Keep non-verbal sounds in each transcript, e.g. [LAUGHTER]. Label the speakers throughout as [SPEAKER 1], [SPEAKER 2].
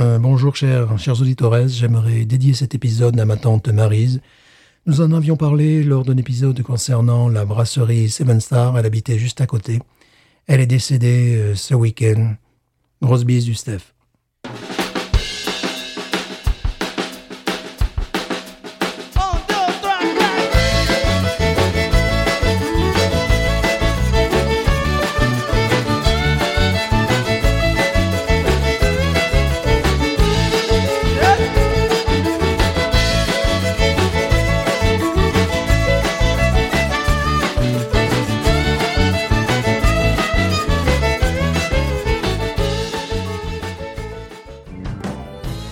[SPEAKER 1] Euh, bonjour chers, chers auditeurs, j'aimerais dédier cet épisode à ma tante Marise. Nous en avions parlé lors d'un épisode concernant la brasserie Seven Star, elle habitait juste à côté. Elle est décédée euh, ce week-end. Grosse bise du Steph.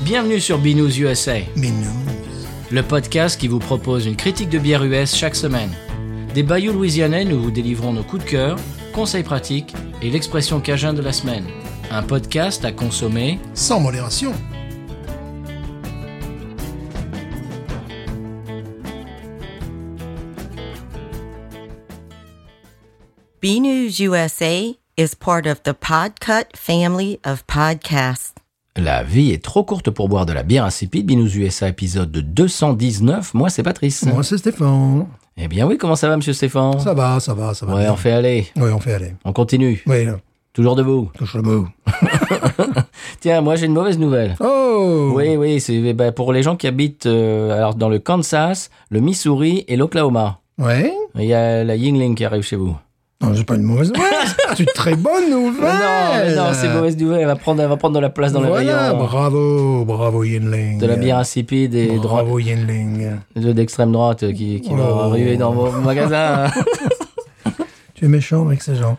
[SPEAKER 2] Bienvenue sur Binous USA,
[SPEAKER 1] Mais non.
[SPEAKER 2] le podcast qui vous propose une critique de bière US chaque semaine. Des bayous louisianais, nous vous délivrons nos coups de cœur, conseils pratiques et l'expression cajun de la semaine. Un podcast à consommer.
[SPEAKER 1] Sans modération.
[SPEAKER 3] B News USA is part of the Podcut family of podcasts.
[SPEAKER 2] La vie est trop courte pour boire de la bière insipide. Binous USA épisode 219. Moi, c'est Patrice.
[SPEAKER 1] Moi c'est Stéphane.
[SPEAKER 2] Eh bien oui, comment ça va, monsieur Stéphane
[SPEAKER 1] Ça va, ça va, ça va.
[SPEAKER 2] Ouais,
[SPEAKER 1] bien.
[SPEAKER 2] on fait aller.
[SPEAKER 1] Ouais, on fait aller.
[SPEAKER 2] On continue.
[SPEAKER 1] Oui, là,
[SPEAKER 2] Toujours debout.
[SPEAKER 1] touche le bout.
[SPEAKER 2] Tiens, moi, j'ai une mauvaise nouvelle.
[SPEAKER 1] Oh
[SPEAKER 2] Oui, oui, c'est eh ben, pour les gens qui habitent euh, alors dans le Kansas, le Missouri et l'Oklahoma.
[SPEAKER 1] Ouais
[SPEAKER 2] Il y a la Yingling qui arrive chez vous.
[SPEAKER 1] Non, c'est pas une mauvaise
[SPEAKER 2] [LAUGHS]
[SPEAKER 1] nouvelle. c'est une très bonne
[SPEAKER 2] Mais
[SPEAKER 1] nouvelle.
[SPEAKER 2] non, mais non, c'est mauvaise nouvelle. Elle va prendre, elle va prendre de la place dans
[SPEAKER 1] voilà,
[SPEAKER 2] le rayon
[SPEAKER 1] bravo, bravo Yinling.
[SPEAKER 2] de la bière insipide
[SPEAKER 1] Oh,
[SPEAKER 2] et dro-
[SPEAKER 1] Bravo Yinling.
[SPEAKER 2] de- d'extrême droite qui, qui va
[SPEAKER 1] Oh.
[SPEAKER 2] ruer dans vos
[SPEAKER 1] [LAUGHS]
[SPEAKER 2] magasins.
[SPEAKER 1] Tu es méchant avec ces
[SPEAKER 2] [LAUGHS]
[SPEAKER 1] gens.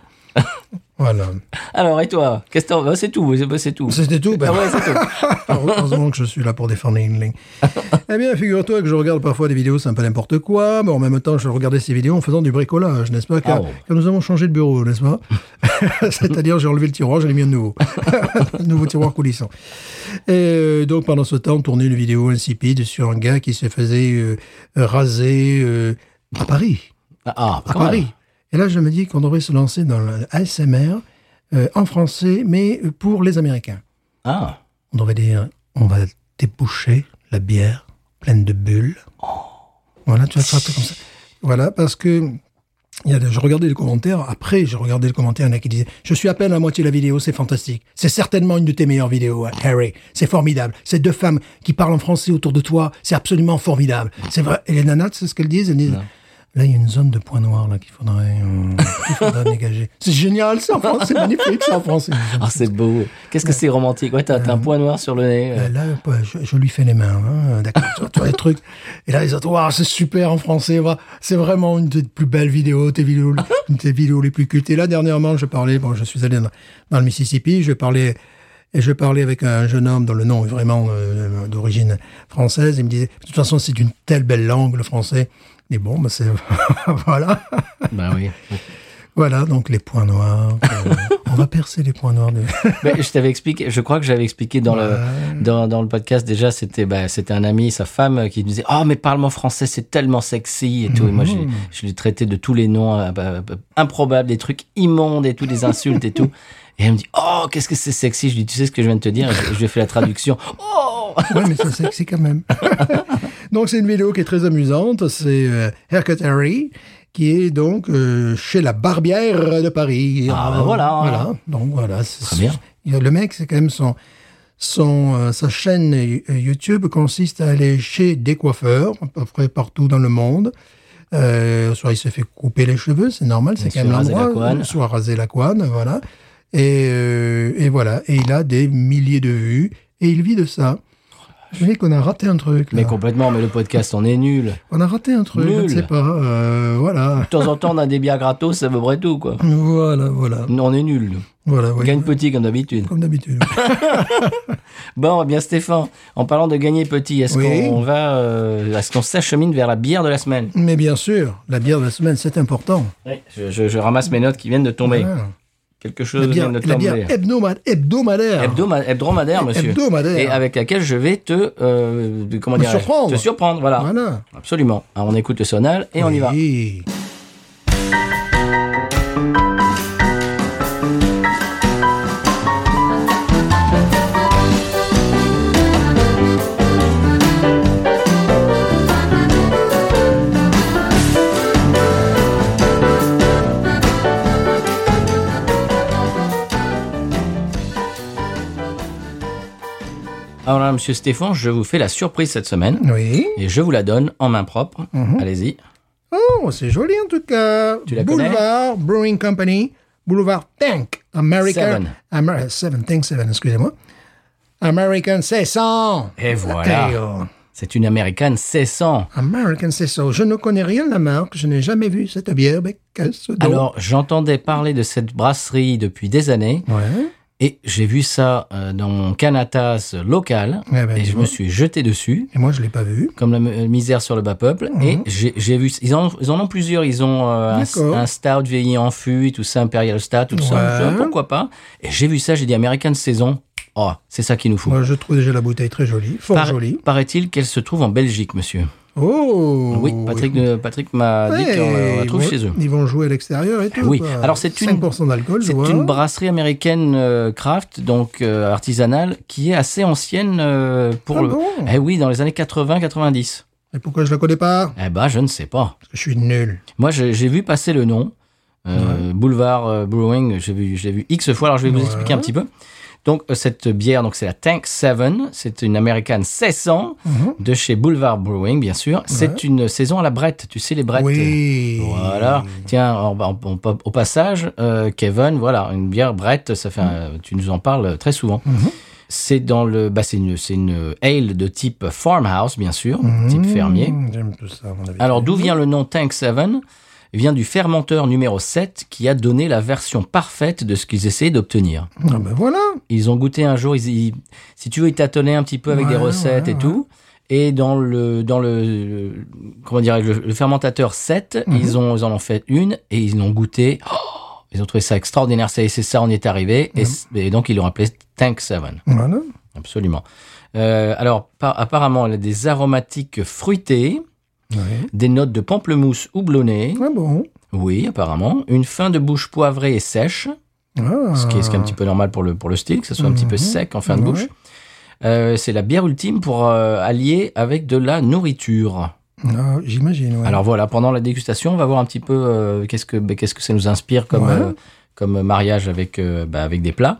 [SPEAKER 1] voilà.
[SPEAKER 2] Alors, et toi Qu'est-ce que t'en- bah, C'est tout, c'est bah, c'est tout.
[SPEAKER 1] C'était tout. Ben,
[SPEAKER 2] Ah ouais, c'est tout.
[SPEAKER 1] [LAUGHS] heureusement que je suis là pour défendre
[SPEAKER 2] [LAUGHS]
[SPEAKER 1] Yinling. eh bien, figure-toi que je regarde parfois des vidéos, c'est un peu n'importe quoi, mais en même temps, je regardais ces vidéos en faisant du bricolage, n'est-ce pas
[SPEAKER 2] Ah
[SPEAKER 1] quand,
[SPEAKER 2] bon.
[SPEAKER 1] quand nous avons changé de bureau, n'est-ce
[SPEAKER 2] [LAUGHS]
[SPEAKER 1] pas [LAUGHS] C'est-à-dire, j'ai enlevé le tiroir, je l'ai mis un nouveau. [LAUGHS] un nouveau tiroir coulissant. Et euh, donc, pendant ce temps, tourner une vidéo insipide sur un gars qui se faisait euh, raser euh, à Paris.
[SPEAKER 2] Ah, ah,
[SPEAKER 1] à
[SPEAKER 2] quand même.
[SPEAKER 1] Paris. Et là, je me dis qu'on devrait se lancer dans l'ASMR euh, en français, mais pour les Américains.
[SPEAKER 2] Ah,
[SPEAKER 1] On devrait dire on va déboucher la bière pleine de bulles.
[SPEAKER 2] Oh.
[SPEAKER 1] Voilà, tu vas faire un truc comme ça. Voilà, parce que il y a, des- je regardais les commentaires. Après, j'ai regardé le commentaire, il y en a qui disaient Je suis à peine à la moitié de la vidéo, c'est fantastique. C'est certainement une de tes meilleures vidéos, hein, Harry. C'est formidable. Ces deux femmes qui parlent en français autour de toi, c'est absolument formidable. C'est vrai. Et les nanas, c'est ce qu'elles disent Elles disent Là, il y a une zone de point noir là qu'il faudrait, euh, qu'il faudrait [LAUGHS] dégager. C'est génial, c'est en français, c'est magnifique, c'est en français.
[SPEAKER 2] Ah, c'est beau. Qu'est-ce que c'est romantique. Ouais, t'as t'as un point noir sur le nez.
[SPEAKER 1] Euh, Là, euh, je, je lui fais les mains, hein, d'accord, tu vois, tu vois les trucs. Et là, ils ont, waouh, c'est super en français, waouh, c'est vraiment une des plus belles vidéos, tes vidéos, une des vidéos les plus cultes. Et là, dernièrement, je parlais, bon, je suis allé dans, dans le Mississippi, je parlais, et je parlais avec un jeune homme dont le nom est vraiment euh, d'origine française. Il me disait, de toute façon, c'est d'une telle belle langue, le français. Et bon, bah, c'est, [LAUGHS] voilà.
[SPEAKER 2] Bah oui.
[SPEAKER 1] Voilà, donc les points noirs. euh, on va percer les points noirs. de-
[SPEAKER 2] Mais je t'avais expliqué, je crois que j'avais expliqué dans le dans, dans le podcast déjà, c'était bah, c'était un ami, sa femme qui me disait "Ah mais parle-moi français, c'est tellement sexy et tout." Et moi j'ai- je l'ai traité de tous les noms euh, bah, bah, improbables, des trucs immondes et tout, des insultes et tout. Et elle me dit "Oh, qu'est-ce que c'est sexy Je lui dis "Tu sais ce que je viens de te dire Et Je, je lui ai fait la traduction. "Oh
[SPEAKER 1] Ouais, mais c'est sexy quand même. [LAUGHS] donc, c'est une vidéo qui est très amusante. C'est euh, Haircut Harry, qui est donc euh, chez la Barbière de Paris.
[SPEAKER 2] Ah,
[SPEAKER 1] Euh,
[SPEAKER 2] ben voilà.
[SPEAKER 1] Voilà. Donc, voilà. c'est-
[SPEAKER 2] Très bien.
[SPEAKER 1] il y a- Le mec, c'est quand même son. Son, euh, sa chaîne euh, YouTube consiste à aller chez des coiffeurs, à peu près partout dans le monde. Euh, soit il se fait couper les cheveux, c'est normal, c'est
[SPEAKER 2] Bien
[SPEAKER 1] quand même
[SPEAKER 2] sûr, raser la
[SPEAKER 1] l'endroit.
[SPEAKER 2] couenne.
[SPEAKER 1] Soit raser la couenne, voilà. Et, euh, et voilà, et il a des milliers de vues, et il vit de ça. Je dis qu'on a raté un truc. Là.
[SPEAKER 2] Mais complètement, mais le podcast on est nul.
[SPEAKER 1] On a raté un truc, je ne
[SPEAKER 2] Nul.
[SPEAKER 1] sais pas. euh, voilà.
[SPEAKER 2] De temps en temps, on a des bières gratos, ça vaut vrai tout quoi.
[SPEAKER 1] Voilà, voilà.
[SPEAKER 2] On est nul. nous.
[SPEAKER 1] Voilà,
[SPEAKER 2] On
[SPEAKER 1] oui.
[SPEAKER 2] gagne petit comme d'habitude.
[SPEAKER 1] Comme d'habitude.
[SPEAKER 2] Bon, eh bien Stéphane, en parlant de gagner petit, est-ce
[SPEAKER 1] Oui.
[SPEAKER 2] qu'on va, euh, est-ce qu'on s'achemine vers la bière de la semaine
[SPEAKER 1] Mais bien sûr, la bière de la semaine, c'est important.
[SPEAKER 2] je, je- je ramasse mes notes qui viennent de tomber.
[SPEAKER 1] Voilà. Ah.
[SPEAKER 2] Quelque
[SPEAKER 1] La
[SPEAKER 2] chose vient
[SPEAKER 1] bière,
[SPEAKER 2] de
[SPEAKER 1] la
[SPEAKER 2] tomber.
[SPEAKER 1] bière hebdomada- hebdomadaire.
[SPEAKER 2] Hebdoma- hebdomadaire, monsieur.
[SPEAKER 1] Hebdomadaire.
[SPEAKER 2] Et avec laquelle je vais te, euh, de- comment
[SPEAKER 1] Me
[SPEAKER 2] dirais-je
[SPEAKER 1] surprendre.
[SPEAKER 2] Te surprendre, voilà.
[SPEAKER 1] Voilà.
[SPEAKER 2] Absolument. Alors, on écoute le sonal et on y va.
[SPEAKER 1] Oui.
[SPEAKER 2] Alors là, monsieur Stéphane, je vous fais la surprise cette semaine.
[SPEAKER 1] Oui.
[SPEAKER 2] Et je vous la donne en main propre.
[SPEAKER 1] Mhm.
[SPEAKER 2] Allez-y.
[SPEAKER 1] Oh, c'est joli en tout cas.
[SPEAKER 2] Tu la connais
[SPEAKER 1] Boulevard Brewing Company, Boulevard Tank, American.
[SPEAKER 2] Seven.
[SPEAKER 1] Amer- seven, Tank Seven, excusez-moi. American 600.
[SPEAKER 2] Et voilà.
[SPEAKER 1] Et, oh,
[SPEAKER 2] C'est une américaine cessant.
[SPEAKER 1] American 600. Je ne connais rien de la marque, je n'ai jamais vu cette bière, mais qu'elle se donne.
[SPEAKER 2] Alors, j'entendais parler de cette brasserie depuis des années
[SPEAKER 1] Ouais.
[SPEAKER 2] et j'ai vu ça euh, dans mon canatas local
[SPEAKER 1] Eh ben,
[SPEAKER 2] et
[SPEAKER 1] dis
[SPEAKER 2] je me
[SPEAKER 1] donc.
[SPEAKER 2] suis jeté dessus.
[SPEAKER 1] Et moi, je ne l'ai pas vu.
[SPEAKER 2] comme la mi- misère sur le bas peuple. Et j'ai j'ai vu, ils en, ils en ont plusieurs. Ils ont euh, un,
[SPEAKER 1] Mhm. D'accord.
[SPEAKER 2] un stout vieilli en fût, tout ça, Imperial Stout, tout ça.
[SPEAKER 1] Ouais.
[SPEAKER 2] Je dis, Pourquoi pas Et j'ai vu ça, j'ai dit American Saison. Oh, c'est ça qu'il nous faut.
[SPEAKER 1] Moi, je trouve déjà la bouteille très jolie, fort
[SPEAKER 2] Par-
[SPEAKER 1] jolie.
[SPEAKER 2] Paraît-il qu'elle se trouve en Belgique, monsieur.
[SPEAKER 1] Oh
[SPEAKER 2] Oui, Patrick, euh, Patrick m'a dit qu'on la
[SPEAKER 1] Ouais,
[SPEAKER 2] trouve
[SPEAKER 1] ils
[SPEAKER 2] chez
[SPEAKER 1] vont-
[SPEAKER 2] eux.
[SPEAKER 1] Ils vont jouer à l'extérieur et tout.
[SPEAKER 2] Oui.
[SPEAKER 1] quoi.
[SPEAKER 2] Alors, c'est une-
[SPEAKER 1] 5% d'alcool, je
[SPEAKER 2] C'est
[SPEAKER 1] vois.
[SPEAKER 2] une brasserie américaine euh, craft, donc euh, artisanale, qui est assez ancienne euh, pour
[SPEAKER 1] Ah
[SPEAKER 2] le.
[SPEAKER 1] bon
[SPEAKER 2] Eh oui, dans les années 80-90.
[SPEAKER 1] Et pourquoi je la connais pas
[SPEAKER 2] Eh ben, je ne sais pas.
[SPEAKER 1] Parce que je suis nul.
[SPEAKER 2] Moi, j'ai j'ai vu passer le nom. Euh, Boulevard euh, Brewing, j'ai vu, j'ai vu X fois, alors je vais vous
[SPEAKER 1] Ouais.
[SPEAKER 2] expliquer un petit peu. Donc, euh, cette bière, donc c'est la Tank 7, c'est une américaine 1600
[SPEAKER 1] Mhm.
[SPEAKER 2] de chez Boulevard Brewing, bien sûr. C'est une saison à la brette, tu sais, les brettes. euh,
[SPEAKER 1] Oui.
[SPEAKER 2] Voilà. Tiens, en- en- en- au passage, euh, Kevin, voilà, une bière brette, ça fait un- tu nous en parles très souvent. C'est dans le, bah, c'est une, c'est une ale de type farmhouse, bien sûr, type fermier.
[SPEAKER 1] Mmh, J'aime tout ça, à mon avis.
[SPEAKER 2] Alors, d'où vient le nom Tank 7 Il vient du fermenteur numéro 7 qui a donné la version parfaite de ce qu'ils essayaient d'obtenir.
[SPEAKER 1] Ah ben voilà.
[SPEAKER 2] Ils ont goûté un jour, ils, ils- si tu veux, ils tâtonnaient un petit peu avec
[SPEAKER 1] Ouais,
[SPEAKER 2] des recettes
[SPEAKER 1] ouais,
[SPEAKER 2] et tout. Et dans le, dans le, comment dire, le, le fermentateur 7,
[SPEAKER 1] Mhm.
[SPEAKER 2] ils, ont, ils en ont fait une et ils l'ont goûté. Oh, ils ont trouvé ça extraordinaire. C'est c'est ça, on y est arrivé.
[SPEAKER 1] Mhm.
[SPEAKER 2] Et, c- et donc, ils l'ont appelé Tank 7.
[SPEAKER 1] Voilà.
[SPEAKER 2] Absolument. Euh, alors, par- apparemment, elle a des aromatiques fruitées,
[SPEAKER 1] Oui.
[SPEAKER 2] des notes de pamplemousse houblonnée.
[SPEAKER 1] Ah bon.
[SPEAKER 2] Oui, apparemment. Une fin de bouche poivrée et sèche,
[SPEAKER 1] Ah.
[SPEAKER 2] ce qui est, ce qui est un petit peu normal pour le, pour le style, que ce soit un petit peu
[SPEAKER 1] Mhm.
[SPEAKER 2] sec en fin de
[SPEAKER 1] Ouais.
[SPEAKER 2] bouche. Euh, c'est la bière ultime pour euh, allier avec de la nourriture.
[SPEAKER 1] Ah, J'imagine. ouais.
[SPEAKER 2] Alors voilà, pendant la dégustation, on va voir un petit peu euh, qu'est-ce que ben, qu'est-ce que ça nous inspire comme
[SPEAKER 1] Ouais.
[SPEAKER 2] euh, comme mariage avec euh, bah, avec des plats.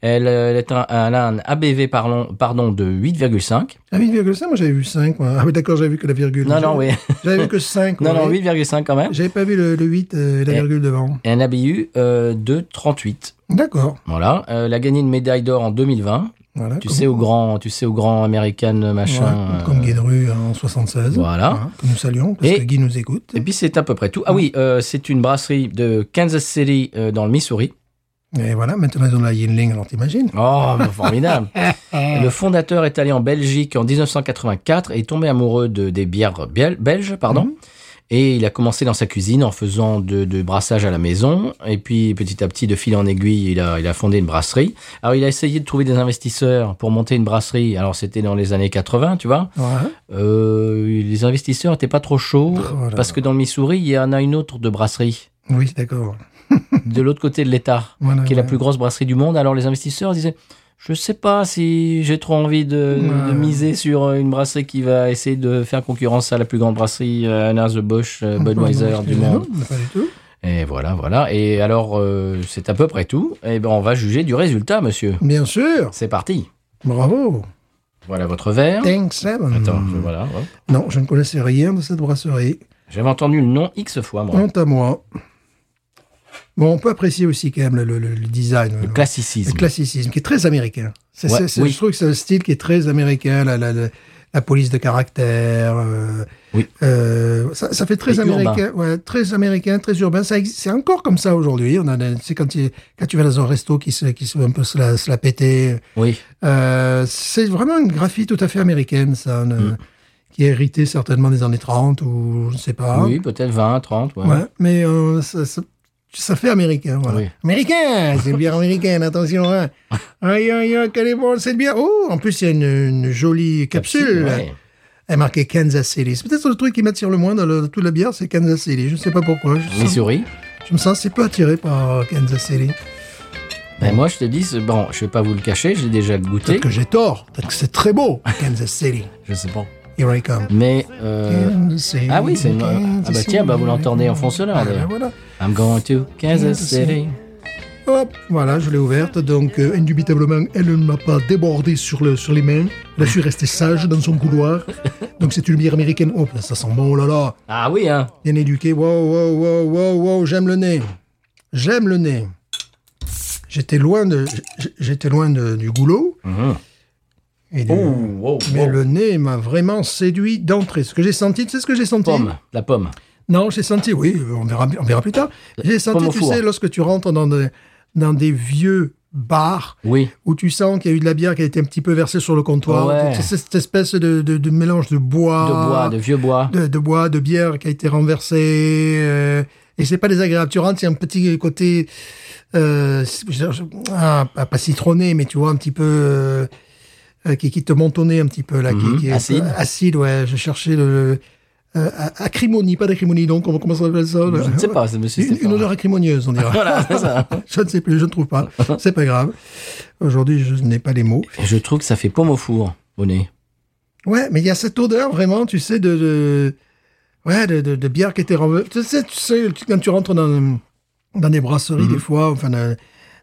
[SPEAKER 2] Elle, euh, elle est un- elle a un ABV pardon, pardon de 8,5.
[SPEAKER 1] Ah, 8,5, moi j'avais vu 5. moi. Ah oui, d'accord, j'avais vu que la virgule.
[SPEAKER 2] Non non
[SPEAKER 1] J'avais-
[SPEAKER 2] oui.
[SPEAKER 1] J'avais vu que 5.
[SPEAKER 2] non non 8,5 quand même.
[SPEAKER 1] J'avais pas vu le, le 8 euh, et la
[SPEAKER 2] Et-
[SPEAKER 1] virgule devant.
[SPEAKER 2] Et un ABU euh, de 38.
[SPEAKER 1] D'accord.
[SPEAKER 2] Voilà, Euh, elle a gagné une médaille d'or en 2020.
[SPEAKER 1] Voilà.
[SPEAKER 2] Tu
[SPEAKER 1] comme-
[SPEAKER 2] sais, au grand, tu sais, au grand américain euh, machin.
[SPEAKER 1] Ouais, Comme
[SPEAKER 2] euh,
[SPEAKER 1] Guédru en 76.
[SPEAKER 2] Voilà.
[SPEAKER 1] hein, que nous saluons, parce
[SPEAKER 2] Et-
[SPEAKER 1] que Guy nous écoute.
[SPEAKER 2] Et puis c'est à peu près tout. Ah oui, euh, c'est une brasserie de Kansas City euh, dans le Missouri.
[SPEAKER 1] Et voilà, maintenant ils ont la Yinling, alors t'imagines
[SPEAKER 2] Oh,
[SPEAKER 1] [LAUGHS]
[SPEAKER 2] formidable. Le fondateur est allé en Belgique en 1984 et est tombé amoureux de, des bières biel- belges, pardon.
[SPEAKER 1] Mhm.
[SPEAKER 2] Et il a commencé dans sa cuisine en faisant de, de brassage à la maison. Et puis, petit à petit, de fil en aiguille, il a, il a fondé une brasserie. Alors, il a essayé de trouver des investisseurs pour monter une brasserie. Alors, c'était dans les années 80, tu vois.
[SPEAKER 1] Ouais.
[SPEAKER 2] Euh, les investisseurs n'étaient pas trop chauds
[SPEAKER 1] Oh là
[SPEAKER 2] parce que dans le Missouri, il y en a une autre de brasserie
[SPEAKER 1] Oui, d'accord.
[SPEAKER 2] de l'autre côté de l'État,
[SPEAKER 1] Voilà,
[SPEAKER 2] qui est la
[SPEAKER 1] ouais.
[SPEAKER 2] plus grosse brasserie du monde. Alors les investisseurs disaient, je sais pas si j'ai trop envie de,
[SPEAKER 1] Ouais.
[SPEAKER 2] de miser sur euh, une brasserie qui va essayer de faire concurrence à la plus grande brasserie, euh, Anna the Bosch,
[SPEAKER 1] Ah,
[SPEAKER 2] euh, Budweiser du
[SPEAKER 1] Non,
[SPEAKER 2] monde.
[SPEAKER 1] pas du tout.
[SPEAKER 2] Et voilà, voilà. Et alors, euh, c'est à peu près tout. Et ben, on va juger du résultat, monsieur.
[SPEAKER 1] Bien sûr.
[SPEAKER 2] C'est parti.
[SPEAKER 1] Bravo.
[SPEAKER 2] Voilà votre verre.
[SPEAKER 1] Thanks, Seven.
[SPEAKER 2] Attends, je- voilà. hop.
[SPEAKER 1] Non, je ne connaissais rien de cette brasserie.
[SPEAKER 2] J'avais entendu le nom X fois, moi.
[SPEAKER 1] Honte à moi. Bon, on peut apprécier aussi quand même le, le- le design.
[SPEAKER 2] Le classicisme.
[SPEAKER 1] Le classicisme, qui est très américain. C'est,
[SPEAKER 2] Ouais,
[SPEAKER 1] c'est- c'est-
[SPEAKER 2] oui.
[SPEAKER 1] Je trouve que c'est un style qui est très américain, la, la- la- la police de caractère. euh,
[SPEAKER 2] Oui.
[SPEAKER 1] euh, ça, ça fait très
[SPEAKER 2] Et urbain.
[SPEAKER 1] américain, ouais, très américain, très urbain. Ça existe- c'est encore comme ça aujourd'hui. On a, des- c'est quand, tu- quand tu vas dans un resto qui se, qui se veut un peu se la, se la péter.
[SPEAKER 2] oui.
[SPEAKER 1] Euh, c'est vraiment une graphie tout à fait américaine, ça, une-
[SPEAKER 2] Mm.
[SPEAKER 1] qui est héritée certainement des années 30 ou je ne sais pas.
[SPEAKER 2] Oui, peut-être 20, 30. ouais.
[SPEAKER 1] Ah. Ouais, mais euh, ça, ça- ça fait américain, voilà.
[SPEAKER 2] Oui.
[SPEAKER 1] Américain, [LAUGHS] c'est une bière américaine, attention. hein. Aïe, aïe, aïe, quelle est bonne cette bière. Oh, en plus, il y a une, une jolie capsule.
[SPEAKER 2] ouais.
[SPEAKER 1] Elle est marquée Kansas City. C'est peut-être le truc qui m'attire le moins dans, le- dans toute la bière, c'est Kansas City. Je ne sais pas pourquoi. Je, sens-
[SPEAKER 2] Missouri.
[SPEAKER 1] je me sens assez peu attiré par euh, Kansas City.
[SPEAKER 2] Ben, moi, je te dis, c'est- bon, je vais pas vous le cacher, j'ai déjà goûté.
[SPEAKER 1] Peut-être que j'ai tort. Peut-être que c'est très beau, Kansas City.
[SPEAKER 2] Je sais pas.
[SPEAKER 1] Here I come.
[SPEAKER 2] Mais euh,
[SPEAKER 1] Kansas City,
[SPEAKER 2] ah oui, c'est une-
[SPEAKER 1] Kansas
[SPEAKER 2] ah bah
[SPEAKER 1] City.
[SPEAKER 2] tiens, bah vous l'entendez en fond sonore,
[SPEAKER 1] Ah bah
[SPEAKER 2] d'ailleurs.
[SPEAKER 1] voilà.
[SPEAKER 2] I'm going to Kansas City.
[SPEAKER 1] Hop, voilà, je l'ai ouverte. Donc, euh, indubitablement, elle ne m'a pas débordé sur, le, sur les mains. Elle a su rester sage dans son couloir. Donc, c'est une bière américaine. Oh, là, ça sent bon, oh là là.
[SPEAKER 2] Ah oui, hein.
[SPEAKER 1] Bien éduqué. Wow, wow, wow, wow, wow. J'aime le nez. J'aime le nez. J'étais loin, de, j- j'étais loin de- du goulot. Et du-
[SPEAKER 2] Uh-huh. Oh, wow,
[SPEAKER 1] mais le nez m'a vraiment séduit d'entrée. Ce que j'ai senti, tu sais ce que j'ai senti
[SPEAKER 2] Pomme, la pomme.
[SPEAKER 1] Non, j'ai senti, oui, euh, on verra, on verra plus tard. J'ai senti,
[SPEAKER 2] au
[SPEAKER 1] tu
[SPEAKER 2] four.
[SPEAKER 1] sais, lorsque tu rentres dans des, dans des vieux bars
[SPEAKER 2] Oui.
[SPEAKER 1] où tu sens qu'il y a eu de la bière qui a été un petit peu versée sur le comptoir,
[SPEAKER 2] Ouais.
[SPEAKER 1] tu sais, cette espèce de, de- de mélange de
[SPEAKER 2] De bois,
[SPEAKER 1] bois,
[SPEAKER 2] de vieux bois.
[SPEAKER 1] Ah, de, de bois, de bière qui a été renversée. euh, et c'est pas désagréable. Tu rentres, il y a un petit côté, euh, je- je- ah, pas pas citronné, mais tu vois, un petit peu... euh, euh, qui, qui te montonnait un petit peu là, qui-
[SPEAKER 2] Mhm,
[SPEAKER 1] qui, est-
[SPEAKER 2] acide.
[SPEAKER 1] acide, ouais. Je cherchais le, euh, a- acrimonie, pas d'acrimonie, donc comment, comment ça s'appelle ça
[SPEAKER 2] Je ne sais pas, je me suis-
[SPEAKER 1] Une,
[SPEAKER 2] c'est pas-
[SPEAKER 1] une odeur
[SPEAKER 2] [LAUGHS]
[SPEAKER 1] acrimonieuse, on dirait.
[SPEAKER 2] Voilà, c'est ça.
[SPEAKER 1] [LAUGHS] je ne sais plus, je ne trouve pas. C'est pas grave. Aujourd'hui, je n'ai pas les mots.
[SPEAKER 2] Je trouve que ça fait pomme au four au nez.
[SPEAKER 1] Ouais, mais il y a cette odeur vraiment, tu sais, de, de ouais, de, de, de bière qui était renversée. Tu sais, tu sais, tu- quand tu rentres dans dans des brasseries
[SPEAKER 2] Mhm.
[SPEAKER 1] des fois, enfin dans,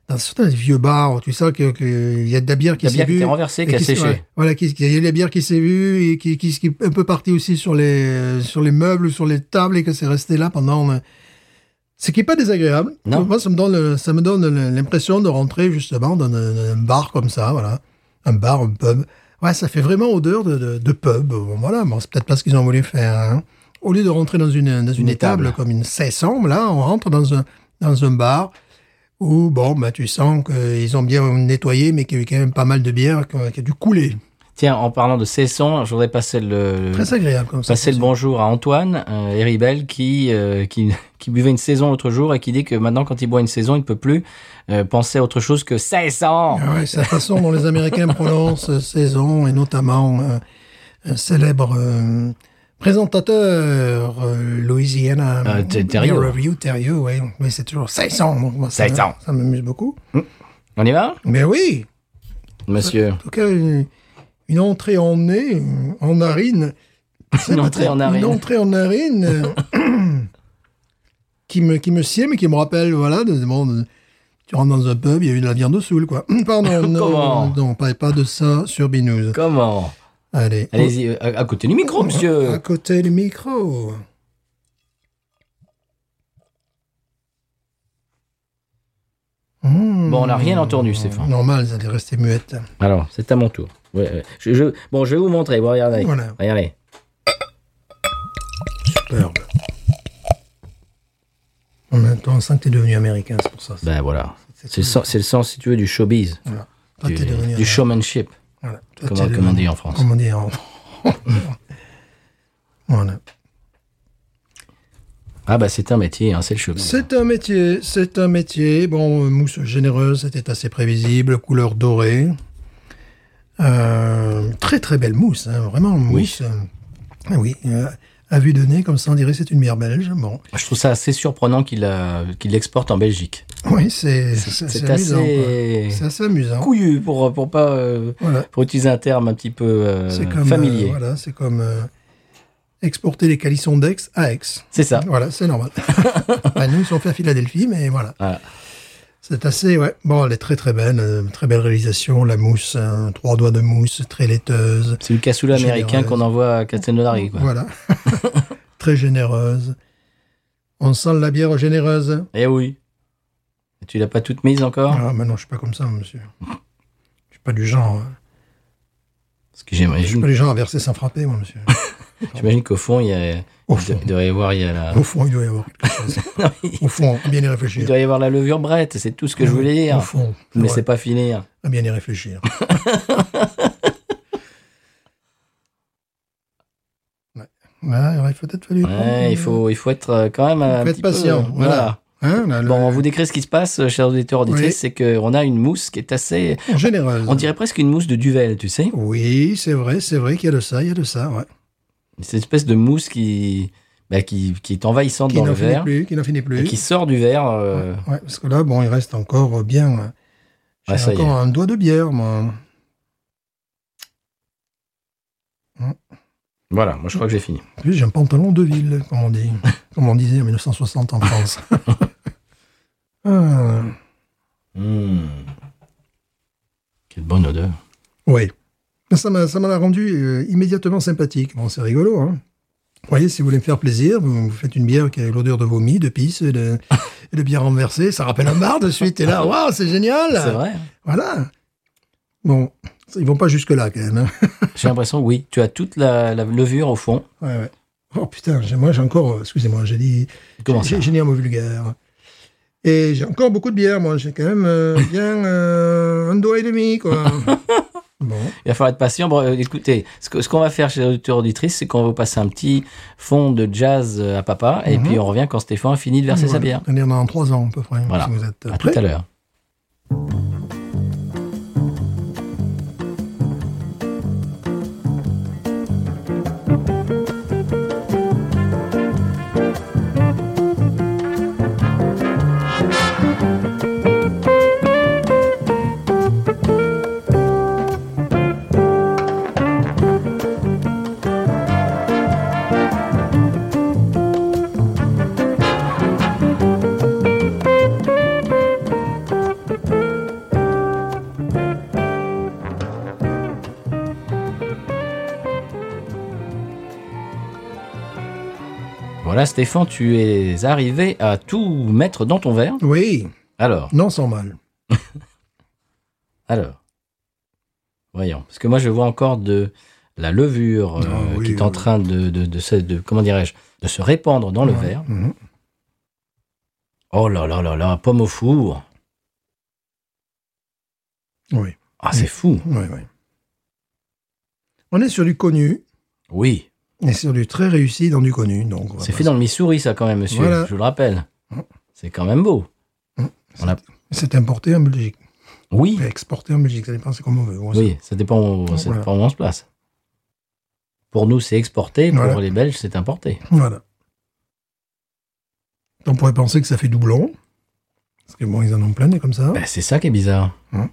[SPEAKER 1] dans certains vieux bars, tu sais que qu'il y a de la bière qui
[SPEAKER 2] La
[SPEAKER 1] s'est
[SPEAKER 2] bière qui
[SPEAKER 1] vue
[SPEAKER 2] était renversée,
[SPEAKER 1] et
[SPEAKER 2] qui a
[SPEAKER 1] s'est-
[SPEAKER 2] séché.
[SPEAKER 1] ouais, voilà, qui qui- il y a de la bière qui s'est vue et qui, qui qui est un peu partie aussi sur les sur les meubles, ou sur les tables et que c'est resté là pendant. euh, Ce qui est pas désagréable.
[SPEAKER 2] Non.
[SPEAKER 1] Moi, ça me donne le- ça me donne le- l'impression de rentrer justement dans un, un bar comme ça, voilà un bar, un pub. Ouais, ça fait vraiment odeur de, de, de pub. Bon, voilà, bon, c'est peut-être pas ce qu'ils ont voulu faire. hein. Au lieu de rentrer dans une, dans une
[SPEAKER 2] Une
[SPEAKER 1] étable
[SPEAKER 2] étable.
[SPEAKER 1] comme une session, là, on rentre dans un, dans un bar où, bon, bah, tu sens qu'ils ont bien nettoyé, mais qu'il y a eu quand même pas mal de bière qui a, qui a dû couler.
[SPEAKER 2] Tiens, en parlant de saison, je voudrais passer le,
[SPEAKER 1] Très agréable comme ça.
[SPEAKER 2] Mmh. passer le bonjour à Antoine euh, Héribel qui, euh, qui, qui buvait une saison l'autre jour et qui dit que maintenant, quand il boit une saison, il ne peut plus euh, penser à autre chose que saison.
[SPEAKER 1] Ah ouais, c'est la façon dont les Américains prononcent [LAUGHS] euh, saison, et notamment euh, un célèbre euh, présentateur euh, Louisiana.
[SPEAKER 2] Euh, Ter- Terrio.
[SPEAKER 1] Review, Terrio, oui. Mais c'est toujours saison. donc moi, ça-
[SPEAKER 2] Saison.
[SPEAKER 1] Ça m'amuse beaucoup.
[SPEAKER 2] On y va,
[SPEAKER 1] Mais oui,
[SPEAKER 2] monsieur
[SPEAKER 1] en tout cas, une, une entrée en nez, euh, en narine. [LAUGHS] C'est
[SPEAKER 2] Une
[SPEAKER 1] pas
[SPEAKER 2] entrée
[SPEAKER 1] très-
[SPEAKER 2] en narine.
[SPEAKER 1] Une entrée en narine euh, [COUGHS] qui, me, qui me sied, mais qui me rappelle, voilà, de- bon, de- tu rentres dans un pub, il y a eu de la viande saoule, quoi. [COUGHS]
[SPEAKER 2] [LAUGHS]
[SPEAKER 1] Pardon,
[SPEAKER 2] Comment
[SPEAKER 1] non, non, pas, pas de ça sur Binous.
[SPEAKER 2] Comment
[SPEAKER 1] Allez. Oh,
[SPEAKER 2] Allez-y, euh, à, à côté du micro,
[SPEAKER 1] À
[SPEAKER 2] monsieur.
[SPEAKER 1] côté du micro. Mmh.
[SPEAKER 2] Bon, on n'a rien entendu, Stéphane.
[SPEAKER 1] Normal, vous allez rester muette.
[SPEAKER 2] Alors, c'est à mon tour. Ouais, ouais. Je- je- bon, je vais vous montrer. Bon, regardez.
[SPEAKER 1] Voilà.
[SPEAKER 2] Regardez.
[SPEAKER 1] Superbe. En même temps, on sent que t'es devenu américain, c'est pour ça.
[SPEAKER 2] Ben voilà. C'est le, sens, c'est le sens, si tu veux, du showbiz.
[SPEAKER 1] Voilà. Toi,
[SPEAKER 2] Du,
[SPEAKER 1] t'es devenu
[SPEAKER 2] du showmanship.
[SPEAKER 1] Voilà. Toi,
[SPEAKER 2] Comment-
[SPEAKER 1] t'es
[SPEAKER 2] comment on
[SPEAKER 1] devenu-
[SPEAKER 2] dit en France
[SPEAKER 1] Comment on dit en [LAUGHS] Voilà.
[SPEAKER 2] Ah, bah c'est un métier, hein, c'est le showbiz.
[SPEAKER 1] C'est un métier, c'est un métier. Bon, euh, mousse généreuse, c'était assez prévisible, couleur dorée. Euh, très très belle mousse, hein, vraiment mousse. euh, ah oui, euh, à vue de nez, comme ça on dirait c'est une bière belge. Bon, [LAUGHS]
[SPEAKER 2] Je trouve ça assez surprenant qu'il euh, qu'il l'exporte en Belgique.
[SPEAKER 1] oui, c'est c'est
[SPEAKER 2] C'est
[SPEAKER 1] assez amusant.
[SPEAKER 2] assez-
[SPEAKER 1] quoi. C'est assez amusant.
[SPEAKER 2] Couillu pour, pour pas. euh,
[SPEAKER 1] Voilà.
[SPEAKER 2] pour utiliser un terme un petit peu euh,
[SPEAKER 1] C'est comme,
[SPEAKER 2] familier.
[SPEAKER 1] euh, voilà, c'est comme euh, exporter les calissons d'Aix à Aix.
[SPEAKER 2] C'est ça.
[SPEAKER 1] Voilà, c'est normal.
[SPEAKER 2] [LAUGHS]
[SPEAKER 1] Enfin, nous, ils sont fait à Philadelphie, mais voilà.
[SPEAKER 2] Voilà.
[SPEAKER 1] C'est assez, ouais. Bon, elle est très très belle, euh, très belle réalisation, la mousse, hein, trois doigts de mousse, très laiteuse.
[SPEAKER 2] C'est le cassoulet américain
[SPEAKER 1] Généreuse.
[SPEAKER 2] qu'on envoie à Castelnaudary. Quoi. [LAUGHS]
[SPEAKER 1] Voilà. [LAUGHS] très généreuse. On sent la bière généreuse.
[SPEAKER 2] Eh oui. Tu l'as pas toute mise encore
[SPEAKER 1] Ah, mais non, je suis pas comme ça, monsieur. Je suis pas du genre. hein.
[SPEAKER 2] Parce que
[SPEAKER 1] Je suis
[SPEAKER 2] j'imagine
[SPEAKER 1] pas du genre à verser sans frapper, moi,
[SPEAKER 2] [LAUGHS]
[SPEAKER 1] monsieur.
[SPEAKER 2] j'imagine qu'au fond, il y a.
[SPEAKER 1] Au
[SPEAKER 2] Il
[SPEAKER 1] fond,
[SPEAKER 2] [LAUGHS] doit- il doit y avoir, il y a la...
[SPEAKER 1] au fond, il doit y avoir
[SPEAKER 2] [LAUGHS]
[SPEAKER 1] quelque chose. Au fond, à bien y réfléchir.
[SPEAKER 2] il doit y avoir la levure brette, c'est tout ce que je voulais
[SPEAKER 1] Au
[SPEAKER 2] dire.
[SPEAKER 1] fond,
[SPEAKER 2] Mais
[SPEAKER 1] ouais.
[SPEAKER 2] c'est pas fini. hein.
[SPEAKER 1] à bien y réfléchir.
[SPEAKER 2] [LAUGHS]
[SPEAKER 1] ouais. Ouais, il aurait peut-être fallu. prendre-
[SPEAKER 2] Ouais, il, faut, il faut être euh, quand même. un
[SPEAKER 1] faut être
[SPEAKER 2] petit
[SPEAKER 1] patient,
[SPEAKER 2] peu-
[SPEAKER 1] voilà. Hein, là, le-
[SPEAKER 2] Bon, on vous décrit ce qui se passe, euh, chers auditeurs, auditrices,
[SPEAKER 1] Oui.
[SPEAKER 2] c'est qu'on a une mousse qui est assez.
[SPEAKER 1] généreuse.
[SPEAKER 2] On dirait presque une mousse de Duvel, tu sais.
[SPEAKER 1] Oui, c'est vrai, c'est vrai qu'il y a de ça, il y a de ça, ouais.
[SPEAKER 2] Cette espèce de mousse qui, bah, qui, qui est envahissante
[SPEAKER 1] Qui
[SPEAKER 2] dans le
[SPEAKER 1] n'en finit
[SPEAKER 2] verre
[SPEAKER 1] plus, qui n'en finit
[SPEAKER 2] et
[SPEAKER 1] plus.
[SPEAKER 2] qui sort du verre. euh,
[SPEAKER 1] Ouais, parce que là, bon, il reste encore euh, bien. euh, J'ai
[SPEAKER 2] Ah, ça y
[SPEAKER 1] encore un doigt de bière, moi.
[SPEAKER 2] Voilà, moi je crois que j'ai fini.
[SPEAKER 1] En plus, j'ai un pantalon de ville, comme on
[SPEAKER 2] [LAUGHS]
[SPEAKER 1] dit. comme on disait en 1960 en France. Ah.
[SPEAKER 2] Hmm. Quelle bonne odeur.
[SPEAKER 1] Oui. Ça m'a ça m'a l'a rendu euh, immédiatement sympathique. Bon, c'est rigolo, hein. Vous voyez, si vous voulez me faire plaisir, vous vous faites une bière qui a l'odeur de vomi, de pisse, et
[SPEAKER 2] [LAUGHS]
[SPEAKER 1] de, et de bière renversée. Ça rappelle un bar de suite. Et là, waouh, c'est génial
[SPEAKER 2] C'est vrai. hein.
[SPEAKER 1] Voilà. Bon, ils vont pas jusque-là, quand même. hein.
[SPEAKER 2] J'ai l'impression, oui, tu as toute la, la levure au fond.
[SPEAKER 1] Ouais, ouais. Oh putain, j'ai- moi j'ai encore... euh, Excusez-moi, j'ai dit...
[SPEAKER 2] Comment ça
[SPEAKER 1] J'ai j'ai dit un mot vulgaire. Et j'ai encore beaucoup de bière, moi. J'ai quand même euh,
[SPEAKER 2] [LAUGHS]
[SPEAKER 1] bien euh, un doigt et demi, quoi. bon.
[SPEAKER 2] Il va falloir être patient. Bon, euh, écoutez, ce que- ce qu'on va faire chez les auditeurs auditrices, c'est qu'on va vous passer un petit fond de jazz euh, à papa, et puis on revient quand Stéphane a fini de verser sa
[SPEAKER 1] Mhm. Voilà.
[SPEAKER 2] bière.
[SPEAKER 1] C'est-à-dire dans trois ans, à peu près.
[SPEAKER 2] Voilà.
[SPEAKER 1] Si vous êtes
[SPEAKER 2] À tout
[SPEAKER 1] prêts.
[SPEAKER 2] à l'heure. Voilà, Stéphane, tu es arrivé à tout mettre dans ton verre.
[SPEAKER 1] Oui,
[SPEAKER 2] Alors,
[SPEAKER 1] non sans mal.
[SPEAKER 2] alors. Voyons. Parce que moi, je vois encore de la levure euh,
[SPEAKER 1] Ah oui,
[SPEAKER 2] qui est en
[SPEAKER 1] oui.
[SPEAKER 2] train de, de, de se- de- comment dirais-je, de se répandre dans le
[SPEAKER 1] Ouais.
[SPEAKER 2] verre.
[SPEAKER 1] Mhm.
[SPEAKER 2] Oh là là là là, pomme au four.
[SPEAKER 1] Oui,
[SPEAKER 2] Ah, c'est fou.
[SPEAKER 1] oui, oui. On est sur du connu,
[SPEAKER 2] Oui.
[SPEAKER 1] et sur du très réussi dans du connu. Donc on va
[SPEAKER 2] C'est
[SPEAKER 1] pas-
[SPEAKER 2] fait dans le Missouri, ça, quand même, monsieur.
[SPEAKER 1] bah, Voilà. Hum.
[SPEAKER 2] Je vous le rappelle. C'est quand même beau.
[SPEAKER 1] C'est importé en Belgique.
[SPEAKER 2] Oui.
[SPEAKER 1] Exporté en Belgique, ça dépend, bah, c'est comme on veut. Moi,
[SPEAKER 2] Oui, ça dépend où,
[SPEAKER 1] Voilà.
[SPEAKER 2] ça dépend où on se place. Pour nous, c'est exporté. Pour
[SPEAKER 1] Voilà.
[SPEAKER 2] les Belges, c'est importé.
[SPEAKER 1] c'est- Voilà. On pourrait penser que ça fait doublon. Parce que bon, ils en ont plein, des comme ça.
[SPEAKER 2] Ben, c'est ça qui est bizarre.
[SPEAKER 1] Hum.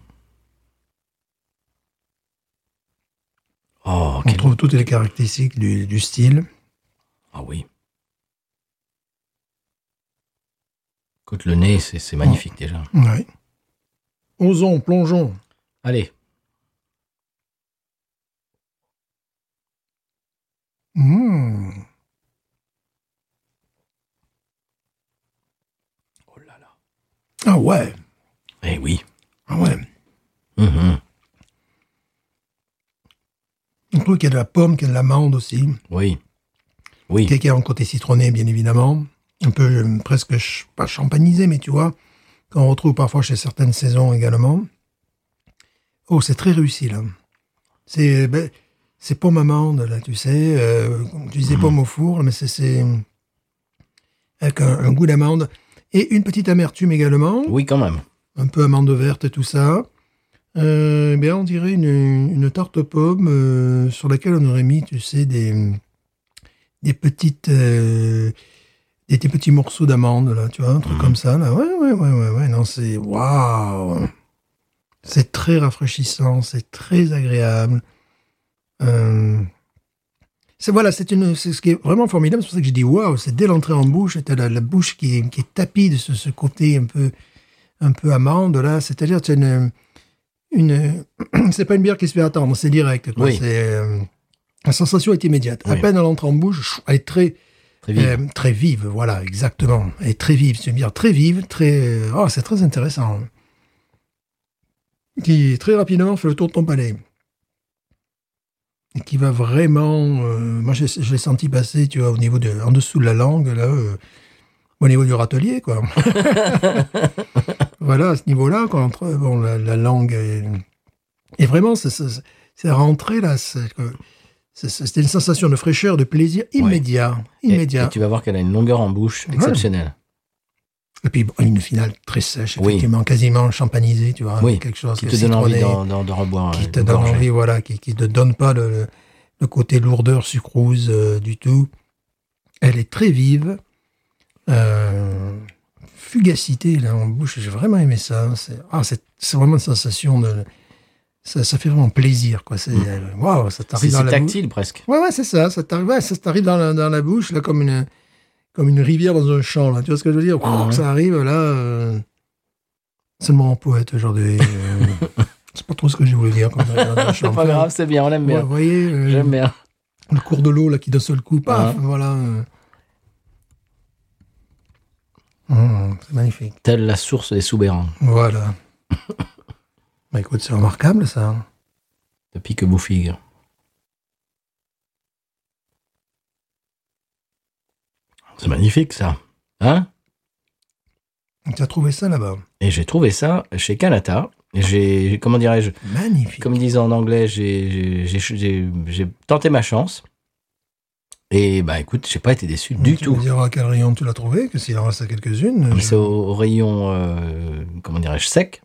[SPEAKER 2] Oh,
[SPEAKER 1] on
[SPEAKER 2] quel-
[SPEAKER 1] trouve toutes les caractéristiques du, du style.
[SPEAKER 2] ah oui. Écoute, le nez, c'est c'est magnifique déjà.
[SPEAKER 1] Oui. Osons, plongeons.
[SPEAKER 2] Allez,
[SPEAKER 1] Mmh.
[SPEAKER 2] oh là là.
[SPEAKER 1] Ah ouais,
[SPEAKER 2] Eh oui.
[SPEAKER 1] ah ouais. Mm-hmm.
[SPEAKER 2] Mhm.
[SPEAKER 1] On trouve qu'il y a de la pomme, qu'il y a de l'amande aussi.
[SPEAKER 2] Oui. Oui.
[SPEAKER 1] Qui a un côté citronné, bien évidemment. Un peu euh, presque, ch- pas champanisé, mais tu vois, qu'on retrouve parfois chez certaines saisons également. Oh, c'est très réussi, là. C'est ben, c'est pomme amande, là, tu sais. euh, comme tu disais pomme au four, mais c'est- c'est. Avec un, un goût d'amande. Et une petite amertume également.
[SPEAKER 2] Oui, quand même.
[SPEAKER 1] Un peu amande verte et tout ça. Euh, ben, on dirait une, une tarte aux pommes euh, sur laquelle on aurait mis, tu sais, des, des petites. euh, des, des petits morceaux d'amande, là, tu vois, un truc
[SPEAKER 2] Mhm.
[SPEAKER 1] comme ça, là. Ouais, ouais, ouais, ouais, ouais. Non, c'est. Waouh! C'est très rafraîchissant, c'est très agréable. Euh, c'est voilà, c'est une, c'est ce qui est vraiment formidable. C'est pour ça que j'ai dit waouh, c'est dès l'entrée en bouche, t'as la, la bouche qui est, qui est tapie de ce, ce côté un peu, un peu amande là. C'est-à-dire, tu as une, une, [CLEARS THROAT] c'est pas une bière qui se fait attendre, c'est direct. quoi.
[SPEAKER 2] Oui.
[SPEAKER 1] C'est, euh, la sensation est immédiate. À
[SPEAKER 2] Oui.
[SPEAKER 1] peine à l'entrée en bouche, chou, elle est très,
[SPEAKER 2] Très vite.
[SPEAKER 1] euh, très vive, voilà, exactement. Et très vive, c'est une bière très vive, très. Oh, c'est très intéressant. Qui très rapidement fait le tour de ton palais. Et qui va vraiment. euh, moi, je, je l'ai senti passer, tu vois, au niveau de. en dessous de la langue, là. euh, au niveau du râtelier, quoi. voilà, à ce niveau-là, quoi, entre. Bon, la, la langue. est- Et vraiment, c'est- c'est c'est rentré, là. c'est- euh, c'est- C'était une sensation de fraîcheur, de plaisir immédiat.
[SPEAKER 2] Et-
[SPEAKER 1] Immédiat.
[SPEAKER 2] Et, tu vas voir qu'elle a une longueur en bouche exceptionnelle.
[SPEAKER 1] Et puis bon, une finale très sèche,
[SPEAKER 2] Oui.
[SPEAKER 1] effectivement, quasiment champanisée, tu vois,
[SPEAKER 2] oui.
[SPEAKER 1] quelque chose
[SPEAKER 2] qui
[SPEAKER 1] de
[SPEAKER 2] te donne envie
[SPEAKER 1] citronné,
[SPEAKER 2] d'en- d'en- de reboire.
[SPEAKER 1] qui
[SPEAKER 2] euh,
[SPEAKER 1] te
[SPEAKER 2] de
[SPEAKER 1] donne
[SPEAKER 2] gorger.
[SPEAKER 1] envie, voilà, qui, qui te donne pas le, le côté lourdeur sucrose euh, du tout. Elle est très vive, Euh, fugacité là en bouche. J'ai vraiment aimé ça. C'est ah, c'est c'est vraiment une sensation de ça, ça fait vraiment plaisir, quoi. C'est euh, waouh, ça
[SPEAKER 2] Mm. C'est
[SPEAKER 1] t'arrive dans
[SPEAKER 2] c'est
[SPEAKER 1] la bouche.
[SPEAKER 2] tactile presque.
[SPEAKER 1] Ouais, ouais, c'est ça. Ça t'arrive, ouais, ça t'arrive dans, la- dans la bouche, là, comme une, comme une rivière dans un champ, là. Tu vois ce que je veux dire?
[SPEAKER 2] Ah ouais.
[SPEAKER 1] Ça arrive, là. euh, C'est le mot en poète aujourd'hui.
[SPEAKER 2] [LAUGHS]
[SPEAKER 1] euh, c'est pas trop ce que je voulais dire quand j'ai regardé la
[SPEAKER 2] C'est
[SPEAKER 1] chambre.
[SPEAKER 2] pas grave, c'est bien, on aime
[SPEAKER 1] Ouais,
[SPEAKER 2] bien.
[SPEAKER 1] vous voyez, euh,
[SPEAKER 2] J'aime bien.
[SPEAKER 1] le cours de l'eau là qui d'un seul coup, paf,
[SPEAKER 2] Ouais.
[SPEAKER 1] voilà. euh. Mmh, c'est magnifique.
[SPEAKER 2] Telle la source des soubérans. [COUGHS]
[SPEAKER 1] Voilà. bah écoute, c'est remarquable ça.
[SPEAKER 2] de pique bouffigue. C'est magnifique ça. Hein
[SPEAKER 1] Tu as trouvé ça là-bas.
[SPEAKER 2] Et j'ai trouvé ça chez Kanata. Et J'ai, comment dirais-je,
[SPEAKER 1] Magnifique.
[SPEAKER 2] comme ils disent en anglais, j'ai- j'ai j'ai- j'ai- j'ai tenté ma chance. Et bah écoute, j'ai pas été déçu du
[SPEAKER 1] tu
[SPEAKER 2] tout.
[SPEAKER 1] me diras à quel rayon tu l'as trouvé, que s'il en reste à quelques-unes.
[SPEAKER 2] Mais
[SPEAKER 1] je-
[SPEAKER 2] C'est au, au rayon, euh, comment dirais-je, sec.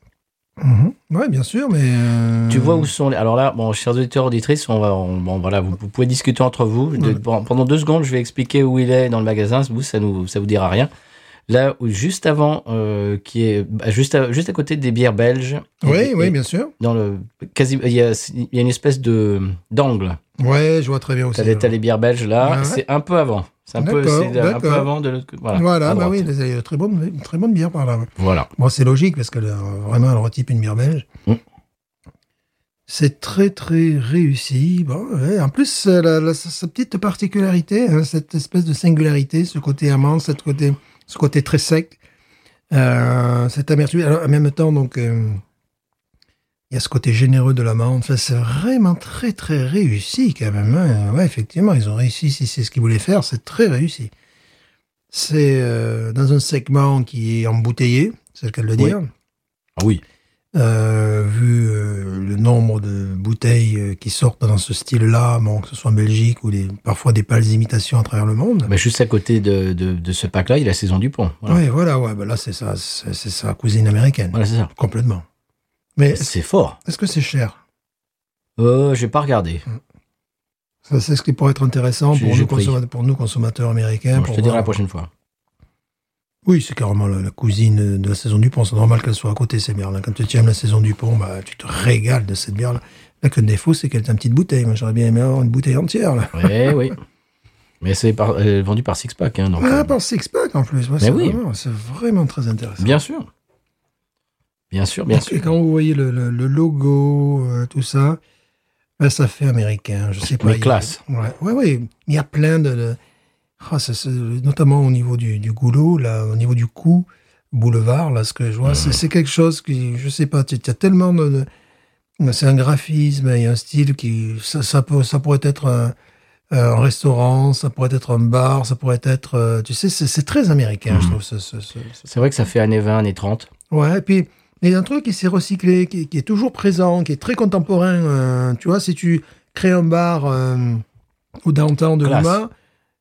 [SPEAKER 1] Mhm. Ouais, bien sûr, mais. euh,
[SPEAKER 2] Tu vois où sont les... Alors là, bon, chers auditeurs, auditrices, on va, on- bon, voilà, vous, vous pouvez discuter entre vous. De-
[SPEAKER 1] Ouais.
[SPEAKER 2] bon, pendant deux secondes, je vais expliquer où il est dans le magasin. Vous, ça nous, ça vous dira rien. Là, où, juste avant, euh, qui est bah, juste à, juste à côté des bières belges.
[SPEAKER 1] Oui,
[SPEAKER 2] Et-
[SPEAKER 1] oui,
[SPEAKER 2] et
[SPEAKER 1] bien sûr.
[SPEAKER 2] Dans le quasi, il y a, il y a une espèce de d'angle.
[SPEAKER 1] Ouais, je vois très bien aussi.
[SPEAKER 2] T'as les, t'as les bières belges là.
[SPEAKER 1] Ouais, ouais.
[SPEAKER 2] C'est un peu avant. C'est un peu,
[SPEAKER 1] D'accord,
[SPEAKER 2] c'est un peu
[SPEAKER 1] d'accord.
[SPEAKER 2] avant de l'autre. côté. Voilà. à
[SPEAKER 1] Voilà, bah
[SPEAKER 2] droite.
[SPEAKER 1] oui, il y a de très bonne, une très bonne bière par là.
[SPEAKER 2] Voilà.
[SPEAKER 1] Bon, c'est logique parce que là, vraiment, elle retype une bière belge.
[SPEAKER 2] Mm.
[SPEAKER 1] C'est très très réussi. Bon, ouais. En plus, euh, la- la- sa, sa petite particularité, hein, cette espèce de singularité, ce côté amant, cette côté, ce côté très sec, euh, cette amertume. Alors, en même temps, donc, euh, il y a ce côté généreux de l'amande. Enfin, c'est vraiment très très réussi quand même. hein. Ouais, effectivement, ils ont réussi. Si c'est ce qu'ils voulaient faire, c'est très réussi. C'est euh, dans un segment qui est embouteillé, c'est le cas de le
[SPEAKER 2] Oui.
[SPEAKER 1] dire.
[SPEAKER 2] Ah oui.
[SPEAKER 1] Euh, vu euh, le nombre de bouteilles euh, qui sortent dans ce style-là, bon, que ce soit en Belgique ou des, parfois des pâles imitations à travers le monde.
[SPEAKER 2] Bah, juste à côté de, de, de ce pack là, il y a la saison du pont. Voilà.
[SPEAKER 1] Ouais, voilà, ouais, bah là c'est ça, c'est c'est sa cousine américaine,
[SPEAKER 2] Voilà, c'est ça.
[SPEAKER 1] complètement. Mais est-ce
[SPEAKER 2] C'est fort.
[SPEAKER 1] est-ce que c'est cher
[SPEAKER 2] Euh, j'ai pas regardé.
[SPEAKER 1] Ça, C'est ce qui pourrait être intéressant
[SPEAKER 2] J'ai-
[SPEAKER 1] pour
[SPEAKER 2] j'ai
[SPEAKER 1] nous,
[SPEAKER 2] pris.
[SPEAKER 1] consommateurs, pour nous consommateurs américains.
[SPEAKER 2] Bon, je
[SPEAKER 1] Eh, pour
[SPEAKER 2] te dirai
[SPEAKER 1] voir.
[SPEAKER 2] la prochaine fois.
[SPEAKER 1] Oui, c'est carrément la, la cousine de la saison du pont. C'est normal qu'elle soit à côté, ces bières-là. Quand tu aimes la saison du pont, bah, tu te régales de cette bière-là. Là, que le défaut, c'est qu'elle est une petite bouteille. Moi, j'aurais bien aimé avoir une bouteille entière, là.
[SPEAKER 2] Oui, Eh oui. Mais c'est par- euh, vendu par Sixpack, hein, donc. euh,
[SPEAKER 1] Ah, par six-pack, en plus. Ouais, c'est
[SPEAKER 2] oui.
[SPEAKER 1] vraiment, c'est vraiment très intéressant.
[SPEAKER 2] bien sûr. Bien sûr, bien
[SPEAKER 1] Parce que
[SPEAKER 2] sûr.
[SPEAKER 1] quand vous voyez le, le- le logo, euh, tout ça, ben, ça fait américain. Je sais pas.
[SPEAKER 2] Mais
[SPEAKER 1] il y a-
[SPEAKER 2] classe.
[SPEAKER 1] Ouais, ouais, ouais. Il y a plein de. de- Ah, ça, c'est- notamment au niveau du, du goulot, là, au niveau du cou, boulevard, là, ce que je vois, c'est- c'est quelque chose qui, je sais pas, tu as tellement de. de- c'est un graphisme, il y a un style qui. Ça, ça peut, ça pourrait être un, un restaurant, ça pourrait être un bar, ça pourrait être. euh, Tu sais, c'est c'est très américain,
[SPEAKER 2] Mm.
[SPEAKER 1] je trouve. ce- ce- ce- ce-
[SPEAKER 2] C'est vrai que ça fait années 20, années 30.
[SPEAKER 1] Ouais, et puis il y a un truc qui s'est recyclé, qui, qui est toujours présent, qui est très contemporain. euh, tu vois, si tu crées un bar euh, au downtown de
[SPEAKER 2] Classe.
[SPEAKER 1] Lima,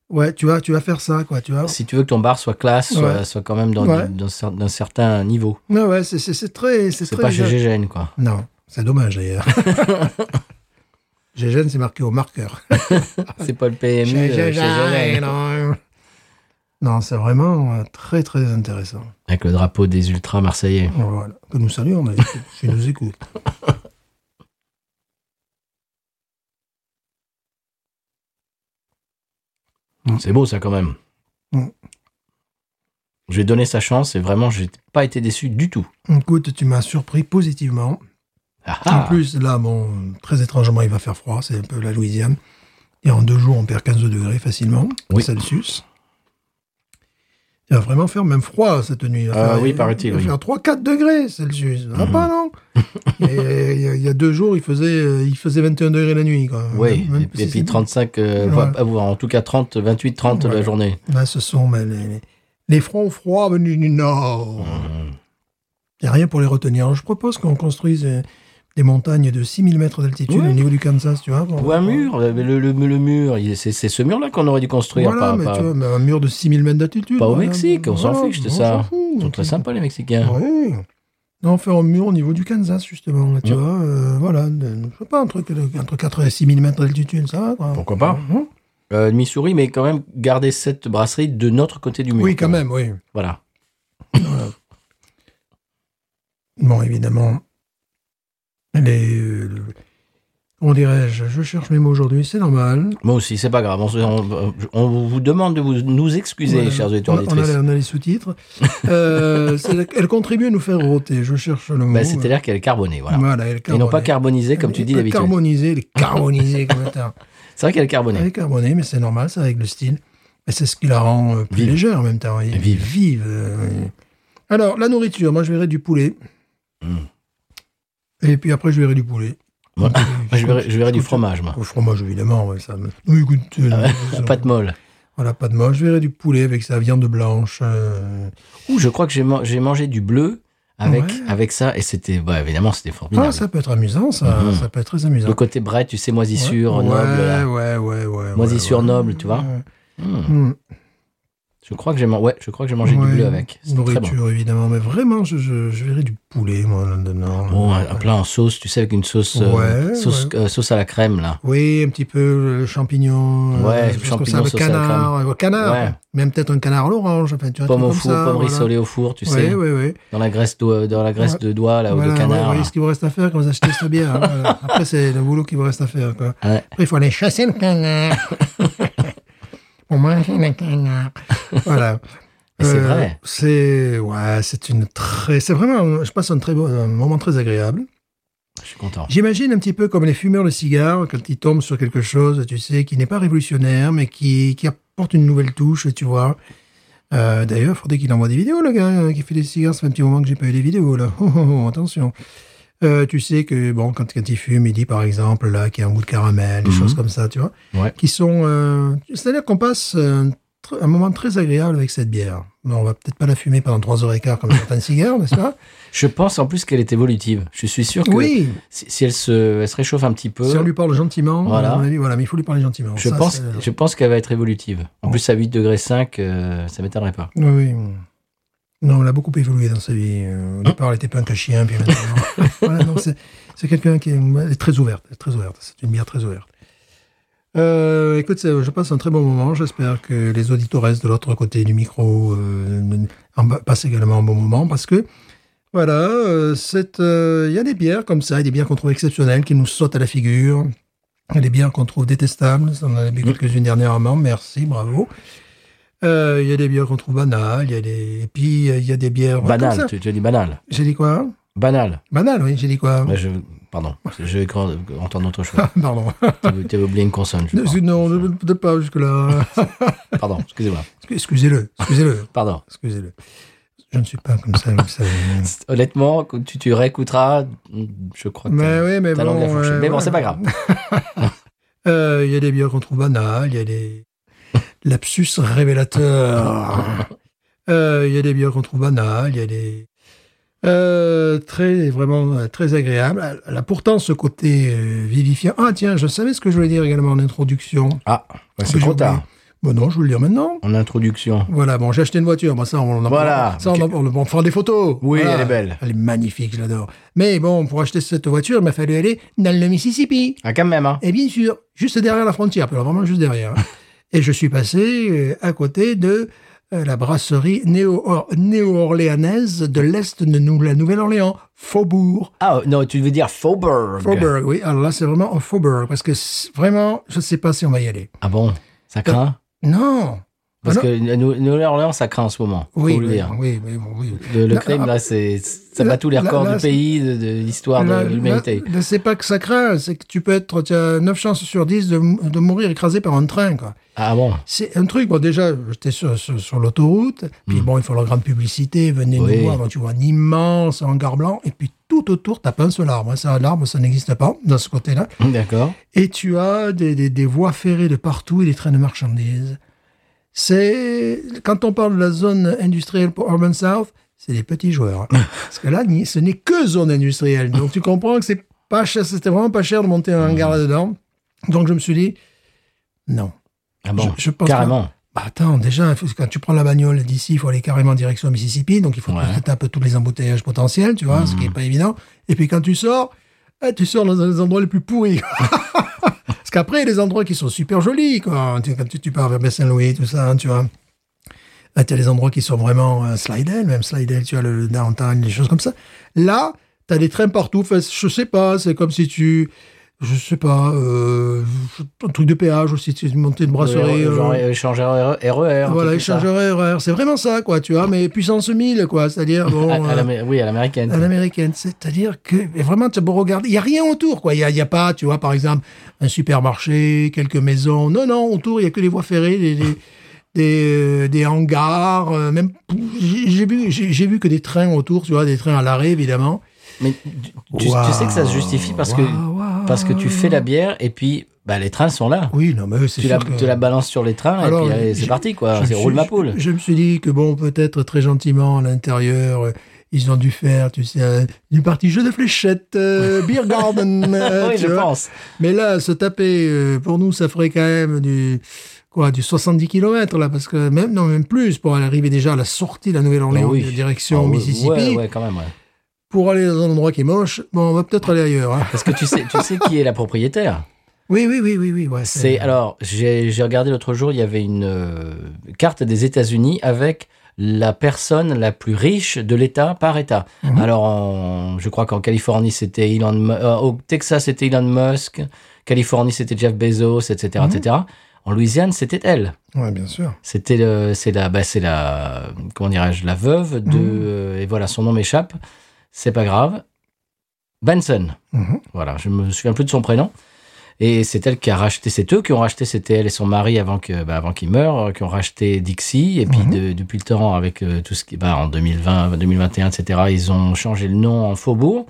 [SPEAKER 1] ouais, tu vas, tu vas faire ça, quoi, tu vois.
[SPEAKER 2] Si tu veux que ton bar soit classe, soit,
[SPEAKER 1] Ah. Ouais.
[SPEAKER 2] soit quand même dans,
[SPEAKER 1] Ouais.
[SPEAKER 2] du- dans cer- d'un certain niveau.
[SPEAKER 1] Non, ouais, c'est- c'est c'est très, c'est
[SPEAKER 2] C'est
[SPEAKER 1] très
[SPEAKER 2] pas chez
[SPEAKER 1] bizarre. [LAUGHS]
[SPEAKER 2] GGN, quoi.
[SPEAKER 1] Non, c'est dommage
[SPEAKER 2] [LAUGHS]
[SPEAKER 1] d'ailleurs. GGN, c'est marqué au marqueur.
[SPEAKER 2] C'est pas le PMU euh, chez GGN.
[SPEAKER 1] GGN. Non, c'est vraiment euh, très très intéressant.
[SPEAKER 2] Avec le drapeau des ultras marseillais.
[SPEAKER 1] Voilà. Que nous saluons, d'ailleurs, qui nous écoute.
[SPEAKER 2] C'est beau, ça, quand même.
[SPEAKER 1] Mm.
[SPEAKER 2] Je lui ai donné sa chance et vraiment, j'ai pas été déçu du tout.
[SPEAKER 1] Écoute, tu m'as surpris positivement.
[SPEAKER 2] Ah,
[SPEAKER 1] En
[SPEAKER 2] ah.
[SPEAKER 1] plus, là, bon, très étrangement, il va faire froid. C'est un peu la Louisiane. Et en deux jours, on perd 15 degrés facilement.
[SPEAKER 2] Oui.
[SPEAKER 1] Celsius. Il va vraiment faire même froid cette nuit. Il va
[SPEAKER 2] Euh,
[SPEAKER 1] faire-
[SPEAKER 2] oui, paraît-il,
[SPEAKER 1] Il va
[SPEAKER 2] oui. Mhm.
[SPEAKER 1] faire 3-4 degrés Celsius. Ah, pas
[SPEAKER 2] [LAUGHS]
[SPEAKER 1] non Et Il y, a- il y a deux jours, il faisait, euh, il faisait 21 degrés la nuit. quoi.
[SPEAKER 2] Oui,
[SPEAKER 1] Même
[SPEAKER 2] et puis-
[SPEAKER 1] si
[SPEAKER 2] et puis
[SPEAKER 1] c'est-
[SPEAKER 2] 35, euh,
[SPEAKER 1] Ouais.
[SPEAKER 2] voire- voire en tout cas 30, 28, 30 la
[SPEAKER 1] Voilà.
[SPEAKER 2] journée.
[SPEAKER 1] Là, Ben, ce sont mais, les, les- les fronts froids venus du Nord.
[SPEAKER 2] Mhm.
[SPEAKER 1] Il n'y a rien pour les retenir. Alors, je propose qu'on construise euh, des montagnes de 6000 mètres d'altitude
[SPEAKER 2] Ouais.
[SPEAKER 1] au niveau du Kansas, tu vois. pour-
[SPEAKER 2] Ou un mur, le, le, le- le mur, il- c'est c'est ce mur-là qu'on aurait dû construire.
[SPEAKER 1] Voilà,
[SPEAKER 2] pas,
[SPEAKER 1] mais
[SPEAKER 2] pas-
[SPEAKER 1] tu vois, mais un mur de 6000 mètres d'altitude.
[SPEAKER 2] pas au
[SPEAKER 1] voilà,
[SPEAKER 2] Mexique, on s'en
[SPEAKER 1] voilà,
[SPEAKER 2] fiche de
[SPEAKER 1] on
[SPEAKER 2] ça.
[SPEAKER 1] s'en fout.
[SPEAKER 2] Ils sont très sympas, les Mexicains.
[SPEAKER 1] Oui. Non, faire un mur au niveau du Kansas, justement, là, tu
[SPEAKER 2] Mm.
[SPEAKER 1] vois. euh, voilà, de- je sais pas, un truc de- entre 4 et 6000 mètres d'altitude, ça va, quoi.
[SPEAKER 2] Pourquoi pas
[SPEAKER 1] Mhm.
[SPEAKER 2] Euh, Missouri, mais quand même garder cette brasserie de notre côté du mur.
[SPEAKER 1] Oui, quand même, oui.
[SPEAKER 2] Voilà.
[SPEAKER 1] Bon, évidemment, les, euh, on dirait, je, je cherche mes mots aujourd'hui, c'est normal.
[SPEAKER 2] Moi aussi, c'est pas grave. On, se- on- on vous demande de vous, nous excuser,
[SPEAKER 1] Voilà.
[SPEAKER 2] chers
[SPEAKER 1] on,
[SPEAKER 2] auditeurs
[SPEAKER 1] a, on a
[SPEAKER 2] auditrices.
[SPEAKER 1] les- on a les sous-titres.
[SPEAKER 2] [LAUGHS]
[SPEAKER 1] Euh, c'est- elle contribue à nous faire roter, je cherche le mot. euh,
[SPEAKER 2] Bah, C'est-à-dire qu'elle est carbonée, voilà.
[SPEAKER 1] Voilà, elle est
[SPEAKER 2] Et non
[SPEAKER 1] carbonée.
[SPEAKER 2] pas carbonisée, comme tu dis d'habitude.
[SPEAKER 1] Carbonisé, elle est carbonisée comme ça.
[SPEAKER 2] C'est vrai qu'elle est carbonée.
[SPEAKER 1] Elle est carbonée, mais c'est normal, c'est avec le style. Et c'est ce qui la rend euh, plus
[SPEAKER 2] Vive.
[SPEAKER 1] légère en même temps. Et
[SPEAKER 2] Vive.
[SPEAKER 1] Vive. euh, oui. Alors, la nourriture, moi je verrais du poulet.
[SPEAKER 2] Hmm.
[SPEAKER 1] Et puis après, je verrais du poulet.
[SPEAKER 2] Moi,
[SPEAKER 1] Euh,
[SPEAKER 2] moi, je verrais, je verrais du
[SPEAKER 1] compte-
[SPEAKER 2] fromage, moi. Ah
[SPEAKER 1] Au fromage, évidemment, ouais, ça me... Oui, écoute, euh, ça-
[SPEAKER 2] Pas de molle.
[SPEAKER 1] Voilà, pas de moche. Je verrais du poulet avec sa viande blanche. euh,
[SPEAKER 2] Ouh, je crois que j'ai man- j'ai mangé du bleu avec,
[SPEAKER 1] Ouais.
[SPEAKER 2] avec ça, et c'était, bah, évidemment, c'était
[SPEAKER 1] Ah,
[SPEAKER 2] formidable.
[SPEAKER 1] ça peut être amusant, ça.
[SPEAKER 2] Mhm.
[SPEAKER 1] Ça peut être très amusant.
[SPEAKER 2] Le côté bret, tu sais, moisissure,
[SPEAKER 1] ouais,
[SPEAKER 2] noble.
[SPEAKER 1] ouais,
[SPEAKER 2] là.
[SPEAKER 1] ouais, ouais, ouais.
[SPEAKER 2] Moisissure
[SPEAKER 1] ouais.
[SPEAKER 2] noble, tu vois.
[SPEAKER 1] Ouais.
[SPEAKER 2] Hmm.
[SPEAKER 1] Mhm.
[SPEAKER 2] Je crois que j'ai man- ouais, je crois que j'ai mangé
[SPEAKER 1] Ouais,
[SPEAKER 2] du bleu avec. C'était très bon.
[SPEAKER 1] Nourriture, évidemment. Mais vraiment, je, je, je verrais du poulet, moi, là-dedans.
[SPEAKER 2] Bon, un un plat en sauce, tu sais, avec une sauce, euh,
[SPEAKER 1] Ouais,
[SPEAKER 2] sauce, euh, sauce à la crème, là.
[SPEAKER 1] Oui, un petit peu le champignon. euh,
[SPEAKER 2] Ouais,
[SPEAKER 1] des choses
[SPEAKER 2] champignon
[SPEAKER 1] comme ça,
[SPEAKER 2] sauce
[SPEAKER 1] le
[SPEAKER 2] à la
[SPEAKER 1] canard. euh, canard.
[SPEAKER 2] Ouais.
[SPEAKER 1] Même peut-être un canard à l'orange. Enfin, tu vois,
[SPEAKER 2] Pomme
[SPEAKER 1] tout
[SPEAKER 2] au
[SPEAKER 1] comme
[SPEAKER 2] four,
[SPEAKER 1] ça,
[SPEAKER 2] pomme
[SPEAKER 1] voilà.
[SPEAKER 2] rissolée au four, tu sais,
[SPEAKER 1] Oui, oui, oui.
[SPEAKER 2] dans la graisse d'oie- dans la graisse
[SPEAKER 1] Ouais.
[SPEAKER 2] de doigt, là, ou
[SPEAKER 1] Voilà,
[SPEAKER 2] de
[SPEAKER 1] ouais,
[SPEAKER 2] canard. hein.
[SPEAKER 1] voyez
[SPEAKER 2] là.
[SPEAKER 1] ce qu'il vous reste à faire quand vous achetez cette bière. hein,
[SPEAKER 2] [LAUGHS]
[SPEAKER 1] voilà. Après, c'est le boulot qui vous reste à faire. Quoi.
[SPEAKER 2] Ouais.
[SPEAKER 1] Après, il faut aller chasser le
[SPEAKER 2] [LAUGHS]
[SPEAKER 1] canard. Pour manger le canard. Voilà. Euh,
[SPEAKER 2] Mais c'est vrai.
[SPEAKER 1] C'est ouais, c'est une très, c'est vraiment, je passe un très beau, un moment très agréable.
[SPEAKER 2] Je suis content.
[SPEAKER 1] J'imagine un petit peu comme les fumeurs de cigares quand ils tombent sur quelque chose, tu sais, qui n'est pas révolutionnaire, mais qui, qui apporte une nouvelle touche, tu vois. Euh, D'ailleurs, faudrait qu'il envoie des vidéos, le gars euh, qui fait des cigares. Ça fait un petit moment que j'ai pas eu des vidéos, là. [LAUGHS] Oh, oh, oh, attention. Euh, tu sais que, bon, quand, quand il fume, il dit, par exemple, là, qu'il y a un goût de caramel, des
[SPEAKER 2] Mhm.
[SPEAKER 1] choses comme ça, tu vois.
[SPEAKER 2] Ouais.
[SPEAKER 1] Qui sont... euh, C'est-à-dire qu'on passe un, tr- un moment très agréable avec cette bière. Bon, on va peut-être pas la fumer pendant 3 heures et quart comme certains cigares, n'est-ce
[SPEAKER 2] [LAUGHS]
[SPEAKER 1] pas
[SPEAKER 2] Je pense en plus qu'elle est évolutive. Je suis sûr que
[SPEAKER 1] Oui,
[SPEAKER 2] si, si elle, se, elle se réchauffe un petit peu,
[SPEAKER 1] si on lui parle gentiment,
[SPEAKER 2] Voilà.
[SPEAKER 1] à mon avis, voilà, mais il faut lui parler gentiment.
[SPEAKER 2] je,
[SPEAKER 1] Ça,
[SPEAKER 2] pense,
[SPEAKER 1] c'est-
[SPEAKER 2] je pense qu'elle va être évolutive. En plus, à 8 degrés 5, ça m'étonnerait pas.
[SPEAKER 1] Oui, oui. Non, on a beaucoup évolué dans sa vie. Euh,
[SPEAKER 2] Hein
[SPEAKER 1] Au départ, elle était punk à chien, puis
[SPEAKER 2] [LAUGHS]
[SPEAKER 1] maintenant. voilà, non, c'est, c'est quelqu'un qui est, elle est très ouverte. elle est très ouverte. C'est une bière très ouverte. Euh, écoute, c'est- je passe un très bon moment. J'espère que les auditeurs de l'autre côté du micro euh, en ba- passent également un bon moment parce que, voilà, euh, c'est, euh, il y a des bières comme ça, des bières qu'on trouve exceptionnelles, qui nous sautent à la figure. Il y a des bières qu'on trouve détestables. On en a bu quelques-unes dernièrement. Merci, bravo. Euh, Il y a des bières qu'on trouve banales, il y a des... et puis euh, il y a des bières... comme
[SPEAKER 2] Banal,
[SPEAKER 1] ça. Ah
[SPEAKER 2] tu, tu as dit banal.
[SPEAKER 1] J'ai dit quoi
[SPEAKER 2] Banal.
[SPEAKER 1] Banal, oui, j'ai dit quoi
[SPEAKER 2] Bah, je, pardon, je vais grand- entendre autre chose.
[SPEAKER 1] [LAUGHS] Pardon.
[SPEAKER 2] tu avais oublié une consonne.
[SPEAKER 1] [LAUGHS]
[SPEAKER 2] je crois.
[SPEAKER 1] non, ne peut-être pas jusque-là.
[SPEAKER 2] Pardon, excusez-moi.
[SPEAKER 1] Excusez-le, excusez-le,
[SPEAKER 2] Pardon.
[SPEAKER 1] excusez-le. Je ne suis pas comme ça, vous
[SPEAKER 2] [LAUGHS]
[SPEAKER 1] savez.
[SPEAKER 2] Honnêtement, quand tu, tu réécouteras, je crois que
[SPEAKER 1] Mais oui, mais
[SPEAKER 2] ta langue
[SPEAKER 1] bon...
[SPEAKER 2] a fourché.
[SPEAKER 1] euh,
[SPEAKER 2] mais bon,
[SPEAKER 1] voilà.
[SPEAKER 2] c'est pas grave.
[SPEAKER 1] [LAUGHS] Euh, Il y a des bières qu'on trouve banales, il y a des lapsus
[SPEAKER 2] Ah,
[SPEAKER 1] révélateurs. Euh, Il y a des bières qu'on trouve banales, il y a des euh, très vraiment euh, très agréables. Elle a pourtant ce côté euh, vivifiant. Ah tiens, je savais ce que je voulais dire également en introduction.
[SPEAKER 2] Ah, bah, c'est
[SPEAKER 1] J'ai
[SPEAKER 2] trop
[SPEAKER 1] oublié.
[SPEAKER 2] tard.
[SPEAKER 1] Bon non, je vais le dire maintenant.
[SPEAKER 2] En introduction.
[SPEAKER 1] Voilà, bon, j'ai acheté une voiture. Bon, ça, on en
[SPEAKER 2] Voilà.
[SPEAKER 1] ça, on, en- on, on fera des photos.
[SPEAKER 2] Oui,
[SPEAKER 1] Voilà.
[SPEAKER 2] elle est belle.
[SPEAKER 1] Elle est magnifique, je l'adore. Mais bon, pour acheter cette voiture, il m'a fallu aller dans le Mississippi.
[SPEAKER 2] Ah, quand même, hein.
[SPEAKER 1] Et bien sûr, juste derrière la frontière, alors vraiment juste derrière. hein.
[SPEAKER 2] [LAUGHS]
[SPEAKER 1] Et je suis passé euh, à côté de euh, la brasserie néo- néo-orléanaise de l'Est de Nou- la Nouvelle-Orléans, Faubourg.
[SPEAKER 2] Ah, non, tu veux dire Faubourg.
[SPEAKER 1] Faubourg, oui. Alors là, c'est vraiment un Faubourg, parce que c'est- vraiment, je ne sais pas si on va y aller.
[SPEAKER 2] Ah bon, ça craint
[SPEAKER 1] Non
[SPEAKER 2] Parce
[SPEAKER 1] Ah non.
[SPEAKER 2] que New- Nouvelle-Orléans, ça craint en ce moment.
[SPEAKER 1] Oui,
[SPEAKER 2] faut le
[SPEAKER 1] mais-
[SPEAKER 2] dire.
[SPEAKER 1] oui, mais bon, oui.
[SPEAKER 2] Le, le
[SPEAKER 1] Là,
[SPEAKER 2] crime,
[SPEAKER 1] ah,
[SPEAKER 2] là, c'est, ça
[SPEAKER 1] là-
[SPEAKER 2] bat tous les
[SPEAKER 1] là-
[SPEAKER 2] records
[SPEAKER 1] là,
[SPEAKER 2] du
[SPEAKER 1] c'est-
[SPEAKER 2] pays, de, de l'histoire
[SPEAKER 1] Là,
[SPEAKER 2] de l'humanité.
[SPEAKER 1] là, là, c'est pas que ça craint, c'est que tu peux être, tu as 9 chances sur 10 de, mou- de mourir écrasé par un train, quoi.
[SPEAKER 2] Ah bon [LAUGHS]
[SPEAKER 1] C'est un truc, bon déjà, j'étais sur, sur, sur l'autoroute, puis bon, il faut leur grande publicité, venez
[SPEAKER 2] Hmm. Oui.
[SPEAKER 1] nous voir, donc tu vois un immense hangar blanc, et puis tout autour, t'as pas un seul arbre, hein. ça, l'arbre, ça n'existe pas, dans ce côté-là,
[SPEAKER 2] D'accord.
[SPEAKER 1] et tu as des, des, des voies ferrées de partout et des trains de marchandises. C'est, quand on parle de la zone industrielle pour Urban South, c'est des petits joueurs. hein. Parce que là, ni- ce n'est que zone industrielle, donc tu comprends que c'est pas cher, c'était vraiment pas cher de monter un hangar là-dedans, donc je me suis dit, non.
[SPEAKER 2] Ah bon
[SPEAKER 1] Je- je pense
[SPEAKER 2] Carrément.
[SPEAKER 1] Bah attends, déjà, il faut- quand tu prends la bagnole d'ici, il faut aller carrément direction Mississippi, donc il faut
[SPEAKER 2] Ouais. Mhm.
[SPEAKER 1] que tu tapes tous les embouteillages potentiels, tu vois, ce qui est pas évident. Et puis quand tu sors, eh, tu sors dans un des endroits les plus pourris. [LAUGHS] Parce qu'après, il y a des endroits qui sont super jolis, quoi. Tu- Quand tu, tu pars vers Baie-Saint-Louis, tout ça, hein, tu vois. Là, tu as des endroits qui sont vraiment euh, Slidell, même Slidell, tu as le, le downtown, des choses comme ça. Là, tu as des trains partout. Enfin, je sais pas, c'est comme si tu... je sais pas, euh, un truc de péage aussi, tu monter une brasserie.
[SPEAKER 2] Genre,
[SPEAKER 1] euh,
[SPEAKER 2] échangeur RER. un
[SPEAKER 1] voilà,
[SPEAKER 2] truc comme ça.
[SPEAKER 1] échangeur horaire, c'est vraiment ça, quoi, tu vois, mais puissance 1000, quoi, c'est-à-dire, bon,
[SPEAKER 2] À- à
[SPEAKER 1] euh,
[SPEAKER 2] l'amé- oui, à
[SPEAKER 1] à
[SPEAKER 2] l'américaine.
[SPEAKER 1] l'américaine, c'est-à-dire que et vraiment, tu as beau regarder, il n'y a rien autour, quoi, il n'y a, il y a pas, tu vois, par exemple, un supermarché, quelques maisons, non, non, autour, il n'y a que les voies ferrées, les, les- des, euh, des hangars, euh, même, j'ai j'ai vu, j'ai j'ai vu que des trains autour, tu vois, des trains à l'arrêt, évidemment.
[SPEAKER 2] Mais tu, tu- tu
[SPEAKER 1] Waouh,
[SPEAKER 2] sais que ça se justifie parce que,
[SPEAKER 1] waouh, waouh.
[SPEAKER 2] parce que tu fais la bière et puis bah, les trains sont là.
[SPEAKER 1] Oui, non, mais c'est
[SPEAKER 2] tu, la,
[SPEAKER 1] sûr que-
[SPEAKER 2] tu la balances sur les trains
[SPEAKER 1] Alors,
[SPEAKER 2] et puis allez,
[SPEAKER 1] je-
[SPEAKER 2] c'est parti, quoi.
[SPEAKER 1] je
[SPEAKER 2] Ah, C'est
[SPEAKER 1] me
[SPEAKER 2] roule
[SPEAKER 1] suis-
[SPEAKER 2] ma
[SPEAKER 1] [LAUGHS]
[SPEAKER 2] poule.
[SPEAKER 1] Je, je me suis dit que bon, peut-être très gentiment à l'intérieur, euh, ils ont dû faire, tu sais, un- une partie jeu de fléchettes, euh, beer
[SPEAKER 2] [LAUGHS]
[SPEAKER 1] garden, euh,
[SPEAKER 2] oui,
[SPEAKER 1] tu
[SPEAKER 2] je
[SPEAKER 1] vois.
[SPEAKER 2] pense.
[SPEAKER 1] Mais là, se taper, euh, pour nous, ça ferait quand même du quoi, du 70 km là, parce que même non, même plus pour arriver déjà à la sortie de la Nouvelle-Orléans,
[SPEAKER 2] Ah oui.
[SPEAKER 1] de direction
[SPEAKER 2] Ah oui,
[SPEAKER 1] Mississippi,
[SPEAKER 2] Ouais, ouais, quand même, ouais.
[SPEAKER 1] pour aller dans un endroit qui est moche. Bon, on va peut-être aller ailleurs. hein.
[SPEAKER 2] Parce que tu sais, tu sais qui est la propriétaire
[SPEAKER 1] Oui, oui, oui, oui, oui. Ouais,
[SPEAKER 2] C'est alors j'ai j'ai regardé l'autre jour, il y avait une euh, carte des États-Unis avec la personne la plus riche de l'État par État. Alors en- je crois qu'en Californie c'était Elon, Mu- euh, au Texas c'était Elon Musk, Californie c'était Jeff Bezos, etc., etc. En Louisiane c'était elle.
[SPEAKER 1] Ouais, bien sûr.
[SPEAKER 2] C'était le- c'est la bah, c'est la comment dirais-je la veuve de euh, et voilà son nom m'échappe. C'est pas grave. Benson.
[SPEAKER 1] Mhm.
[SPEAKER 2] Voilà, je me souviens plus de son prénom. Et c'est elle qui a racheté, c'est eux qui ont racheté, c'était elle et son mari avant que, bah, avant qu'ils meurent, euh, qui ont racheté Dixie. Et puis
[SPEAKER 1] Mhm.
[SPEAKER 2] de- depuis le temps, avec euh, tout ce qui, bah, en 2020, 2021, etc., ils ont changé le nom en Faubourg.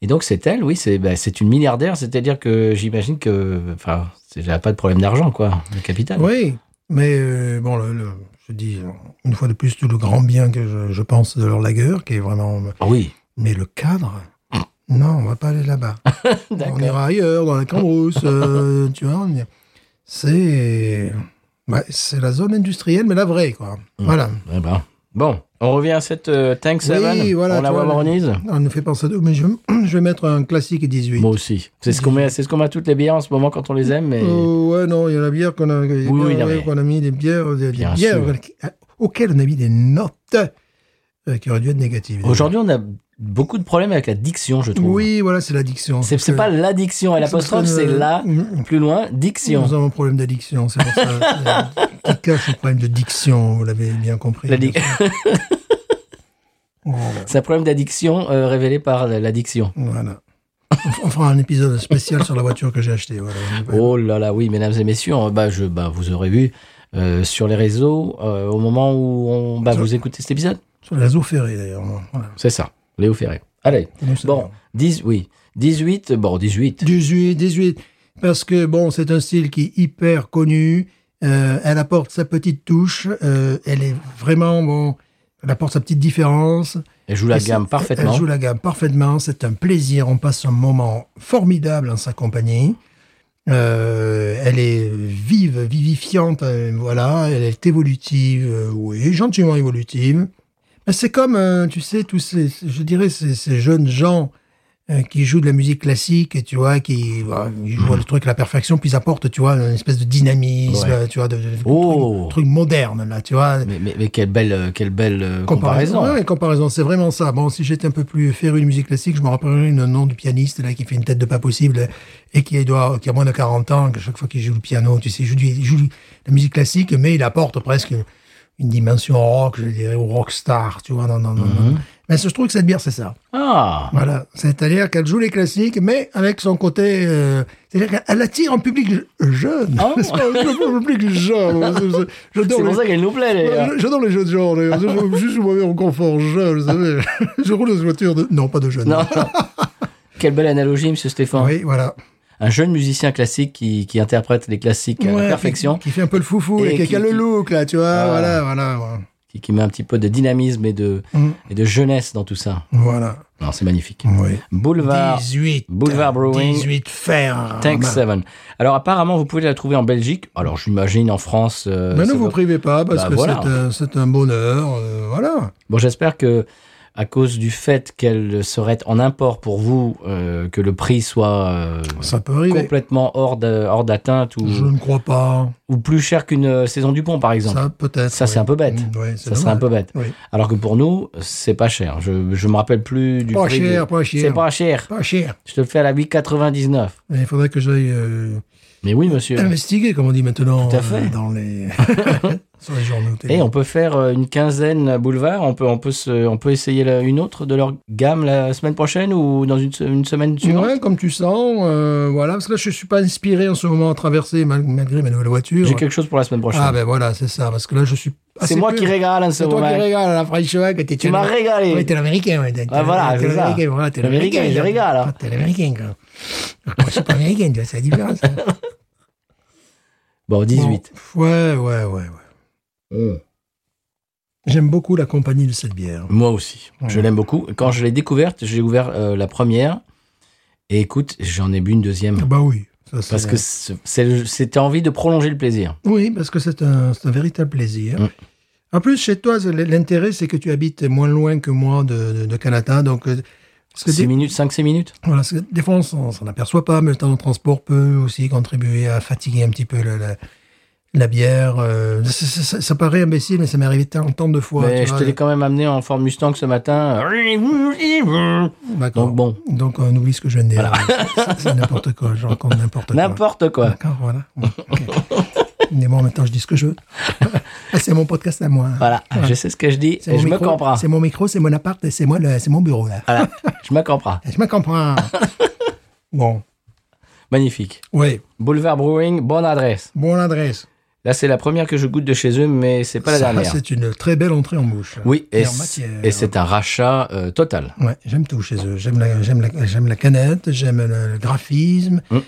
[SPEAKER 2] Et donc c'est elle, oui, c'est, bah, c'est une milliardaire, c'est-à-dire que j'imagine que, enfin, c'est- elle a pas de problème d'argent, quoi, de capital.
[SPEAKER 1] Oui, mais euh, bon, le, le- je dis euh, une fois de plus tout le grand bien que je, je pense de leur lagueur, qui est vraiment.
[SPEAKER 2] Ah oui,
[SPEAKER 1] Mais le cadre. Non, on va pas aller là-bas. on
[SPEAKER 2] Ah, d'accord.
[SPEAKER 1] ira ailleurs, dans la Cambrousse,
[SPEAKER 2] [LAUGHS]
[SPEAKER 1] euh, tu vois. on y- C'est. ouais, c'est la zone industrielle, mais la vraie, quoi. Voilà.
[SPEAKER 2] Eh ben. Bon, on revient à cette euh, Tank Seven.
[SPEAKER 1] voilà,
[SPEAKER 2] on la
[SPEAKER 1] tu vois,
[SPEAKER 2] wawaronise
[SPEAKER 1] On nous fait penser à deux, mais je, je vais mettre un classique 18.
[SPEAKER 2] Moi aussi. C'est ce qu'on met, c'est ce qu'on met à toutes les bières en ce moment quand on les aime. Mais...
[SPEAKER 1] Euh, ouais, non, il y a la bière qu'on a, il y a des
[SPEAKER 2] Oui, oui,
[SPEAKER 1] bières,
[SPEAKER 2] non,
[SPEAKER 1] ouais,
[SPEAKER 2] mais-
[SPEAKER 1] qu'on a mis, des bières, des, des
[SPEAKER 2] Bien
[SPEAKER 1] bières
[SPEAKER 2] sûr.
[SPEAKER 1] qui- auxquelles on a mis des notes euh, qui auraient dû être négatives.
[SPEAKER 2] Aujourd'hui, on a beaucoup de problèmes avec la diction, je trouve.
[SPEAKER 1] Oui, voilà, c'est l'addiction.
[SPEAKER 2] C'est c'est
[SPEAKER 1] Parce
[SPEAKER 2] pas
[SPEAKER 1] que-
[SPEAKER 2] l'addiction à l'apostrophe,
[SPEAKER 1] parce que,
[SPEAKER 2] c'est
[SPEAKER 1] euh,
[SPEAKER 2] la,
[SPEAKER 1] mm,
[SPEAKER 2] plus loin, diction.
[SPEAKER 1] Nous avons un problème d'addiction, c'est
[SPEAKER 2] [LAUGHS]
[SPEAKER 1] pour ça. euh, qui cache le problème de diction, vous l'avez bien compris.
[SPEAKER 2] La di-
[SPEAKER 1] Voilà.
[SPEAKER 2] [LAUGHS] C'est un problème d'addiction euh, révélé par l'addiction.
[SPEAKER 1] Voilà. On f- On fera un épisode spécial sur la voiture que j'ai achetée. Voilà.
[SPEAKER 2] Oh là là, oui, mesdames et messieurs, euh, bah, je, bah, vous aurez vu euh, sur les réseaux euh, au moment où on, bah, vous écoutez cet épisode.
[SPEAKER 1] Sur les réseaux ferrés, d'ailleurs. moi. Voilà.
[SPEAKER 2] C'est ça, Léo Ferré. Allez,
[SPEAKER 1] Nous, c'est
[SPEAKER 2] bon, 10, oui, 18, bon, 18.
[SPEAKER 1] 18, 18. Parce que, bon, c'est un style qui est hyper connu. Euh, elle apporte sa petite touche. Euh, elle est vraiment, bon, elle apporte sa petite différence.
[SPEAKER 2] Elle joue la
[SPEAKER 1] Et c'est-
[SPEAKER 2] gamme parfaitement.
[SPEAKER 1] Elle joue la gamme parfaitement. C'est un plaisir. On passe un moment formidable en sa compagnie. Euh, elle est vive, vivifiante. euh, voilà. Elle est évolutive. euh, oui, gentiment évolutive. Mais c'est comme, euh, tu sais, tous ces, je dirais, ces, ces jeunes gens euh, qui jouent de la musique classique, et tu vois, qui voilà, ils jouent le truc à la perfection, puis ils apportent, tu vois, une espèce de dynamisme,
[SPEAKER 2] Ouais.
[SPEAKER 1] tu vois, de, de- de
[SPEAKER 2] Oh.
[SPEAKER 1] truc, truc moderne, là, tu vois.
[SPEAKER 2] Mais, mais- mais quelle belle, euh, quelle belle euh, comparaison.
[SPEAKER 1] Ouais, ouais, comparaison, c'est vraiment ça. Bon, si j'étais un peu plus féru de musique classique, je me rappellerais le nom du pianiste là qui fait une tête de pas possible et qui doit, qui a moins de 40 ans, que chaque fois qu'il joue le piano, tu sais, il joue, du- il joue de la musique classique, mais il apporte presque une, une dimension rock, je dirais, ou rockstar, tu vois. Non, non, non,
[SPEAKER 2] Mhm.
[SPEAKER 1] non. Mais je trouve que cette bière, c'est ça.
[SPEAKER 2] Ah,
[SPEAKER 1] Voilà. C'est-à-dire qu'elle joue les classiques, mais avec son côté. euh, C'est-à-dire qu'elle attire un public jeune.
[SPEAKER 2] Oh.
[SPEAKER 1] [LAUGHS] C'est pas un public
[SPEAKER 2] [LAUGHS]
[SPEAKER 1] jeune. J'adore
[SPEAKER 2] c'est
[SPEAKER 1] les-
[SPEAKER 2] pour ça qu'elle nous plaît, les gars.
[SPEAKER 1] Ouais, J'adore les jeux de genre, d'ailleurs. Je-
[SPEAKER 2] [LAUGHS]
[SPEAKER 1] je- juste pour m'avais en confort jeune, vous savez. [LAUGHS] Je roule dans une voiture de. Non, pas de jeune.
[SPEAKER 2] Non. [LAUGHS] Quelle belle analogie, monsieur Stéphane.
[SPEAKER 1] Oui, voilà.
[SPEAKER 2] Un jeune musicien classique qui, qui interprète les classiques à
[SPEAKER 1] Ouais,
[SPEAKER 2] la perfection,
[SPEAKER 1] Qui, qui fait un peu le foufou,
[SPEAKER 2] Et
[SPEAKER 1] et qui,
[SPEAKER 2] qui-
[SPEAKER 1] a le
[SPEAKER 2] qui-
[SPEAKER 1] look, là, tu vois.
[SPEAKER 2] Ah.
[SPEAKER 1] Voilà, voilà. Voilà.
[SPEAKER 2] qui, qui met un petit peu de dynamisme et de,
[SPEAKER 1] Mm.
[SPEAKER 2] et de jeunesse dans tout ça.
[SPEAKER 1] Voilà.
[SPEAKER 2] Non, c'est magnifique.
[SPEAKER 1] Oui.
[SPEAKER 2] Boulevard
[SPEAKER 1] 18.
[SPEAKER 2] Boulevard Brewing.
[SPEAKER 1] 18 fer.
[SPEAKER 2] Tank 7. Alors, apparemment, vous pouvez la trouver en Belgique. Alors, j'imagine en France. euh,
[SPEAKER 1] Bah, Mais
[SPEAKER 2] ça
[SPEAKER 1] ne vous
[SPEAKER 2] doit-
[SPEAKER 1] privez pas, parce
[SPEAKER 2] Bah,
[SPEAKER 1] que
[SPEAKER 2] voilà.
[SPEAKER 1] c'est un- c'est un, bonheur. euh, voilà.
[SPEAKER 2] Bon, j'espère que à cause du fait qu'elle serait en import pour vous, euh, que le prix soit euh,
[SPEAKER 1] Ça peut arriver.
[SPEAKER 2] complètement hors de- hors d'atteinte ou,
[SPEAKER 1] Je ne crois pas.
[SPEAKER 2] ou plus cher qu'une euh, saison du pont, par exemple.
[SPEAKER 1] Ça, peut-être.
[SPEAKER 2] Ça, c'est un peu bête.
[SPEAKER 1] Mm, ouais, c'est
[SPEAKER 2] Ça serait un peu
[SPEAKER 1] normal.
[SPEAKER 2] bête.
[SPEAKER 1] Oui.
[SPEAKER 2] Alors que pour nous, c'est pas cher. Je, je me rappelle plus du
[SPEAKER 1] Pas
[SPEAKER 2] prix. de-
[SPEAKER 1] cher, pas cher.
[SPEAKER 2] C'est pas cher.
[SPEAKER 1] Pas cher.
[SPEAKER 2] Je te le fais à la 8,99.
[SPEAKER 1] Mais Il faudrait que j'aille euh,
[SPEAKER 2] Mais oui,
[SPEAKER 1] Ah,
[SPEAKER 2] monsieur.
[SPEAKER 1] investiguer, comme on dit maintenant, euh,
[SPEAKER 2] Tout à fait.
[SPEAKER 1] dans les [LAUGHS] sur les journaux. télé.
[SPEAKER 2] Et on peut faire euh, une quinzaine boulevard. On peut, on peut, se- on peut essayer la- une autre de leur gamme la semaine prochaine ou dans une, se- une semaine suivante.
[SPEAKER 1] Ouais, comme tu sens, euh, voilà, parce que là je suis pas inspiré en ce moment à traverser mal- malgré ma nouvelle voiture.
[SPEAKER 2] J'ai quelque chose pour la semaine prochaine.
[SPEAKER 1] Ah ben voilà, c'est ça, parce que là je suis. assez
[SPEAKER 2] c'est moi
[SPEAKER 1] peu-
[SPEAKER 2] qui régale en ce
[SPEAKER 1] C'est toi
[SPEAKER 2] moment.
[SPEAKER 1] qui régale, la French Wack, t'es
[SPEAKER 2] Tu m'as régalé.
[SPEAKER 1] Ouais, t'es l'américain, ouais. t'es-
[SPEAKER 2] Ah,
[SPEAKER 1] t'es-
[SPEAKER 2] voilà,
[SPEAKER 1] t'es
[SPEAKER 2] c'est ça.
[SPEAKER 1] l'américain, voilà, t'es
[SPEAKER 2] L'américain,
[SPEAKER 1] l'américain.
[SPEAKER 2] il
[SPEAKER 1] genre.
[SPEAKER 2] régale, alors.
[SPEAKER 1] Ah, T'es l'américain, quoi. Ah, Moi, je suis pas américain, tu vois, c'est la différence.
[SPEAKER 2] [LAUGHS]
[SPEAKER 1] hein.
[SPEAKER 2] Bon, 18.
[SPEAKER 1] Bon, ouais, ouais, ouais, ouais. J'aime beaucoup la compagnie de cette bière.
[SPEAKER 2] Moi aussi.
[SPEAKER 1] Ouais.
[SPEAKER 2] Je l'aime beaucoup. Quand je l'ai découverte, j'ai ouvert euh, la première. Et écoute, j'en ai bu une
[SPEAKER 1] Ah
[SPEAKER 2] deuxième.
[SPEAKER 1] Bah oui. ça, c'est-
[SPEAKER 2] Parce que c'est- c'est- c'était envie de prolonger le plaisir.
[SPEAKER 1] Oui, parce que c'est un, c'est un véritable plaisir.
[SPEAKER 2] Mm.
[SPEAKER 1] En plus, chez toi, c'est- l'intérêt, c'est que tu habites moins loin que moi de, de, de Canada. Donc, euh, parce que
[SPEAKER 2] 6
[SPEAKER 1] des,
[SPEAKER 2] minutes, 5-6 minutes.
[SPEAKER 1] voilà, parce que des fois, on s'en s'en aperçoit pas, mais le temps de transport peut aussi contribuer à fatiguer un petit peu la, la, la bière. euh, ça, ça- ça- ça paraît imbécile, mais ça m'est arrivé tant, tant de fois.
[SPEAKER 2] Mais
[SPEAKER 1] tu
[SPEAKER 2] je
[SPEAKER 1] vois.
[SPEAKER 2] te l'ai quand même amené en forme Mustang ce matin.
[SPEAKER 1] D'accord.
[SPEAKER 2] Donc bon,
[SPEAKER 1] euh, Donc, on oublie ce que je viens de dire. C'est- C'est n'importe quoi. Je raconte n'importe quoi.
[SPEAKER 2] n'importe quoi.
[SPEAKER 1] D'accord, voilà. Ouais, ok. Mais bon, maintenant, je dis ce que je veux.
[SPEAKER 2] [LAUGHS]
[SPEAKER 1] Ah, c'est mon podcast à moi. hein.
[SPEAKER 2] Voilà, je sais ce que je dis
[SPEAKER 1] C'est
[SPEAKER 2] et
[SPEAKER 1] mon
[SPEAKER 2] je me
[SPEAKER 1] micro,
[SPEAKER 2] comprends.
[SPEAKER 1] C'est mon micro, c'est mon appart et c'est moi, le- c'est mon bureau là.
[SPEAKER 2] Voilà, je me comprends.
[SPEAKER 1] Je me comprends. [LAUGHS] bon,
[SPEAKER 2] Magnifique.
[SPEAKER 1] oui,
[SPEAKER 2] Boulevard Brewing, bonne adresse.
[SPEAKER 1] bon l'adresse.
[SPEAKER 2] Là, c'est la première que je goûte de chez eux, mais c'est pas la
[SPEAKER 1] Ça,
[SPEAKER 2] dernière.
[SPEAKER 1] C'est une très belle entrée en bouche.
[SPEAKER 2] Oui, et
[SPEAKER 1] en
[SPEAKER 2] c'est
[SPEAKER 1] matière.
[SPEAKER 2] et c'est un rachat euh, total.
[SPEAKER 1] Ouais, j'aime tout chez eux. J'aime la, j'aime la, j'aime la canette, j'aime le, le graphisme,
[SPEAKER 2] Mm.
[SPEAKER 1] euh,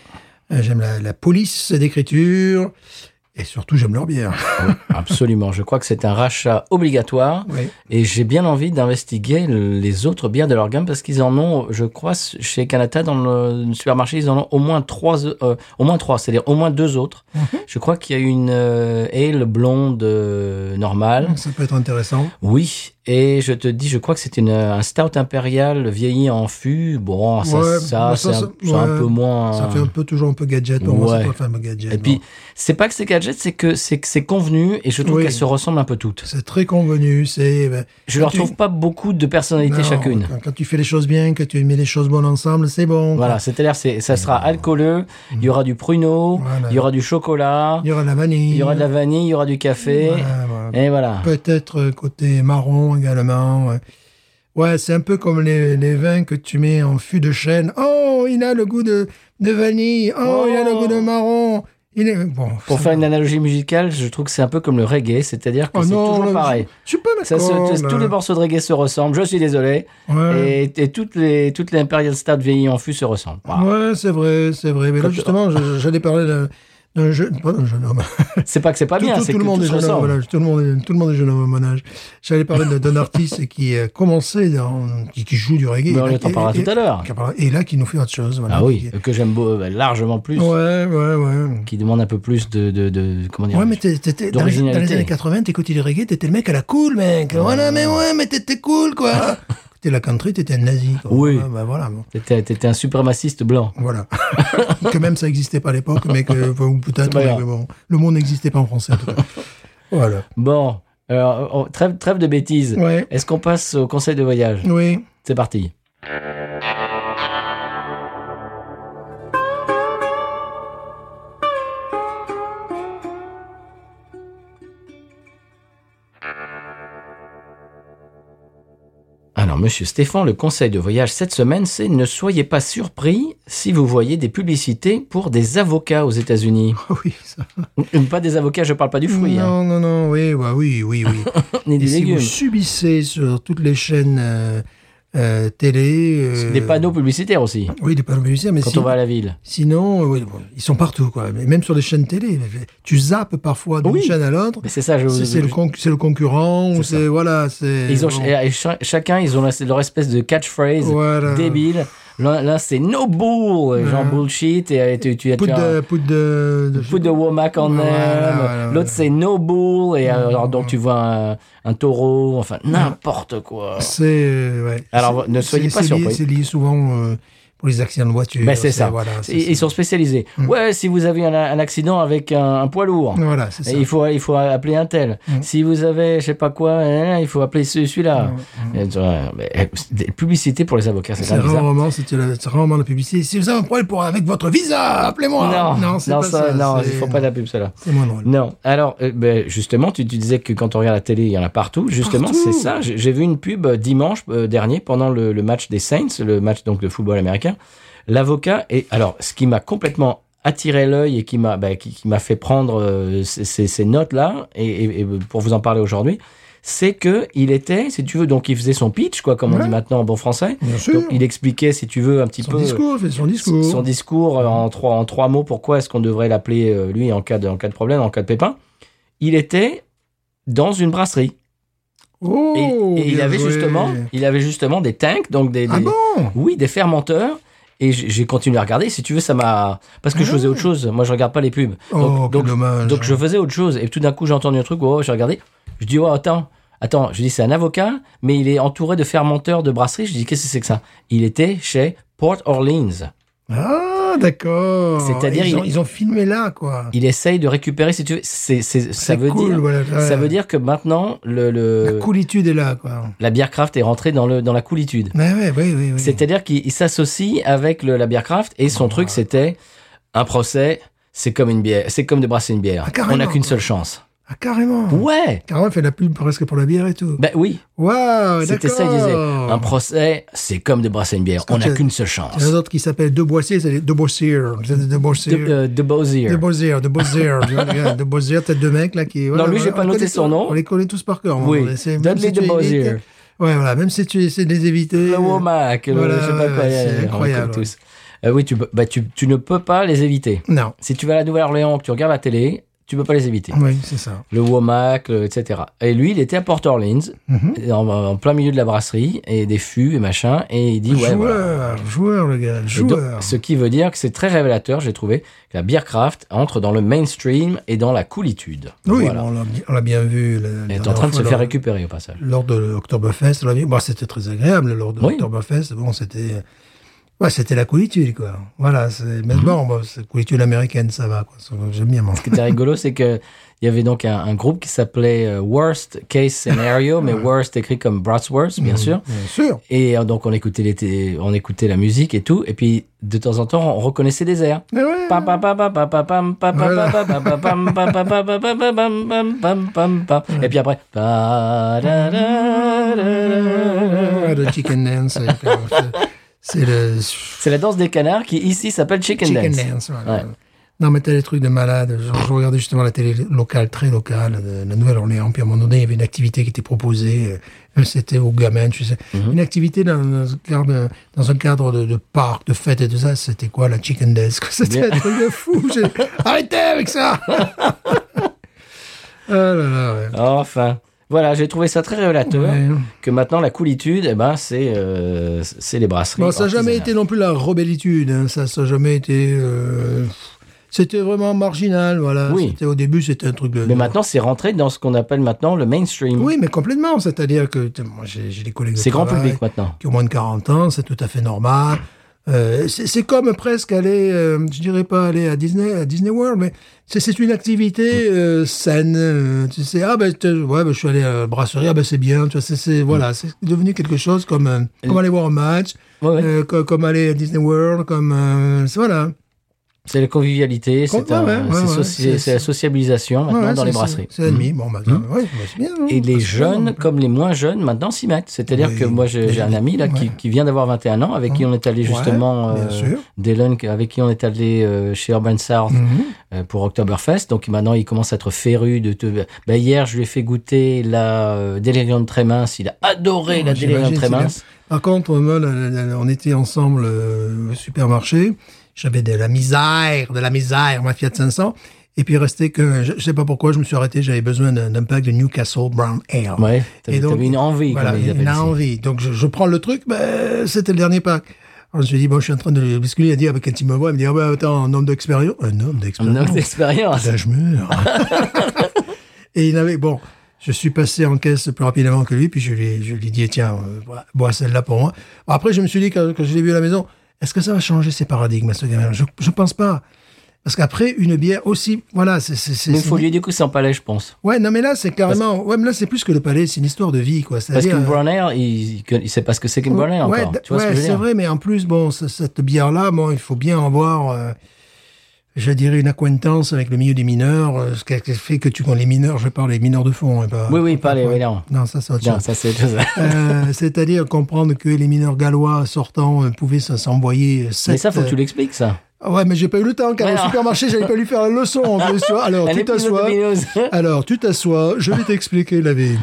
[SPEAKER 1] j'aime la, la police d'écriture et surtout j'aime leur
[SPEAKER 2] [LAUGHS]
[SPEAKER 1] bière.
[SPEAKER 2] Absolument. Je crois que c'est un rachat obligatoire.
[SPEAKER 1] Oui.
[SPEAKER 2] Et j'ai bien envie d'investiguer le- les autres bières de leur gamme parce qu'ils en ont, je crois, chez Canada, dans le supermarché, ils en ont au moins trois, euh, au moins trois, c'est-à-dire au moins deux autres.
[SPEAKER 1] Mhm.
[SPEAKER 2] Je crois qu'il y a une euh, ale blonde euh, normale.
[SPEAKER 1] Ça peut être intéressant.
[SPEAKER 2] Oui. Et je te dis, je crois que c'est une, un stout impérial vieilli en fût. Bon, ça,
[SPEAKER 1] Ouais,
[SPEAKER 2] ça,
[SPEAKER 1] bah ça,
[SPEAKER 2] c'est un,
[SPEAKER 1] ça-
[SPEAKER 2] c'est un
[SPEAKER 1] ouais.
[SPEAKER 2] peu moins.
[SPEAKER 1] Ça fait un peu toujours un peu gadget pour moi.
[SPEAKER 2] Ah. Ouais.
[SPEAKER 1] C'est pas un peu gadget.
[SPEAKER 2] Et
[SPEAKER 1] bon.
[SPEAKER 2] puis, c'est pas que c'est gadget, c'est que c'est que c'est convenu et je trouve
[SPEAKER 1] Oui.
[SPEAKER 2] qu'elles se ressemblent un peu toutes.
[SPEAKER 1] c'est très convenu. C'est ben,
[SPEAKER 2] Je leur
[SPEAKER 1] tu-
[SPEAKER 2] trouve pas beaucoup de personnalité
[SPEAKER 1] Non,
[SPEAKER 2] chacune.
[SPEAKER 1] Quand, quand tu fais les choses bien, que tu mets les choses bonnes ensemble, c'est bon.
[SPEAKER 2] Voilà, c'est-à-dire c'est ça sera alcooleux, il y aura du pruneau,
[SPEAKER 1] Voilà.
[SPEAKER 2] il y aura du chocolat,
[SPEAKER 1] Il y aura de la vanille.
[SPEAKER 2] il y aura de la vanille, il y aura du café
[SPEAKER 1] Voilà, voilà.
[SPEAKER 2] et voilà.
[SPEAKER 1] Peut-être euh, côté marron également. ouais. Ouais, c'est un peu comme les, les vins que tu mets en fût de chêne. Oh, il a le goût de, de vanille. Oh,
[SPEAKER 2] Oh.
[SPEAKER 1] il a le goût de marron. Il est bon.
[SPEAKER 2] Pour
[SPEAKER 1] ça-
[SPEAKER 2] faire une analogie musicale, je trouve que c'est un peu comme le reggae, c'est-à-dire que
[SPEAKER 1] Oh
[SPEAKER 2] c'est
[SPEAKER 1] non,
[SPEAKER 2] toujours
[SPEAKER 1] là,
[SPEAKER 2] pareil.
[SPEAKER 1] Je suis pas
[SPEAKER 2] Ça se-
[SPEAKER 1] d'accord.
[SPEAKER 2] tous les
[SPEAKER 1] là.
[SPEAKER 2] morceaux de reggae se ressemblent, je suis désolé.
[SPEAKER 1] Ouais.
[SPEAKER 2] Et, et toutes les toutes les Imperial Stout vieillies en fût se ressemblent. Voilà.
[SPEAKER 1] Ouais, c'est vrai, c'est vrai. Mais là,
[SPEAKER 2] Quand-
[SPEAKER 1] justement, je- je- j'allais parler d'un- d'un jeune, pas d'un jeune homme,
[SPEAKER 2] C'est pas que c'est pas
[SPEAKER 1] Tout-
[SPEAKER 2] Ah, bien,
[SPEAKER 1] tout,
[SPEAKER 2] c'est
[SPEAKER 1] tout
[SPEAKER 2] que
[SPEAKER 1] le monde
[SPEAKER 2] tout
[SPEAKER 1] est
[SPEAKER 2] se
[SPEAKER 1] jeune homme,
[SPEAKER 2] ressemble.
[SPEAKER 1] voilà, tout le monde est, tout le monde est jeune homme à mon âge. J'allais parler d'un- d'un artiste qui euh, commençait dans, qui, qui joue du reggae.
[SPEAKER 2] Mais on
[SPEAKER 1] Et là,
[SPEAKER 2] t'en
[SPEAKER 1] et-
[SPEAKER 2] parlera
[SPEAKER 1] et-
[SPEAKER 2] tout à l'heure.
[SPEAKER 1] qui en parlera- Et là, qui nous fait autre chose. voilà.
[SPEAKER 2] Ah oui,
[SPEAKER 1] Qui-
[SPEAKER 2] que j'aime beau- euh, largement plus,
[SPEAKER 1] Ouais, ouais, ouais.
[SPEAKER 2] qui demande un peu plus de, de, de- comment dire,
[SPEAKER 1] Ouais, mais t'es- t'étais- dans, les, dans les
[SPEAKER 2] D'originalité.
[SPEAKER 1] années 80, t'écoutais du reggae, t'étais le mec à la cool, mec. Voilà, mais ouais, mais t'étais cool, quoi. t'étais la country, t'étais un nazi. quoi.
[SPEAKER 2] Ah. Oui.
[SPEAKER 1] Ouais, bah voilà. bon.
[SPEAKER 2] T'étais t'étais un suprémaciste blanc.
[SPEAKER 1] Voilà. [LAUGHS] que même ça n'existait pas à l'époque, mais
[SPEAKER 2] [LAUGHS]
[SPEAKER 1] que, ou
[SPEAKER 2] C'est
[SPEAKER 1] peut-être,
[SPEAKER 2] pas
[SPEAKER 1] mais
[SPEAKER 2] grave.
[SPEAKER 1] que bon, le mot n'existait pas en français, en tout
[SPEAKER 2] [LAUGHS]
[SPEAKER 1] cas. Voilà.
[SPEAKER 2] Bon, alors, on- trêve, trêve de bêtises.
[SPEAKER 1] Ouais.
[SPEAKER 2] Est-ce qu'on passe au conseil de voyage [LAUGHS]
[SPEAKER 1] Oui.
[SPEAKER 2] C'est parti. Alors, monsieur Stéphane, le conseil de voyage cette semaine, c'est ne soyez pas surpris si vous voyez des publicités pour des avocats aux États-Unis.
[SPEAKER 1] oui, ça.
[SPEAKER 2] Pas des avocats, je parle pas du fruit, hein,
[SPEAKER 1] Non, non, non, oui, bah oui, oui, oui.
[SPEAKER 2] ni
[SPEAKER 1] Et
[SPEAKER 2] [LAUGHS] des
[SPEAKER 1] si
[SPEAKER 2] légumes.
[SPEAKER 1] vous subissez sur toutes les chaînes euh, euh, télé. euh,
[SPEAKER 2] Des panneaux publicitaires aussi,
[SPEAKER 1] Oui, des panneaux publicitaires, mais
[SPEAKER 2] quand
[SPEAKER 1] si-
[SPEAKER 2] on va à la ville.
[SPEAKER 1] sinon, euh, oui, bon, ils sont partout, quoi. Mais Même sur les chaînes télé. Tu zappes parfois d'une
[SPEAKER 2] Oui.
[SPEAKER 1] chaîne à l'autre.
[SPEAKER 2] Mais c'est ça, je
[SPEAKER 1] C'est c'est le, con- c'est le concurrent, ou
[SPEAKER 2] C'est
[SPEAKER 1] c'est. Voilà, c'est.
[SPEAKER 2] Ils ont,
[SPEAKER 1] bon.
[SPEAKER 2] et- et cha- chacun, ils ont leur leur espèce de catchphrase
[SPEAKER 1] Voilà.
[SPEAKER 2] débile. L'un, l'un, c'est no bull, genre
[SPEAKER 1] Ouais.
[SPEAKER 2] bullshit, et euh, tu, tu
[SPEAKER 1] Put
[SPEAKER 2] tu-
[SPEAKER 1] de, put de, de-
[SPEAKER 2] Put the womack on
[SPEAKER 1] Voilà,
[SPEAKER 2] them.
[SPEAKER 1] voilà, Mm.
[SPEAKER 2] L'autre, c'est no bull. Et alors, donc, tu vois un, un taureau. Enfin, n'importe quoi.
[SPEAKER 1] C'est euh, ouais.
[SPEAKER 2] Alors,
[SPEAKER 1] C'est-
[SPEAKER 2] ne soyez
[SPEAKER 1] c'est-
[SPEAKER 2] pas
[SPEAKER 1] c'est lié-
[SPEAKER 2] surpris.
[SPEAKER 1] C'est lié souvent euh, pour les accidents de voiture.
[SPEAKER 2] Ben, c'est ça.
[SPEAKER 1] Voilà. c'est Mm.
[SPEAKER 2] Ils, ils sont spécialisés. Ouais, si vous avez un, un accident avec un, un poids lourd.
[SPEAKER 1] Voilà, c'est ça. Mmh.
[SPEAKER 2] Il faut, il faut appeler un tel. Si vous avez, je sais pas quoi, hein, il faut appeler ce- celui-là. Et tu vois, mais, euh, Des publicités pour les avocats, c'est
[SPEAKER 1] Mmh. C'est
[SPEAKER 2] quand même bizarre.
[SPEAKER 1] rarement, c'est la- c'est rarement la publicité. Si vous avez un problème pour, avec votre visa, appelez-moi.
[SPEAKER 2] Non, non,
[SPEAKER 1] c'est pas
[SPEAKER 2] ça,
[SPEAKER 1] ça.
[SPEAKER 2] non,
[SPEAKER 1] c'est-
[SPEAKER 2] il faut pas de la pub, cela.
[SPEAKER 1] C'est moins drôle.
[SPEAKER 2] Non. Alors, euh, ben, justement, tu, tu disais que quand on regarde la télé, il y en a partout. Justement,
[SPEAKER 1] Partout.
[SPEAKER 2] c'est ça. J'ai j'ai vu une pub euh, dimanche euh, dernier pendant le, le match des Saints, le match donc de football américain. L'avocat et alors, ce qui m'a complètement attiré l'œil et qui m'a ben, qui, qui m'a fait prendre euh, ces- ces, ces notes là et, et- et pour vous en parler aujourd'hui, c'est que il était, si tu veux, donc il faisait son pitch quoi, comme on
[SPEAKER 1] Ouais.
[SPEAKER 2] dit maintenant en bon français.
[SPEAKER 1] Bien sûr.
[SPEAKER 2] Donc il expliquait, si tu veux, un petit
[SPEAKER 1] son
[SPEAKER 2] peu euh,
[SPEAKER 1] discours, c'est son discours.
[SPEAKER 2] son discours euh, en trois, en trois mots, pourquoi est-ce qu'on devrait l'appeler euh, lui en cas, de, en cas de problème, en cas de pépin. Il était dans une brasserie.
[SPEAKER 1] Oh,
[SPEAKER 2] Et, et il,
[SPEAKER 1] bien
[SPEAKER 2] avait
[SPEAKER 1] joué.
[SPEAKER 2] justement, il avait justement des tanks, donc des,
[SPEAKER 1] Ah
[SPEAKER 2] des-
[SPEAKER 1] bon
[SPEAKER 2] oui, des fermenteurs. Et j'ai j'ai continué à regarder. Si tu veux, ça m'a. Parce que
[SPEAKER 1] Ah.
[SPEAKER 2] je faisais autre chose. Moi, je regarde pas les pubs.
[SPEAKER 1] Oh,
[SPEAKER 2] Donc,
[SPEAKER 1] quel
[SPEAKER 2] donc,
[SPEAKER 1] dommage.
[SPEAKER 2] donc je faisais autre chose. Et tout d'un coup, j'ai entendu un truc. Oh, j'ai regardé. Je dis, oh, attends. Attends, je dis, c'est un avocat, mais il est entouré de fermenteurs de brasserie. Je dis, qu'est-ce que c'est que ça Il était chez Port Orleans.
[SPEAKER 1] Ah, d'accord.
[SPEAKER 2] C'est-à-dire,
[SPEAKER 1] ils, ont-
[SPEAKER 2] il-
[SPEAKER 1] ils ont filmé là, quoi.
[SPEAKER 2] il essaye de récupérer si tu veux c'est, c'est- ça
[SPEAKER 1] C'est
[SPEAKER 2] veut
[SPEAKER 1] cool,
[SPEAKER 2] dire
[SPEAKER 1] voilà,
[SPEAKER 2] ça
[SPEAKER 1] ouais.
[SPEAKER 2] veut dire que maintenant le, le-
[SPEAKER 1] La coolitude est là, quoi.
[SPEAKER 2] la bière craft est rentrée dans le dans la coolitude
[SPEAKER 1] Ouais, ouais, oui, oui, oui.
[SPEAKER 2] c'est-à-dire qu'il il s'associe avec le, la bière craft et son truc c'était un procès c'est comme une bière c'est comme de brasser une bière
[SPEAKER 1] Ah, carrément,
[SPEAKER 2] on n'a qu'une
[SPEAKER 1] quoi.
[SPEAKER 2] seule chance
[SPEAKER 1] Ah, carrément.
[SPEAKER 2] ouais
[SPEAKER 1] Carrément, il fait de la pub presque pour la bière et tout.
[SPEAKER 2] ben oui
[SPEAKER 1] Waouh, Ah, d'accord.
[SPEAKER 2] c'était ça il disait un procès c'est comme de brasser une bière
[SPEAKER 1] Parce que
[SPEAKER 2] on n'a
[SPEAKER 1] t'as-
[SPEAKER 2] qu'une seule
[SPEAKER 1] Il y en a
[SPEAKER 2] chance
[SPEAKER 1] d'autres qui s'appellent De Boissier, c'est les De Boissier. C'est des De
[SPEAKER 2] de,
[SPEAKER 1] Boissier.
[SPEAKER 2] euh, de Bowsier.
[SPEAKER 1] De Boissier, De
[SPEAKER 2] [LAUGHS]
[SPEAKER 1] Boissier. Tu vois, regarde, De Boissier, t'as deux mecs là qui.
[SPEAKER 2] lui, j'ai
[SPEAKER 1] on
[SPEAKER 2] pas
[SPEAKER 1] les
[SPEAKER 2] noté
[SPEAKER 1] connaît
[SPEAKER 2] son
[SPEAKER 1] tous-
[SPEAKER 2] nom.
[SPEAKER 1] On les connaît tous par cœur.
[SPEAKER 2] Oui.
[SPEAKER 1] on essaie- même
[SPEAKER 2] Dudley
[SPEAKER 1] tu
[SPEAKER 2] De
[SPEAKER 1] évites-
[SPEAKER 2] Boissier.
[SPEAKER 1] Ouais, voilà, même si tu essaies de les éviter.
[SPEAKER 2] le womack le-
[SPEAKER 1] Voilà,
[SPEAKER 2] je sais pas
[SPEAKER 1] ouais,
[SPEAKER 2] quoi
[SPEAKER 1] c'est
[SPEAKER 2] euh, on les
[SPEAKER 1] incroyable,
[SPEAKER 2] connaît tous. Euh, oui tu, peux- bah, tu tu ne peux pas les éviter
[SPEAKER 1] Non.
[SPEAKER 2] Si tu vas à la Nouvelle-Orléans, que tu regardes la télé, tu peux pas les éviter.
[SPEAKER 1] Oui, c'est ça.
[SPEAKER 2] Le Womack, le- etc. Et lui, il était à Port Orleans,
[SPEAKER 1] Mhm.
[SPEAKER 2] en, en plein milieu de la brasserie, et des fûts et machin, et il dit, ouais,
[SPEAKER 1] joueur,
[SPEAKER 2] voilà.
[SPEAKER 1] joueur, le gars,
[SPEAKER 2] Et donc,
[SPEAKER 1] joueur.
[SPEAKER 2] ce qui veut dire que c'est très révélateur, j'ai trouvé, que la bière craft entre dans le mainstream et dans la coolitude.
[SPEAKER 1] Oui,
[SPEAKER 2] Voilà.
[SPEAKER 1] bon, on l'a bi- on l'a bien vu. la- la
[SPEAKER 2] Elle est en
[SPEAKER 1] dernière
[SPEAKER 2] train de se
[SPEAKER 1] fois,
[SPEAKER 2] faire
[SPEAKER 1] lors-
[SPEAKER 2] récupérer au passage.
[SPEAKER 1] Lors de l'Octoberfest, on l'a vu. Bon, c'était très agréable. Lors de
[SPEAKER 2] Oui.
[SPEAKER 1] l'Octoberfest, bon, c'était. Ouais, c'était la coolitude, quoi. Voilà, c'est. Mais
[SPEAKER 2] Mhm.
[SPEAKER 1] bon, bon, c'est coolitude américaine, ça va, quoi. Ça, J'aime bien, moi.
[SPEAKER 2] Ce qui était rigolo, c'est que il y avait donc un, un groupe qui s'appelait euh, Worst Case Scenario, mais Worst écrit comme Bradsworth, bien sûr.
[SPEAKER 1] Bien sûr.
[SPEAKER 2] Et euh, donc on écoutait les té- on écoutait la musique et tout, et puis de temps en temps on reconnaissait des airs.
[SPEAKER 1] Mais ouais.
[SPEAKER 2] Pam, pam, pam, pam, pam, pam, pam, pam,
[SPEAKER 1] Voilà.
[SPEAKER 2] pam, pam, pam, pam, pam, pam, pam, pam, pam, pam, pam, pam, pam, pam. Et puis après. pa, da, da, da, da, da.
[SPEAKER 1] Ouais, euh, le chicken dance. euh, quand- c'est c'est le
[SPEAKER 2] C'est la danse des canards qui ici s'appelle Chicken,
[SPEAKER 1] chicken
[SPEAKER 2] Dance.
[SPEAKER 1] dance. voilà.
[SPEAKER 2] Ouais.
[SPEAKER 1] Non, mais t'as des trucs de malade. Je, je regardais justement la télé locale, très locale, de la Nouvelle-Orléans. Puis à un moment donné, il y avait une activité qui était proposée. euh, C'était au gamin, tu sais.
[SPEAKER 2] Mhm.
[SPEAKER 1] Une activité dans, dans un cadre, dans un cadre de, de parc, de fête et tout ça. C'était quoi, la chicken dance quoi. [LAUGHS] C'était
[SPEAKER 2] Bien.
[SPEAKER 1] un truc de fou.
[SPEAKER 2] [LAUGHS]
[SPEAKER 1] J'ai- Arrêtez avec ça Ah là là, ouais.
[SPEAKER 2] Enfin. Voilà, j'ai trouvé ça très révélateur
[SPEAKER 1] Ouais.
[SPEAKER 2] que maintenant la coolitude, eh ben, c'est euh, c'est les brasseries.
[SPEAKER 1] Bon, ça n'a jamais
[SPEAKER 2] artisanales.
[SPEAKER 1] été non plus la rebellitude, hein, ça n'a jamais été... euh, c'était vraiment marginal, voilà.
[SPEAKER 2] Oui.
[SPEAKER 1] C'était- Au début, c'était un truc de...
[SPEAKER 2] Mais maintenant, c'est rentré dans ce qu'on appelle maintenant le mainstream.
[SPEAKER 1] Oui, mais complètement, c'est-à-dire que tu- moi, j'ai j'ai des collègues de
[SPEAKER 2] Mm. C'est grand
[SPEAKER 1] travail
[SPEAKER 2] public maintenant.
[SPEAKER 1] qui ont moins de 40 ans, c'est tout à fait normal. Euh, c'est c'est comme presque aller, euh, je dirais pas aller à Disney, à Disney World, mais c'est- c'est une activité
[SPEAKER 2] Mm.
[SPEAKER 1] euh, saine. euh, tu sais, ah ben, t'es- ouais, ben, je suis allé à la brasserie, ah ben c'est bien, tu vois, c'est- c'est
[SPEAKER 2] Mm.
[SPEAKER 1] voilà, c'est devenu quelque chose comme, euh, comme aller voir un match,
[SPEAKER 2] Ouais, ouais.
[SPEAKER 1] euh, co- comme, aller à Disney World, comme euh, c'est- voilà.
[SPEAKER 2] C'est la convivialité, c'est
[SPEAKER 1] Ouais,
[SPEAKER 2] un-
[SPEAKER 1] ouais, ouais,
[SPEAKER 2] c'est
[SPEAKER 1] ouais, c'est-
[SPEAKER 2] soci- c'est la sociabilisation maintenant
[SPEAKER 1] Ouais,
[SPEAKER 2] dans
[SPEAKER 1] c'est-
[SPEAKER 2] les
[SPEAKER 1] c'est-
[SPEAKER 2] brasseries. Mm.
[SPEAKER 1] C'est admis, bon, bah, ouais, bah, c'est bien. hein,
[SPEAKER 2] Et les
[SPEAKER 1] c'est
[SPEAKER 2] jeunes,
[SPEAKER 1] bien.
[SPEAKER 2] comme les moins jeunes, maintenant s'y mettent. C'est-à-dire
[SPEAKER 1] Oui.
[SPEAKER 2] que moi, j'ai j'ai un ami là qui,
[SPEAKER 1] Ouais. Hein
[SPEAKER 2] qui vient d'avoir 21 ans, avec qui on est allé justement,
[SPEAKER 1] bien
[SPEAKER 2] euh,
[SPEAKER 1] sûr.
[SPEAKER 2] Dylan, avec qui on est allé euh, chez Urban South
[SPEAKER 1] Mhm.
[SPEAKER 2] euh, pour Oktoberfest. Donc maintenant, il commence à être féru de. te- Ben, hier, je lui ai fait goûter la euh, délirium très mince. Il a adoré la
[SPEAKER 1] Ouais,
[SPEAKER 2] délirium
[SPEAKER 1] Oh, j'imagine,
[SPEAKER 2] très
[SPEAKER 1] c'est bien.
[SPEAKER 2] mince.
[SPEAKER 1] Par contre, moi, la- la- la- on était ensemble euh, au supermarché. J'avais de la misère, de la misère, ma Fiat 500. Et puis, il restait que, je, je sais pas pourquoi, je me suis arrêté, j'avais besoin d'un d'un pack de Newcastle Brown Ale.
[SPEAKER 2] Ouais, t'avais
[SPEAKER 1] Et donc,
[SPEAKER 2] t'avais une envie,
[SPEAKER 1] Voilà,
[SPEAKER 2] comme ils [LAUGHS]
[SPEAKER 1] une
[SPEAKER 2] appellent ici.
[SPEAKER 1] envie. Donc, je, je prends le truc, ben, c'était le dernier pack. Alors, je lui ai dit, bon, je suis en train de le... Parce que lui, il a dit, ah, bah, quand il me voit, il me dit, ah, bah, attends, un homme d'expérience. Un homme
[SPEAKER 2] Un homme
[SPEAKER 1] d'expérience.
[SPEAKER 2] d'expérience.
[SPEAKER 1] Là, Ah, ben, je
[SPEAKER 2] [LAUGHS]
[SPEAKER 1] meurs. Et il avait, bon, je suis passé en caisse plus rapidement que lui, puis je lui, je lui ai dit, tiens, euh, voilà, bois celle-là pour moi. Bon, après, je me suis dit, quand, quand je l'ai vu à la maison, est-ce que ça va changer ses paradigmes, ce gamin Je ne pense pas. Parce qu'après, une bière aussi, voilà, c'est... c'est- c'est-
[SPEAKER 2] Mais il
[SPEAKER 1] c'est-
[SPEAKER 2] faut lui du coup sans palais, je pense.
[SPEAKER 1] Ouais, non, mais là, c'est carrément... Ouais, mais là, c'est plus que le palais, c'est une histoire de vie, quoi.
[SPEAKER 2] Parce
[SPEAKER 1] C'est-à-dire,
[SPEAKER 2] qu'une brown ale, il, il conna- il sait pas ce que c'est qu'une brown ale
[SPEAKER 1] euh, Ouais,
[SPEAKER 2] encore.
[SPEAKER 1] d-
[SPEAKER 2] Tu vois ce
[SPEAKER 1] ouais,
[SPEAKER 2] que je veux
[SPEAKER 1] c'est
[SPEAKER 2] dire
[SPEAKER 1] vrai, mais en plus, bon, c- cette bière-là, bon, il faut bien avoir, euh, je dirais, une acquaintance avec le milieu des mineurs, euh, ce qui qui fait que tu connais les mineurs, je parle des mineurs de fond. et pas,
[SPEAKER 2] Oui, oui, pas les- oui, non.
[SPEAKER 1] Non, ça, c'est autre
[SPEAKER 2] Non,
[SPEAKER 1] chose.
[SPEAKER 2] ça c'est
[SPEAKER 1] [LAUGHS]
[SPEAKER 2] autre chose.
[SPEAKER 1] Euh, C'est-à-dire comprendre que les mineurs gallois sortant euh, pouvaient s- s'envoyer sept...
[SPEAKER 2] Mais ça, faut que tu l'expliques, ça.
[SPEAKER 1] Ah Ouais, mais j'ai pas eu le temps, car
[SPEAKER 2] Ouais,
[SPEAKER 1] au
[SPEAKER 2] non.
[SPEAKER 1] supermarché, j'allais pas lui faire la leçon, en plus, tu vois.
[SPEAKER 2] [LAUGHS]
[SPEAKER 1] Alors,
[SPEAKER 2] Un
[SPEAKER 1] tu
[SPEAKER 2] épisode
[SPEAKER 1] t'assois.
[SPEAKER 2] de Minos.
[SPEAKER 1] Alors, tu t'assois, je vais t'expliquer la
[SPEAKER 2] [LAUGHS]
[SPEAKER 1] vie.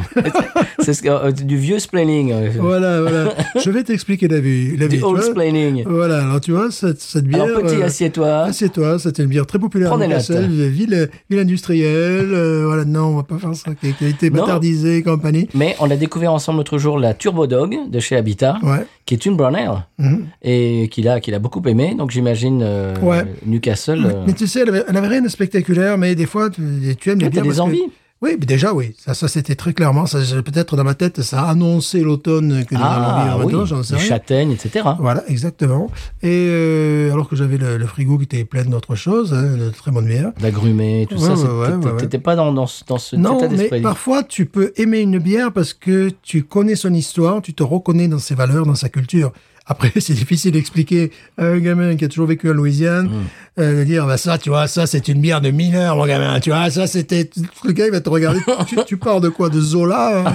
[SPEAKER 2] C'est ce que- euh, du vieux splaining. euh,
[SPEAKER 1] voilà, voilà. Je vais t'expliquer la vie. La vie
[SPEAKER 2] du
[SPEAKER 1] tu
[SPEAKER 2] old
[SPEAKER 1] vois.
[SPEAKER 2] splaining.
[SPEAKER 1] Voilà, alors tu vois, cette, cette bière.
[SPEAKER 2] Alors, petit,
[SPEAKER 1] euh,
[SPEAKER 2] assieds-toi.
[SPEAKER 1] Assieds-toi, c'était une bière très populaire à
[SPEAKER 2] Prenez-la,
[SPEAKER 1] Newcastle, ville, ville industrielle. euh, voilà, non, on va pas faire ça, qui qui a été
[SPEAKER 2] Non.
[SPEAKER 1] bâtardisée et compagnie.
[SPEAKER 2] Mais on a découvert ensemble l'autre jour la Turbo Dog de chez Habitat,
[SPEAKER 1] Ouais.
[SPEAKER 2] qui est une brown ale
[SPEAKER 1] Mhm.
[SPEAKER 2] et qu'il a, qu'il a beaucoup aimé. Donc j'imagine euh,
[SPEAKER 1] Ouais.
[SPEAKER 2] Newcastle. euh,
[SPEAKER 1] Mais tu sais, elle avait, elle avait rien de spectaculaire, mais des fois, tu, tu aimes les
[SPEAKER 2] Ouais, t'as
[SPEAKER 1] bières.
[SPEAKER 2] des
[SPEAKER 1] parce que-
[SPEAKER 2] envies.
[SPEAKER 1] Oui, mais déjà, oui. Ça, ça c'était très clairement. Ça, je- Peut-être dans ma tête, ça a annoncé l'automne que nous
[SPEAKER 2] Ah
[SPEAKER 1] allons vivre.
[SPEAKER 2] oui,
[SPEAKER 1] maintenant, j'en sais
[SPEAKER 2] du
[SPEAKER 1] rien.
[SPEAKER 2] châtaigne, etc.
[SPEAKER 1] Voilà, exactement. Et euh, alors que j'avais le, le frigo qui était plein d'autres choses, hein, de très bonnes bières.
[SPEAKER 2] D'agrumé, tout
[SPEAKER 1] Ouais,
[SPEAKER 2] ça.
[SPEAKER 1] ouais,
[SPEAKER 2] c'est-
[SPEAKER 1] ouais,
[SPEAKER 2] t'étais-
[SPEAKER 1] ouais, ouais.
[SPEAKER 2] T'étais pas dans, dans ce, dans ce
[SPEAKER 1] Non,
[SPEAKER 2] état
[SPEAKER 1] mais
[SPEAKER 2] d'esprit.
[SPEAKER 1] parfois tu peux aimer une bière parce que tu connais son histoire, tu te reconnais dans ses valeurs, dans sa culture. Après, [LAUGHS] c'est difficile d'expliquer à un gamin qui a toujours vécu en Louisiane
[SPEAKER 2] Hmm.
[SPEAKER 1] euh, de dire bah ça, tu vois, ça c'est une bière de mineur, mon gamin. Tu vois, ça c'était le gars il va te
[SPEAKER 2] [LAUGHS]
[SPEAKER 1] regarder. tu, tu parles de quoi, de Zola hein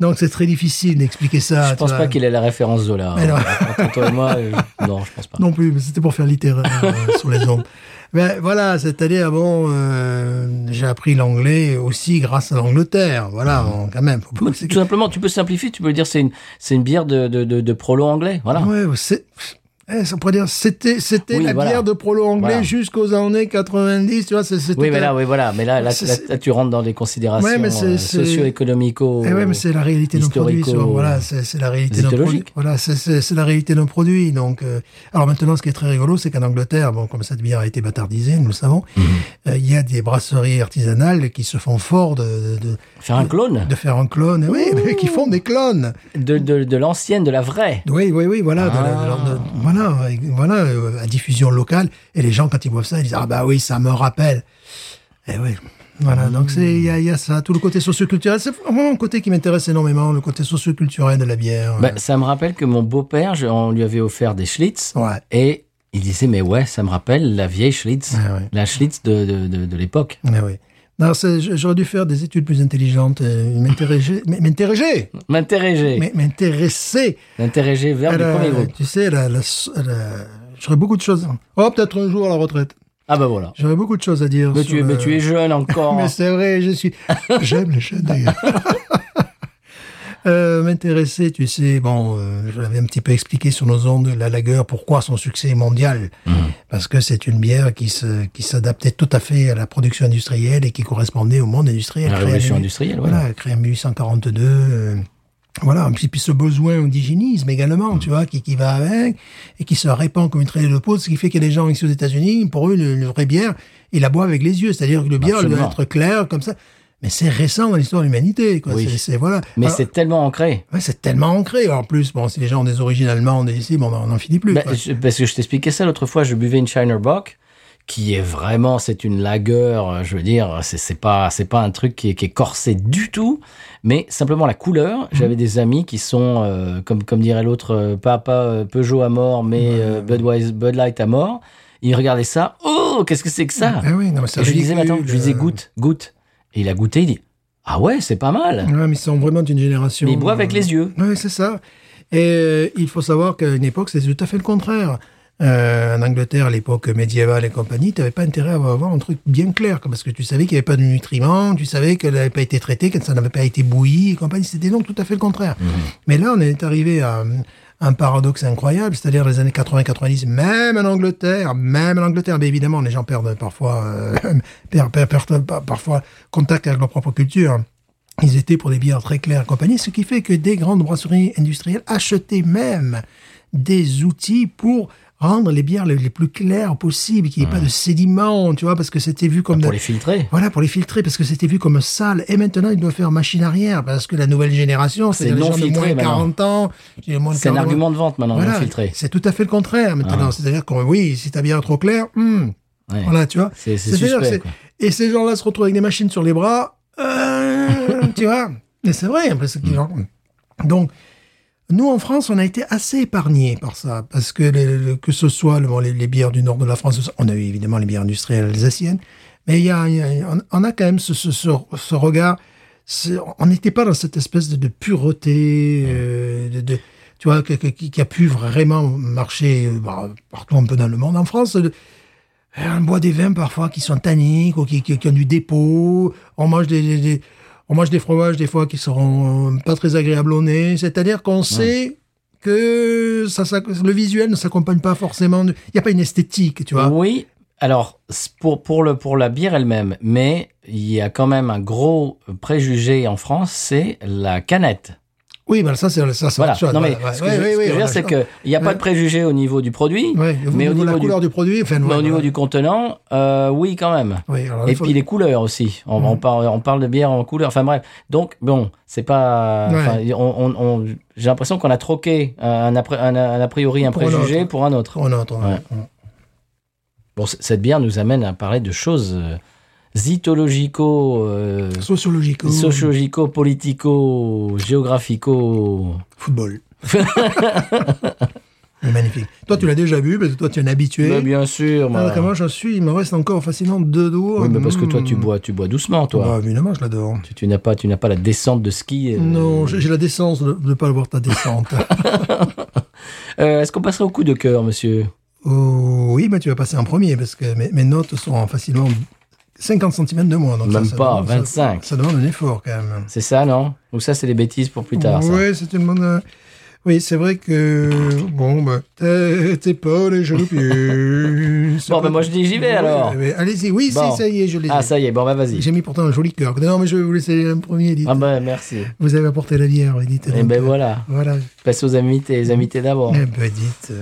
[SPEAKER 1] Donc c'est très difficile d'expliquer ça.
[SPEAKER 2] Je pense pas qu'il ait la référence Zola. hein.
[SPEAKER 1] Mais non.
[SPEAKER 2] Entre toi et moi,
[SPEAKER 1] [LAUGHS]
[SPEAKER 2] euh, non, je pense pas.
[SPEAKER 1] non plus, mais c'était pour faire littéraire
[SPEAKER 2] [LAUGHS]
[SPEAKER 1] euh, sur les ondes. Ben voilà, c'est-à-dire bon, euh, j'ai appris l'anglais aussi grâce à l'Angleterre. Voilà, bon, quand même. Faut pas-
[SPEAKER 2] Tout tout simplement, Hmm. tu peux simplifier, tu peux dire c'est une, c'est une bière de, de, de, de prolo anglais. Voilà.
[SPEAKER 1] Ouais, ouais, c'est. eh, ça pourrait dire, c'était, c'était
[SPEAKER 2] Ah. Oui,
[SPEAKER 1] la
[SPEAKER 2] voilà.
[SPEAKER 1] bière de prolo anglais
[SPEAKER 2] Voilà.
[SPEAKER 1] jusqu'aux années 90, tu vois, c'est- c'était.
[SPEAKER 2] Oui, mais là, oui, voilà. Mais là, là,
[SPEAKER 1] C'est-
[SPEAKER 2] là,
[SPEAKER 1] c'est-
[SPEAKER 2] là, tu rentres dans des considérations
[SPEAKER 1] Ouais, mais c'est-
[SPEAKER 2] euh,
[SPEAKER 1] c'est-
[SPEAKER 2] socio-économico. euh,
[SPEAKER 1] Eh ouais, mais c'est la réalité d'un produit,
[SPEAKER 2] historico-
[SPEAKER 1] ça, voilà, c'est, c'est la réalité d'un produit.
[SPEAKER 2] Zytologique.
[SPEAKER 1] Voilà, c'est, c'est, c'est la réalité d'un produit. Donc, euh, alors maintenant, ce qui est très rigolo, c'est qu'en Angleterre, bon, comme cette bière a été bâtardisée, nous le savons,
[SPEAKER 2] Mhm.
[SPEAKER 1] euh, il y a des brasseries artisanales qui se font fort de, de,
[SPEAKER 2] Faire un clone
[SPEAKER 1] de faire un clone. Eh Oui, mais qui font des clones.
[SPEAKER 2] de, de, de l'ancienne, de la vraie.
[SPEAKER 1] Oui, oui, oui, voilà, de la- de la-
[SPEAKER 2] Ah.
[SPEAKER 1] de- voilà, euh, voilà, euh, à diffusion locale. Et les gens, quand ils voient ça, ils disent ah bah oui, ça me rappelle. Et oui, voilà. Donc c'est il y a, il y a ça, tout le côté socioculturel. C'est vraiment un côté qui m'intéresse énormément, le côté socioculturel de la bière.
[SPEAKER 2] Bah, ça me rappelle que mon beau-père, je- on lui avait offert des Schlitz.
[SPEAKER 1] ouais.
[SPEAKER 2] Et il disait, mais ouais, ça me rappelle la vieille Schlitz.
[SPEAKER 1] Ah ouais.
[SPEAKER 2] La Schlitz de, de, de, de l'époque.
[SPEAKER 1] Ah oui. Non, c'est- j- j'aurais dû faire des études plus intelligentes, euh, m'interroger, m- m'interroger,
[SPEAKER 2] M'interroger.
[SPEAKER 1] m- m'intéresser.
[SPEAKER 2] M'interroger vers
[SPEAKER 1] à
[SPEAKER 2] le
[SPEAKER 1] la-
[SPEAKER 2] premier groupe.
[SPEAKER 1] Tu sais, la, la, so- la- j'aurais beaucoup de choses. Oh, peut-être un jour à la retraite.
[SPEAKER 2] Ah bah voilà.
[SPEAKER 1] J'aurais beaucoup de choses à dire.
[SPEAKER 2] Mais
[SPEAKER 1] sur
[SPEAKER 2] tu, mais
[SPEAKER 1] le-
[SPEAKER 2] tu es jeune
[SPEAKER 1] [LAUGHS]
[SPEAKER 2] encore.
[SPEAKER 1] Mais c'est vrai, je suis. J'aime les chaînes d'ailleurs. [LAUGHS] Euh, m'intéresser, tu sais, bon, euh, je l'avais un petit peu expliqué sur nos ondes, la lagueur, pourquoi son succès est mondial.
[SPEAKER 2] Mmh.
[SPEAKER 1] Parce que c'est une bière qui se, qui s'adaptait tout à fait à la production industrielle et qui correspondait au monde industriel.
[SPEAKER 2] La
[SPEAKER 1] Créée en
[SPEAKER 2] révolution
[SPEAKER 1] 18
[SPEAKER 2] industrielle, voilà.
[SPEAKER 1] Voilà, créée en 1842. euh, voilà, puis, puis ce besoin d'indigénisme
[SPEAKER 2] Mm.
[SPEAKER 1] également, tu vois, qui, qui va avec, et qui se répand comme une traînée de poudre, ce qui fait qu'il y a des gens ici aux États-Unis, pour eux, le- une vraie bière, ils la boivent avec les yeux, c'est-à-dire que le bière elle doit
[SPEAKER 2] Absolument.
[SPEAKER 1] être clair, comme ça. Mais c'est récent dans l'histoire de l'humanité, quoi.
[SPEAKER 2] Oui.
[SPEAKER 1] C'est, c'est- voilà.
[SPEAKER 2] Mais
[SPEAKER 1] Alors,
[SPEAKER 2] c'est tellement ancré.
[SPEAKER 1] ouais, c'est tellement ancré. En plus, bon, si les gens ont des origines allemandes et ici, bon, ben, on n'en finit plus.
[SPEAKER 2] Bah,
[SPEAKER 1] quoi.
[SPEAKER 2] je- parce que je t'expliquais ça l'autre fois, je buvais une Shiner Bock qui est vraiment, c'est une lagueur, euh, je veux dire, c'est- c'est pas, c'est pas un truc qui est, qui est corsé du tout, mais simplement la
[SPEAKER 1] Mhm.
[SPEAKER 2] couleur. J'avais des amis qui sont, euh, comme, comme dirait l'autre, euh, pas, pas euh, Peugeot à mort, mais euh, Budweiser, Bud Light à mort. Ils regardaient ça, oh, qu'est-ce que c'est
[SPEAKER 1] [LAUGHS]
[SPEAKER 2] que ça
[SPEAKER 1] Eh oui, non, mais c'est
[SPEAKER 2] Et Je lui disais, mais
[SPEAKER 1] ridicule,
[SPEAKER 2] attends, je lui disais,
[SPEAKER 1] euh.
[SPEAKER 2] goûte, goûte. Et il a goûté, il dit, ah ouais, c'est pas mal.
[SPEAKER 1] Ouais, mais ils sont vraiment d'une génération.
[SPEAKER 2] Mais il boit avec les yeux.
[SPEAKER 1] Oui, c'est ça. Et euh, il faut savoir qu'à une époque, c'était tout à fait le contraire. Euh, en Angleterre, à l'époque médiévale et compagnie, tu n'avais pas intérêt à avoir un truc bien clair, quoi, parce que tu savais qu'il n'y avait pas de nutriments, tu savais qu'elle n'avait pas été traitée, que ça n'avait pas été bouilli et compagnie. C'était donc tout à fait le contraire. Mais là, on est arrivé à euh, un paradoxe incroyable, c'est-à-dire les années 80-90, même en Angleterre, même en Angleterre, mais évidemment, [LAUGHS] les gens perdent parfois, euh, perdent- perdent- perdent parfois contact avec leur propre culture. Ils étaient pour des bières très claires et compagnie, ce qui fait que des grandes brasseries industrielles achetaient même des outils pour rendre les bières les, les plus claires possibles, qu'il n'y ait pas de sédiments, tu vois, parce que c'était vu comme...
[SPEAKER 2] Mmh. Pour
[SPEAKER 1] de-
[SPEAKER 2] les filtrer.
[SPEAKER 1] Voilà, pour les filtrer, parce que c'était vu comme sale. Et maintenant, ils doivent faire machine arrière, parce que la nouvelle génération,
[SPEAKER 2] C'est
[SPEAKER 1] c'est les
[SPEAKER 2] non
[SPEAKER 1] gens de
[SPEAKER 2] filtré,
[SPEAKER 1] moins de 40 ans. j'ai moins de
[SPEAKER 2] C'est un
[SPEAKER 1] 40 ans.
[SPEAKER 2] argument Ah. de vente maintenant,
[SPEAKER 1] Voilà,
[SPEAKER 2] le filtrer.
[SPEAKER 1] C'est tout à fait le contraire maintenant. C'est-à-dire que oui, si ta bière est trop claire, hmm,
[SPEAKER 2] Ouais.
[SPEAKER 1] voilà, tu vois.
[SPEAKER 2] C'est- c'est
[SPEAKER 1] C'est-à-dire
[SPEAKER 2] suspect,
[SPEAKER 1] que
[SPEAKER 2] quoi.
[SPEAKER 1] c'est- Et ces gens-là se retrouvent avec des machines sur les bras,
[SPEAKER 2] [LAUGHS]
[SPEAKER 1] euh, tu vois. Et c'est vrai, parce
[SPEAKER 2] Mm.
[SPEAKER 1] que genre, donc. Nous, en France, on a été assez épargnés par ça, parce que le- le- que ce soit le- bon, les, les bières du nord de la France, on a eu évidemment les bières industrielles alsaciennes, mais il y a, il y a- on, on a quand même ce, ce, ce- ce regard, ce- on n'était pas dans cette espèce de, de pureté, euh, de, de- tu vois, que- que- qui, qui a pu vraiment marcher euh, bah, partout un peu dans le monde. En France, le- Euh, on boit des vins parfois qui sont tanniques ou qui, qui- qui ont du dépôt. On mange des, des- des- on mange des fromages des fois qui seront euh, pas très agréables au nez. C'est-à-dire qu'on sait que ça, ça- le visuel ne s'accompagne pas forcément. de- Il n'y a pas une esthétique, tu vois.
[SPEAKER 2] Oui, alors c'est pour, pour, le, pour la bière elle-même, mais il y a quand même un gros préjugé en France, c'est la canette.
[SPEAKER 1] Oui, ben ça, c'est ça. c'est
[SPEAKER 2] Voilà.
[SPEAKER 1] autre chose.
[SPEAKER 2] Non mais
[SPEAKER 1] Voilà,
[SPEAKER 2] ce que
[SPEAKER 1] ouais,
[SPEAKER 2] je,
[SPEAKER 1] ouais,
[SPEAKER 2] ce que
[SPEAKER 1] ouais,
[SPEAKER 2] je
[SPEAKER 1] on
[SPEAKER 2] veux
[SPEAKER 1] a-
[SPEAKER 2] dire, c'est qu'il n'y a pas de préjugé au niveau du produit,
[SPEAKER 1] Ouais,
[SPEAKER 2] mais au
[SPEAKER 1] niveau, de la
[SPEAKER 2] niveau du,
[SPEAKER 1] couleur du produit, enfin,
[SPEAKER 2] mais
[SPEAKER 1] ouais,
[SPEAKER 2] au niveau
[SPEAKER 1] voilà.
[SPEAKER 2] du contenant, euh, oui quand même.
[SPEAKER 1] Oui, alors,
[SPEAKER 2] Et
[SPEAKER 1] il faut- Mhm.
[SPEAKER 2] puis les couleurs aussi. On, on parle, on parle de bière en couleur. Enfin bref. Donc bon, c'est pas.
[SPEAKER 1] Ouais.
[SPEAKER 2] enfin, on- on- on- J'ai l'impression qu'on a troqué un, appré- un- un a priori, un
[SPEAKER 1] Pour un
[SPEAKER 2] préjugé
[SPEAKER 1] autre.
[SPEAKER 2] pour un autre.
[SPEAKER 1] on entend.
[SPEAKER 2] Ouais. Bon, c- cette bière nous amène à parler de choses euh, zytologico, euh,
[SPEAKER 1] Sociologico.
[SPEAKER 2] sociologico, politico, géographico. [LAUGHS]
[SPEAKER 1] Football. Mais magnifique. Toi, tu l'as déjà vu, parce que toi, tu es un habitué.
[SPEAKER 2] Mais bien sûr, moi.
[SPEAKER 1] Alors que moi, Ah, je suis, il me reste encore facilement deux doigts.
[SPEAKER 2] Oui, mais parce que toi, tu
[SPEAKER 1] Mm.
[SPEAKER 2] bois, tu bois doucement, toi.
[SPEAKER 1] Bah, évidemment, je l'adore.
[SPEAKER 2] Tu, tu n'as pas, tu n'as pas la descente de ski. euh.
[SPEAKER 1] Non, j'ai j'ai la décence de ne pas avoir ta
[SPEAKER 2] [LAUGHS]
[SPEAKER 1] descente.
[SPEAKER 2] Euh, Est-ce qu'on passerait au coup de cœur, monsieur
[SPEAKER 1] Oh, oui, mais tu vas passer en premier parce que mes, mes notes sont facilement 50 cm de moins. Donc
[SPEAKER 2] Même
[SPEAKER 1] Ah, ça, ça
[SPEAKER 2] pas,
[SPEAKER 1] demande- ça-
[SPEAKER 2] 25.
[SPEAKER 1] Ça, demande un effort quand même.
[SPEAKER 2] C'est ça, non Ou ça, c'est les bêtises pour plus tard. ça.
[SPEAKER 1] oui, c'est une bonne. euh, Oui, c'est vrai que. Bon, ben, t'es t'es pas les genoux pieds. C'est
[SPEAKER 2] [LAUGHS] Bon,
[SPEAKER 1] pas-
[SPEAKER 2] ben, moi, je dis, j'y vais,
[SPEAKER 1] Oui,
[SPEAKER 2] alors.
[SPEAKER 1] mais Allez-y, oui,
[SPEAKER 2] Bon.
[SPEAKER 1] si, ça y est, je l'ai.
[SPEAKER 2] Ah, ça y est. Bon, bah vas-y.
[SPEAKER 1] J'ai mis pourtant un joli cœur. Non, mais je vais vous laisser un premier. dites.
[SPEAKER 2] Ah ben merci.
[SPEAKER 1] Vous avez apporté la bière, vous dites.
[SPEAKER 2] Et
[SPEAKER 1] donc,
[SPEAKER 2] ben
[SPEAKER 1] euh,
[SPEAKER 2] voilà.
[SPEAKER 1] Voilà.
[SPEAKER 2] Passe aux invités, les invités d'abord.
[SPEAKER 1] Eh ben, dites. euh,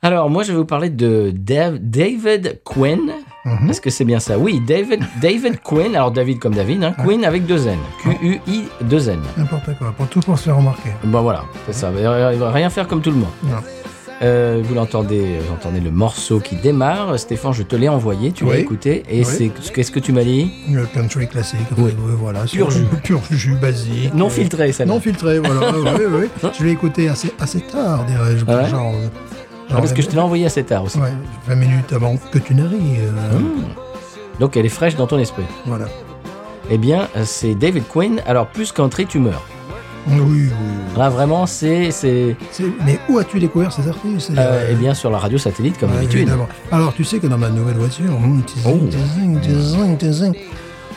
[SPEAKER 2] Alors, moi, je vais vous parler de Dav- David Quinn.
[SPEAKER 1] Mhm.
[SPEAKER 2] Est-ce que c'est bien ça Oui, David,
[SPEAKER 1] [LAUGHS]
[SPEAKER 2] David Quinn. Alors, David comme David, hein, Quinn avec deux N. Q-U-I deux N.
[SPEAKER 1] N'importe quoi, pour tout pour se faire remarquer.
[SPEAKER 2] Bon, voilà, c'est ça. Il va il va rien faire comme tout le monde.
[SPEAKER 1] Non.
[SPEAKER 2] Euh, vous l'entendez, vous entendez le morceau qui démarre. Stéphane, je te l'ai envoyé, tu l'as
[SPEAKER 1] Oui.
[SPEAKER 2] écouté. Et
[SPEAKER 1] Oui.
[SPEAKER 2] c'est qu'est-ce que tu m'as dit
[SPEAKER 1] Le country classique,
[SPEAKER 2] Oui.
[SPEAKER 1] oui, voilà. c'est-
[SPEAKER 2] Pur jus.
[SPEAKER 1] Pur jus basique.
[SPEAKER 2] Non
[SPEAKER 1] Euh,
[SPEAKER 2] filtré, ça.
[SPEAKER 1] Non filtré,
[SPEAKER 2] [LAUGHS]
[SPEAKER 1] voilà. Ah, oui, oui, oui. Je l'ai écouté assez, assez tard, dirais-je.
[SPEAKER 2] Ah ouais
[SPEAKER 1] genre, euh, genre
[SPEAKER 2] Ah, parce que je te l'ai envoyé assez tard aussi.
[SPEAKER 1] ouais, 20 minutes avant que tu n'arrives. euh,
[SPEAKER 2] Donc elle est fraîche dans ton esprit.
[SPEAKER 1] Voilà.
[SPEAKER 2] Eh bien, euh, c'est David Quinn. Alors, plus country, tu meurs.
[SPEAKER 1] Oui, oui. oui.
[SPEAKER 2] Là, vraiment, c'est. c'est
[SPEAKER 1] C'est- Mais où as-tu découvert ces artistes
[SPEAKER 2] euh, eh bien, sur la radio satellite, comme
[SPEAKER 1] Ouais,
[SPEAKER 2] d'habitude.
[SPEAKER 1] évidemment. Alors, tu sais que dans ma nouvelle voiture, hum, tizing,
[SPEAKER 2] Oh.
[SPEAKER 1] tizing, tizing, tizing.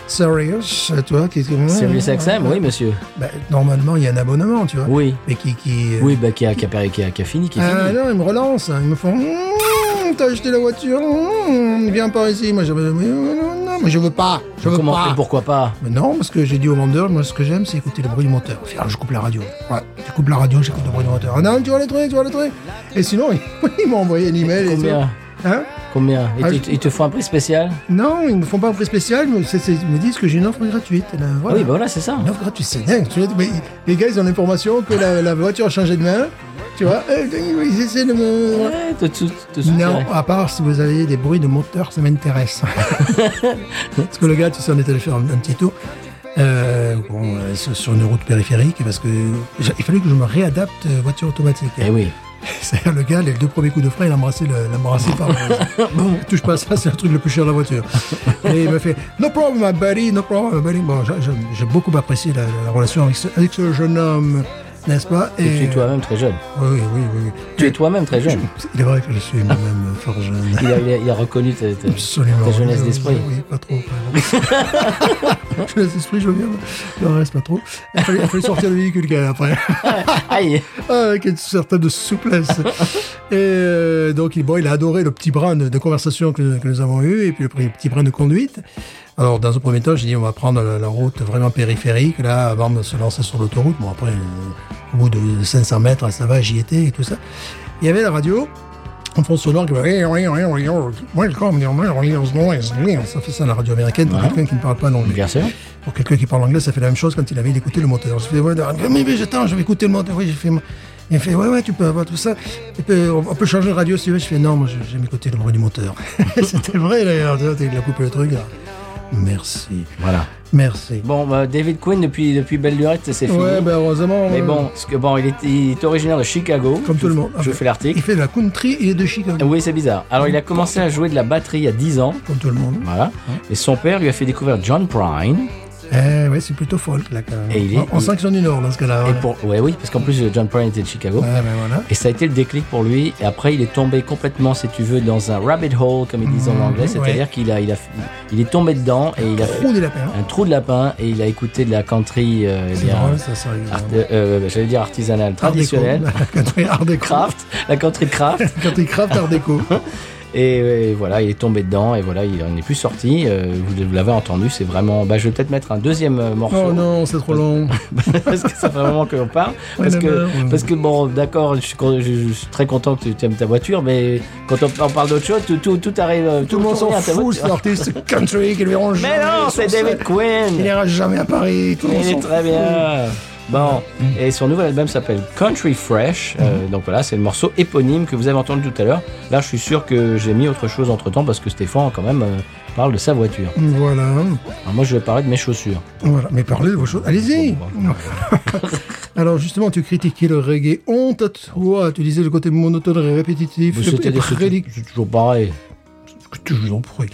[SPEAKER 1] Serious, tu vois, qui
[SPEAKER 2] Sirius XM, oui, monsieur.
[SPEAKER 1] Bah, normalement, il y a un abonnement, tu vois.
[SPEAKER 2] Oui.
[SPEAKER 1] Mais qui. qui euh,
[SPEAKER 2] Oui, bah, qui a, qui a- qui a- qui a fini, qui est
[SPEAKER 1] Ah
[SPEAKER 2] fini.
[SPEAKER 1] non, ils me relancent. hein. Ils me font. Mmh, T'as acheté la voiture. Mmh, viens par ici. Moi, je veux. mais euh, Non, non, mais je veux pas. Je veux
[SPEAKER 2] Comment
[SPEAKER 1] pas.
[SPEAKER 2] et pourquoi pas
[SPEAKER 1] Mais non, parce que j'ai dit au vendeur, moi, ce que j'aime, c'est écouter le bruit du moteur. Enfin, je coupe la radio. Ouais, je coupe la radio, j'écoute le bruit du moteur. Ah non, tu vois les trucs, tu vois les trucs. Et sinon, [LAUGHS] ils m'ont envoyé un email. et
[SPEAKER 2] Combien
[SPEAKER 1] tout. Hein
[SPEAKER 2] Combien
[SPEAKER 1] Ah,
[SPEAKER 2] Et
[SPEAKER 1] je-
[SPEAKER 2] tu- Ils te font un prix spécial Ah
[SPEAKER 1] Non, ils me font pas un prix spécial, mais c'est- c'est- ils me disent que j'ai une offre gratuite. Là,
[SPEAKER 2] Ah
[SPEAKER 1] voilà.
[SPEAKER 2] Oui, bah voilà, c'est ça.
[SPEAKER 1] Une offre gratuite, c'est dingue. tu vois, mais les gars, ils ont l'information que la, la voiture a changé de main. Tu vois, Euh, ils essaient de me.
[SPEAKER 2] Ouais, te- te- te soutirer.
[SPEAKER 1] Non, à part si vous avez des bruits de moteur, ça m'intéresse. parce que le gars, tu sais, on était allé faire un, un petit tour euh, bon, euh, sur sur une route périphérique, parce que j'a- il fallait que je me réadapte euh, voiture automatique.
[SPEAKER 2] Eh oui.
[SPEAKER 1] [LAUGHS] C'est-à-dire, le gars, les deux premiers coups de frein, il a embrassé le- il a embrassé par
[SPEAKER 2] [LAUGHS]
[SPEAKER 1] Bon, touche pas à ça, c'est le truc le plus cher de la voiture. Et il me fait No problem, my buddy, no problem, my buddy. Bon, j'a- j'a- j'ai beaucoup apprécié la, la relation avec ce, avec ce jeune homme, n'est-ce pas
[SPEAKER 2] Et tu es toi-même très jeune.
[SPEAKER 1] Oui, oui, oui. oui.
[SPEAKER 2] Tu es toi-même
[SPEAKER 1] [LAUGHS]
[SPEAKER 2] très jeune.
[SPEAKER 1] Il est vrai que je suis moi-même fort
[SPEAKER 2] [LAUGHS]
[SPEAKER 1] jeune.
[SPEAKER 2] Il a, il a- il a reconnu ta, ta-
[SPEAKER 1] Absolument.
[SPEAKER 2] ta jeunesse
[SPEAKER 1] Oui,
[SPEAKER 2] d'esprit.
[SPEAKER 1] Oui, pas trop. pardon. [LAUGHS] jeunesse d'esprit, je veux bien. Le reste, pas trop. Il fallait, il fallait sortir le véhicule quand même après.
[SPEAKER 2] [LAUGHS] Aïe
[SPEAKER 1] Avec une certaine souplesse. Et euh, donc, il, bon, il a adoré le petit brin de, de conversation que, que nous avons eu et puis le petit brin de conduite. Alors, dans un premier temps, j'ai dit, on va prendre la, la route vraiment périphérique, là, avant de se lancer sur l'autoroute. Bon, après, euh, au bout de 500 mètres, ça va, j'y étais et tout ça. Il y avait la radio, en fond sonore, qui va... Ça fait ça, la radio américaine, pour
[SPEAKER 2] Ouais.
[SPEAKER 1] quelqu'un qui ne parle pas l'anglais.
[SPEAKER 2] Bien sûr.
[SPEAKER 1] Pour quelqu'un qui parle anglais, ça fait la même chose quand il avait écouté le moteur. Je fais, ouais, mais, mais attends, je vais écouter le moteur. Oui, j'ai fait, il me fait, ouais, ouais, tu peux avoir tout ça. Tu peux- on on peut changer de radio si tu veux. Je fais, non, moi, je- j'aime écouter le bruit du moteur. C'était vrai, d'ailleurs. tu vois, Il a coupé le truc. là. Merci.
[SPEAKER 2] Voilà.
[SPEAKER 1] Merci.
[SPEAKER 2] Bon, bah, David Quinn, depuis, depuis Belle Lurette, c'est fini.
[SPEAKER 1] Ouais, ben, heureusement.
[SPEAKER 2] Mais
[SPEAKER 1] euh,
[SPEAKER 2] bon, parce que, bon il, est, il est originaire de Chicago.
[SPEAKER 1] Comme tout le monde.
[SPEAKER 2] Je fais l'article.
[SPEAKER 1] Il fait de la country et de Chicago.
[SPEAKER 2] Oui, c'est bizarre. Alors, il a commencé à jouer de la batterie à 10 ans.
[SPEAKER 1] Comme tout le monde.
[SPEAKER 2] Voilà. Et son père lui a fait découvrir John Prine.
[SPEAKER 1] Eh, ouais, c'est plutôt folk, là, quand même.
[SPEAKER 2] Et il est-
[SPEAKER 1] on, on
[SPEAKER 2] il-
[SPEAKER 1] sent qu'ils sont du Nord, dans ce cas-là.
[SPEAKER 2] Et
[SPEAKER 1] voilà.
[SPEAKER 2] pour, ouais, oui, parce qu'en plus, euh, John Prine était de Chicago.
[SPEAKER 1] Ouais, ben, voilà.
[SPEAKER 2] Et ça a été le déclic pour lui. Et après, il est tombé complètement, si tu veux, dans un rabbit hole, comme ils disent
[SPEAKER 1] Mmh,
[SPEAKER 2] en anglais. C'est-à-dire qu'il a, il a, il est tombé dedans et il a fait
[SPEAKER 1] Trou des lapins.
[SPEAKER 2] un trou de lapin et il a écouté de la country, euh, eh
[SPEAKER 1] C'est
[SPEAKER 2] bien,
[SPEAKER 1] drôle, ça, sérieux.
[SPEAKER 2] art- euh, euh, j'allais dire artisanale, traditionnelle.
[SPEAKER 1] Country art déco.
[SPEAKER 2] Craft, la country craft.
[SPEAKER 1] [LAUGHS] Country craft art déco.
[SPEAKER 2] Et, euh, voilà, il est tombé dedans et voilà, il en est plus sorti. Euh, vous vous l'avez entendu, c'est vraiment. Bah, je vais peut-être mettre un deuxième euh, morceau.
[SPEAKER 1] Oh non, c'est trop long.
[SPEAKER 2] parce que ça fait un moment que l'on parle.
[SPEAKER 1] Ouais,
[SPEAKER 2] Parce
[SPEAKER 1] la
[SPEAKER 2] que,
[SPEAKER 1] merde.
[SPEAKER 2] parce que bon, d'accord, je, suis con- je- je suis très content que tu aimes ta voiture, mais quand on, on parle d'autre chose, tout, tout, [LAUGHS] tout arrive. euh,
[SPEAKER 1] Tout le monde s'en
[SPEAKER 2] revient à ta
[SPEAKER 1] fout,
[SPEAKER 2] voiture.
[SPEAKER 1] cet artiste [LAUGHS] country qui lui rend
[SPEAKER 2] Mais non, c'est David
[SPEAKER 1] Il
[SPEAKER 2] Quinn.
[SPEAKER 1] n'ira jamais à Paris. Tout le monde
[SPEAKER 2] Il
[SPEAKER 1] s'en
[SPEAKER 2] est très
[SPEAKER 1] fout. Mm.
[SPEAKER 2] bien. Bon, et son nouvel album s'appelle Country Fresh. Euh, donc voilà, c'est le morceau éponyme que vous avez entendu tout à l'heure. Là, je suis sûr que j'ai mis autre chose entre temps parce que Stéphane, quand même, euh, parle de sa voiture.
[SPEAKER 1] Voilà.
[SPEAKER 2] Alors, moi, je vais parler de mes chaussures.
[SPEAKER 1] voilà. Mais parlez de vos choses. Allez-y. Alors justement, tu critiquais le reggae. Honte à toi. Tu disais le côté monotone et répétitif.
[SPEAKER 2] Mais
[SPEAKER 1] et
[SPEAKER 2] c'était des-
[SPEAKER 1] prédic-
[SPEAKER 2] c'est toujours pareil.
[SPEAKER 1] Je vous en prie.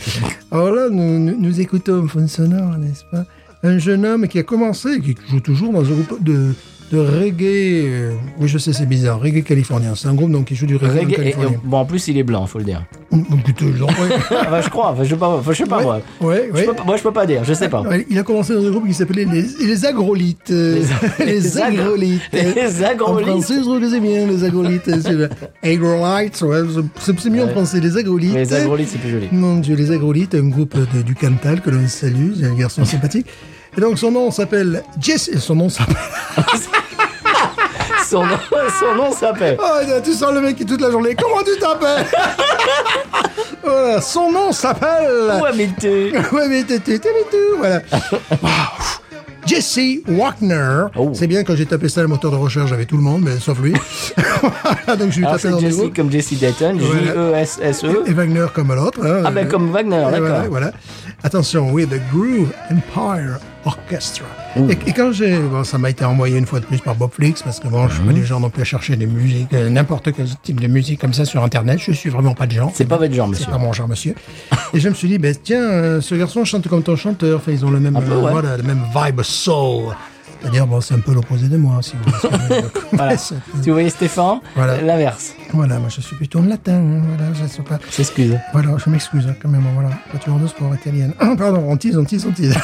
[SPEAKER 1] Alors là, nous, nous- nous écoutons en fond sonore, n'est-ce pas Un jeune homme qui a commencé, qui joue toujours dans un groupe de, de reggae. euh, oui, je sais, c'est bizarre. Reggae californien. C'est un groupe donc, qui joue du reggae,
[SPEAKER 2] Reggae, et- et-
[SPEAKER 1] californien.
[SPEAKER 2] bon, en plus, il est blanc, faut le dire.
[SPEAKER 1] Écoutez, je vous en
[SPEAKER 2] [LAUGHS]
[SPEAKER 1] prie.
[SPEAKER 2] Enfin, Ah bah, je crois, enfin, je sais pas, enfin, je sais pas
[SPEAKER 1] Ouais,
[SPEAKER 2] moi.
[SPEAKER 1] ouais,
[SPEAKER 2] Je
[SPEAKER 1] ouais.
[SPEAKER 2] peux pas- moi, je peux pas dire, je sais pas.
[SPEAKER 1] Ouais, Il a commencé dans un groupe qui s'appelait les, les Agrolites. euh, [LAUGHS]
[SPEAKER 2] Les-
[SPEAKER 1] Les,
[SPEAKER 2] les agro-
[SPEAKER 1] Agrolites.
[SPEAKER 2] [LAUGHS] Les
[SPEAKER 1] En
[SPEAKER 2] agrolites.
[SPEAKER 1] français, je trouve que c'est bien, les Agrolites. celui-là. Agrolites, ouais, c'est c'est mieux
[SPEAKER 2] Ouais.
[SPEAKER 1] en français, les Agrolites.
[SPEAKER 2] Les agrolites, c'est plus joli.
[SPEAKER 1] Mon Dieu, les Agrolites, un groupe de- du Cantal que l'on salue, c'est un
[SPEAKER 2] [LAUGHS]
[SPEAKER 1] garçon sympathique. Et donc son nom s'appelle Jesse. Son nom s'appelle. [LAUGHS]
[SPEAKER 2] Son nom, son nom s'appelle.
[SPEAKER 1] Oh, tu sens le mec qui toute la journée. Comment tu t'appelles [LAUGHS] Voilà, son nom s'appelle.
[SPEAKER 2] Ouais, mais
[SPEAKER 1] [LAUGHS]
[SPEAKER 2] t'es-
[SPEAKER 1] Ouais, mais t'es- t'es- t'es- mais tout,
[SPEAKER 2] [LAUGHS]
[SPEAKER 1] voilà. Waouh. Jesse Wagner.
[SPEAKER 2] Oh.
[SPEAKER 1] C'est bien quand j'ai tapé ça, le moteur de recherche, j'avais tout le monde, mais sauf lui. [LAUGHS] Voilà, donc je lui tapé
[SPEAKER 2] Alors, Ah, c'est
[SPEAKER 1] dans le
[SPEAKER 2] Jesse
[SPEAKER 1] groupe.
[SPEAKER 2] comme Jesse Dayton, E
[SPEAKER 1] Voilà.
[SPEAKER 2] J-E-S-S-E.
[SPEAKER 1] Et Wagner comme l'autre. hein.
[SPEAKER 2] Ah, ben, comme Wagner,
[SPEAKER 1] Et
[SPEAKER 2] d'accord.
[SPEAKER 1] Voilà, voilà. Attention, oui, The Groove Empire Orchestra. Et, et quand j'ai. Bon, ça m'a été envoyé une fois de plus par Bob Flix, parce que bon, je suis
[SPEAKER 2] Mmh.
[SPEAKER 1] pas des gens non plus à chercher des musiques, euh, n'importe quel type de musique comme ça sur Internet. Je suis vraiment pas de genre.
[SPEAKER 2] C'est pas votre genre, monsieur.
[SPEAKER 1] C'est pas mon genre, monsieur. Et je me suis dit, ben, tiens, euh, ce garçon chante comme ton chanteur. Enfin, ils ont le même,
[SPEAKER 2] peu,
[SPEAKER 1] euh,
[SPEAKER 2] ouais.
[SPEAKER 1] voilà, le même vibe soul. C'est-à-dire, bon, c'est un peu l'opposé de moi, si vous voulez. ce
[SPEAKER 2] [LAUGHS]
[SPEAKER 1] que je [LAUGHS]
[SPEAKER 2] Voilà.
[SPEAKER 1] connaisse.
[SPEAKER 2] Tu voyais Stéphane
[SPEAKER 1] Voilà.
[SPEAKER 2] L'inverse.
[SPEAKER 1] voilà, moi, je suis plutôt en latin. hein, Voilà, je sais pas.
[SPEAKER 2] S'excuse.
[SPEAKER 1] Voilà, je m'excuse hein, quand même. Voilà, voiture de sport italienne. [COUGHS] Ah, Pardon, on tease, on tease, on
[SPEAKER 2] [LAUGHS]
[SPEAKER 1] tease.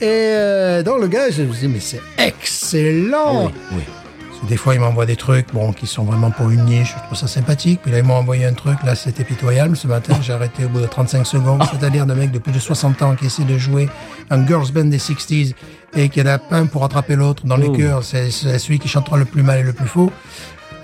[SPEAKER 1] Et euh, dans le gars, je me dis, mais c'est excellent!
[SPEAKER 2] Oui, oui.
[SPEAKER 1] Parce que Des fois, il m'envoie des trucs, bon, qui sont vraiment pour une niche. Je trouve ça sympathique. Puis là, il m'a envoyé un truc. Là, c'était pitoyable. Ce matin, j'ai arrêté au bout de 35 secondes. C'est-à-dire d'un mec de plus de 60 ans qui essaie de jouer un girls band des 60s et qui en a un pour attraper l'autre dans les
[SPEAKER 2] Ouh.
[SPEAKER 1] chœurs. C'est c'est celui qui chantera le plus mal et le plus faux.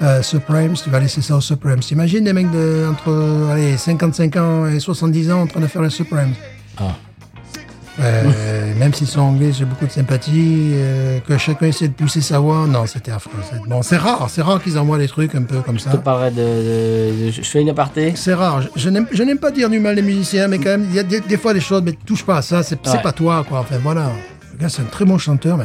[SPEAKER 1] Euh, Supremes, tu vas laisser ça aux Supremes. T'imagines des mecs de, entre allez, 55 ans et 70 ans en train de faire les Supremes
[SPEAKER 2] Ah. [LAUGHS]
[SPEAKER 1] Euh, même s'ils sont anglais, j'ai beaucoup de sympathie. euh, que chacun essaie de pousser sa voix. Non, c'était affreux. C'est- Bon, c'est rare, c'est rare qu'ils envoient des trucs un peu comme
[SPEAKER 2] Je te
[SPEAKER 1] ça.
[SPEAKER 2] parlerai de, de- de- Je fais une aparté.
[SPEAKER 1] C'est rare. Je, je n'aime- je n'aime pas dire du mal des musiciens, mais quand même, il y a des, des fois des choses, mais touche pas à ça, c'est c'est
[SPEAKER 2] Ouais.
[SPEAKER 1] pas toi, quoi. Enfin, voilà. Le gars, c'est un très bon chanteur, mais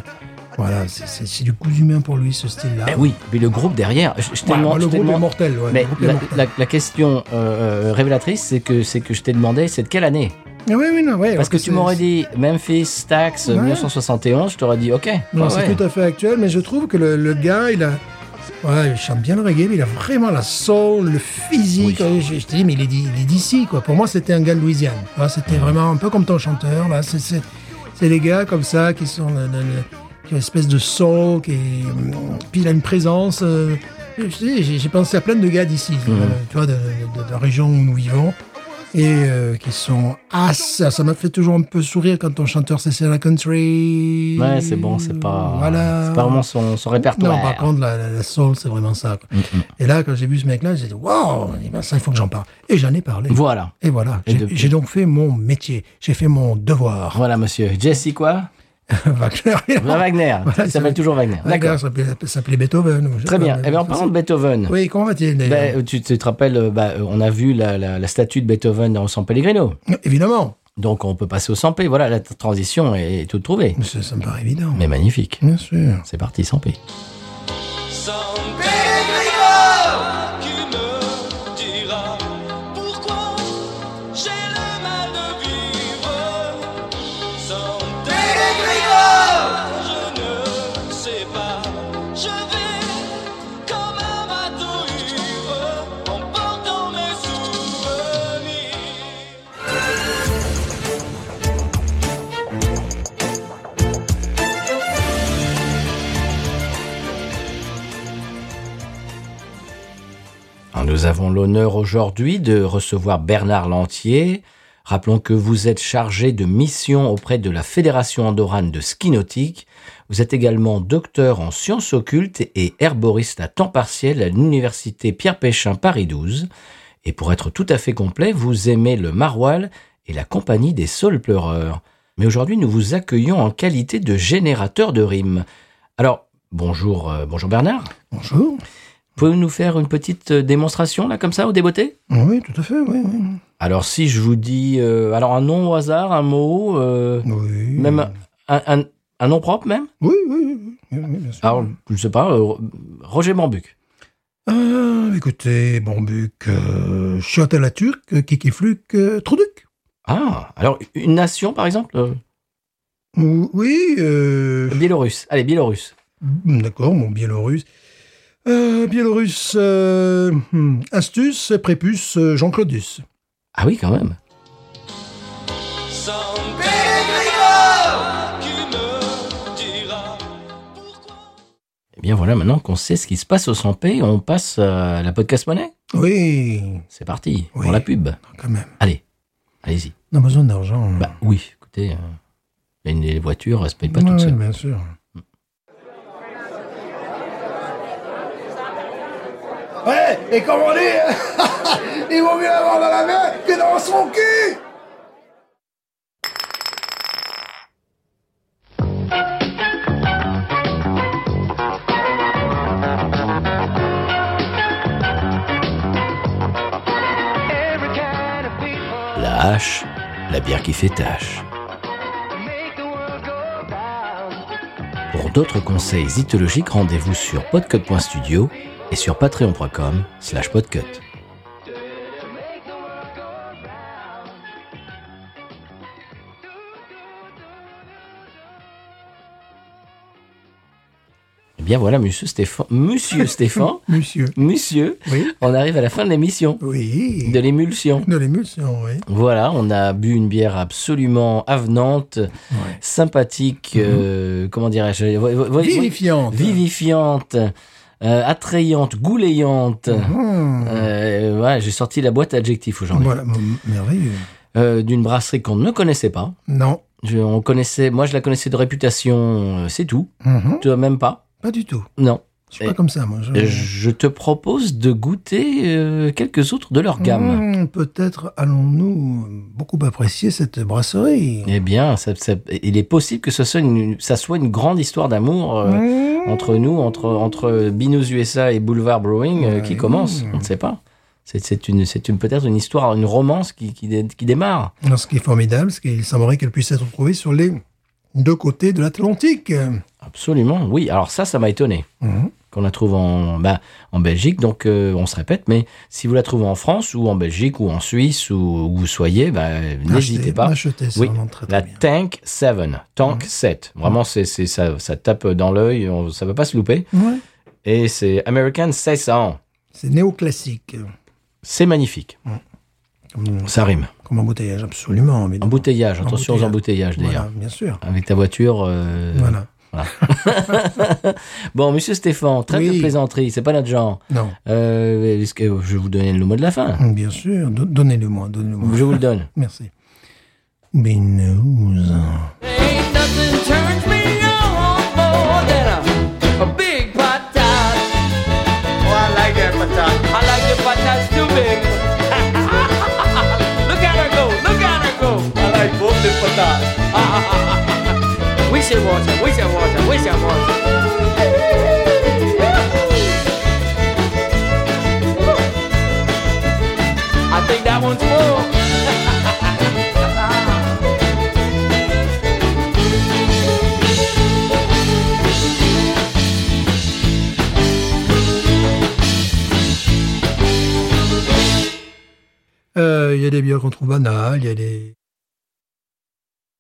[SPEAKER 1] voilà, c'est- c'est c'est du coup humain pour lui, ce style-là.
[SPEAKER 2] Eh oui, mais le groupe derrière. Je, je
[SPEAKER 1] Ah.
[SPEAKER 2] t'ai
[SPEAKER 1] Ouais,
[SPEAKER 2] demandé-
[SPEAKER 1] le
[SPEAKER 2] je t'ai
[SPEAKER 1] groupe est
[SPEAKER 2] demandé-
[SPEAKER 1] mortel, ouais,
[SPEAKER 2] Mais
[SPEAKER 1] le groupe est
[SPEAKER 2] la,
[SPEAKER 1] mortel.
[SPEAKER 2] la- la question euh, euh, révélatrice, c'est que, c'est que je t'ai demandé, c'est de quelle année
[SPEAKER 1] Ah Oui, oui, non, ouais,
[SPEAKER 2] Parce que tu
[SPEAKER 1] c'est-
[SPEAKER 2] m'aurais dit Memphis, Stax,
[SPEAKER 1] Ouais.
[SPEAKER 2] 1971, je t'aurais dit OK.
[SPEAKER 1] Non,
[SPEAKER 2] Ah
[SPEAKER 1] c'est
[SPEAKER 2] ouais.
[SPEAKER 1] tout à fait actuel, mais je trouve que le, le gars, il a. Ouais, il chante bien le reggae, mais il a vraiment la soul, le physique. Je, je te dis, mais il est d'i- il est d'ici, quoi. Pour moi, c'était un gars de Louisiane. Tu vois, C'était vraiment un peu comme ton chanteur, là. C'est- C'est c'est des gars comme ça qui sont. le- le- le- qui ont une espèce de soul, qui. est- Puis il a une présence. euh,
[SPEAKER 2] Mhm.
[SPEAKER 1] je te dis, j'ai j'ai pensé à plein de gars d'ici, tu vois, de, de- de la région où nous vivons. et euh, qui sont ah ça ça m'a fait toujours un peu sourire quand ton chanteur c'est Sarah Country
[SPEAKER 2] Ouais, c'est bon, c'est pas,
[SPEAKER 1] voilà
[SPEAKER 2] c'est pas vraiment son, son répertoire.
[SPEAKER 1] non Ah, par contre la, la- la soul c'est vraiment ça quoi.
[SPEAKER 2] Mm-hmm.
[SPEAKER 1] et là quand j'ai vu ce mec là j'ai dit waouh eh ben, ça il faut que j'en parle et j'en ai parlé
[SPEAKER 2] Voilà.
[SPEAKER 1] et voilà
[SPEAKER 2] Et
[SPEAKER 1] j'ai
[SPEAKER 2] depuis-
[SPEAKER 1] j'ai donc fait mon métier j'ai fait mon
[SPEAKER 2] [LAUGHS]
[SPEAKER 1] devoir
[SPEAKER 2] Voilà, monsieur. Jesse, quoi
[SPEAKER 1] Wagner il a-
[SPEAKER 2] Wagner.
[SPEAKER 1] Ah. [LAUGHS] Voilà,
[SPEAKER 2] il s'appelle
[SPEAKER 1] c'est- Ah,
[SPEAKER 2] toujours Wagner.
[SPEAKER 1] Wagner
[SPEAKER 2] D'accord.
[SPEAKER 1] s'appelait- s'appelait Beethoven ou je sais
[SPEAKER 2] Très
[SPEAKER 1] pas,
[SPEAKER 2] bien.
[SPEAKER 1] mais-
[SPEAKER 2] Eh bien, en parlant de Beethoven,
[SPEAKER 1] oui comment va-t-il d'ailleurs
[SPEAKER 2] ben, euh, tu, tu te rappelles, euh, bah, euh, on a vu la, la- la statue de Beethoven dans San Pellegrino.
[SPEAKER 1] évidemment
[SPEAKER 2] Donc, on peut passer au San P. Voilà, la t- transition est, est toute trouvée.
[SPEAKER 1] Mais ça, ça me paraît évident
[SPEAKER 2] Mais magnifique.
[SPEAKER 1] bien sûr
[SPEAKER 2] C'est parti, San P.
[SPEAKER 4] San Pellegrino qui me dira pourquoi j'ai le mal de vivre. San Pellegrino, je ne sais pas, je vais comme un bateau ivre en portant mes souvenirs.
[SPEAKER 2] Alors, Hein, nous avons l'honneur aujourd'hui de recevoir Bernard Lantier. Rappelons que vous êtes chargé de mission auprès de la Fédération andorrane de ski nautique. Vous êtes également docteur en sciences occultes et herboriste à temps partiel à l'université Pierre Péchin Paris 12. Et pour être tout à fait complet, vous aimez le maroilles et la compagnie des saules pleureurs. Mais aujourd'hui, nous vous accueillons en qualité de générateur de rimes. Alors, bonjour, euh, bonjour Bernard.
[SPEAKER 1] bonjour
[SPEAKER 2] Pouvez-vous nous faire une petite euh, démonstration, là, comme ça, au débeauté
[SPEAKER 1] oui tout à fait oui oui
[SPEAKER 2] Alors, si je vous dis. euh, alors, un nom au hasard, un mot, euh,
[SPEAKER 1] Oui.
[SPEAKER 2] même un, un- un nom propre, même
[SPEAKER 1] Oui, oui, oui, oui, oui, bien sûr.
[SPEAKER 2] Alors, je sais pas, euh, Roger Bambuc.
[SPEAKER 1] Euh, écoutez, Bambuc, euh, Chiotte à la Turque, euh, Kikifluc, euh, Trouduc.
[SPEAKER 2] Ah, alors, une nation, par exemple euh,
[SPEAKER 1] Ou- Oui, euh,
[SPEAKER 2] Biélorusse. Allez, Biélorusse.
[SPEAKER 1] d'accord, mon Biélorusse. Euh, Biélorusse, euh, hmm, Astuce, Prépuce, euh, Jean-Claudius.
[SPEAKER 2] Ah oui, quand même.
[SPEAKER 4] San Pellegrino qui me dira pourquoi.
[SPEAKER 2] Eh bien, voilà, maintenant qu'on sait ce qui se passe au 100p, on passe à la podcast monnaie.
[SPEAKER 1] Oui,
[SPEAKER 2] C'est parti,
[SPEAKER 1] Oui.
[SPEAKER 2] pour la pub.
[SPEAKER 1] quand même.
[SPEAKER 2] Allez-y.
[SPEAKER 1] On a besoin d'argent.
[SPEAKER 2] Bah oui, écoutez, euh, les, les voitures, elles se payent pas
[SPEAKER 1] Ouais,
[SPEAKER 2] toutes seules.
[SPEAKER 1] bien sûr. Ouais, et comme on dit, [LAUGHS] il vaut mieux avoir dans la main que dans son cul
[SPEAKER 2] La hache, la bière qui fait tache. Pour d'autres conseils itologiques, rendez-vous sur podcut.studio et sur patreon.com slash podcut. Eh bien voilà, monsieur Stéphane, monsieur Stéphane,
[SPEAKER 1] [LAUGHS] Monsieur.
[SPEAKER 2] monsieur,
[SPEAKER 1] Oui.
[SPEAKER 2] on arrive à la fin de l'émission,
[SPEAKER 1] Oui.
[SPEAKER 2] de l'émulsion.
[SPEAKER 1] De l'émulsion, oui.
[SPEAKER 2] Voilà, on a bu une bière absolument avenante, sympathique, euh, comment dirais-je vo- vo- vo-
[SPEAKER 1] Vivifiante.
[SPEAKER 2] vivifiante, euh, attrayante, goulayante.
[SPEAKER 1] Mmh.
[SPEAKER 2] Euh, voilà, j'ai sorti la boîte adjectif aujourd'hui.
[SPEAKER 1] Voilà, m- merveilleux.
[SPEAKER 2] Euh, D'une brasserie qu'on ne connaissait pas.
[SPEAKER 1] Non.
[SPEAKER 2] Je- on connaissait, moi je la connaissais de réputation, euh, c'est tout.
[SPEAKER 1] Mhm.
[SPEAKER 2] Toi même pas.
[SPEAKER 1] Pas du tout.
[SPEAKER 2] Non.
[SPEAKER 1] Je suis
[SPEAKER 2] Et-
[SPEAKER 1] pas comme ça, moi. Je...
[SPEAKER 2] Je te propose de goûter euh, quelques autres de leur gamme.
[SPEAKER 1] Mmh, Peut-être allons-nous beaucoup apprécier cette brasserie.
[SPEAKER 2] Eh bien, ça- ça- il est possible que ce soit une, ça soit une grande histoire d'amour. euh, entre nous, entre, entre Binous USA et Boulevard Brewing, euh, qui
[SPEAKER 1] Ouais.
[SPEAKER 2] commence. On ne sait pas. C'est, c'est une, c'est une, peut-être une histoire, une romance qui, qui, dé- qui démarre.
[SPEAKER 1] Alors, ce qui est formidable, c'est qu'il semblerait qu'elle puisse être trouvée sur les deux côtés de l'Atlantique.
[SPEAKER 2] Absolument, oui. Alors ça, ça m'a étonné.
[SPEAKER 1] Mhm.
[SPEAKER 2] Qu'on la trouve en, bah, en Belgique, donc euh, on se répète, mais si vous la trouvez en France ou en Belgique ou en Suisse ou où vous soyez, bah, n'hésitez
[SPEAKER 1] Achetez-
[SPEAKER 2] pas.
[SPEAKER 1] Achetez, ça
[SPEAKER 2] Oui,
[SPEAKER 1] vraiment très, très
[SPEAKER 2] La
[SPEAKER 1] bien. Mhm.
[SPEAKER 2] Tank 7, Tank 7. Vraiment, c'est, c'est, ça, ça tape dans l'œil, on- ça ne peut pas se louper.
[SPEAKER 1] Ouais.
[SPEAKER 2] Et c'est American 600.
[SPEAKER 1] C'est néoclassique
[SPEAKER 2] C'est magnifique.
[SPEAKER 1] comme,
[SPEAKER 2] Ça rime.
[SPEAKER 1] comme embouteillage, absolument. mais-
[SPEAKER 2] Embouteillage, attention aux
[SPEAKER 1] Embouteillage.
[SPEAKER 2] embouteillages d'ailleurs.
[SPEAKER 1] Voilà, bien sûr.
[SPEAKER 2] Avec ta voiture, euh,
[SPEAKER 1] Voilà.
[SPEAKER 2] Bon, monsieur Stéphane, très
[SPEAKER 1] Oui.
[SPEAKER 2] de plaisanterie, c'est pas notre genre.
[SPEAKER 1] Non. Mm.
[SPEAKER 2] Euh, est-ce que je vais vous donner le mot de la fin
[SPEAKER 1] Bien sûr, do- donnez-le-moi, donnez-le-moi.
[SPEAKER 2] Je vous le donne.
[SPEAKER 1] Merci. Binouze.
[SPEAKER 5] Ain't nothing turns me on more than a, a big patat. Oh, I like that patat. I like the patats too big. [LAUGHS] look at her go, look at her go. I like both the patats. [LAUGHS] we should watch her, we should watch her, we should watch her. I think that one's full.
[SPEAKER 1] Euh, Il y a des bières qu'on trouve banales, il y a des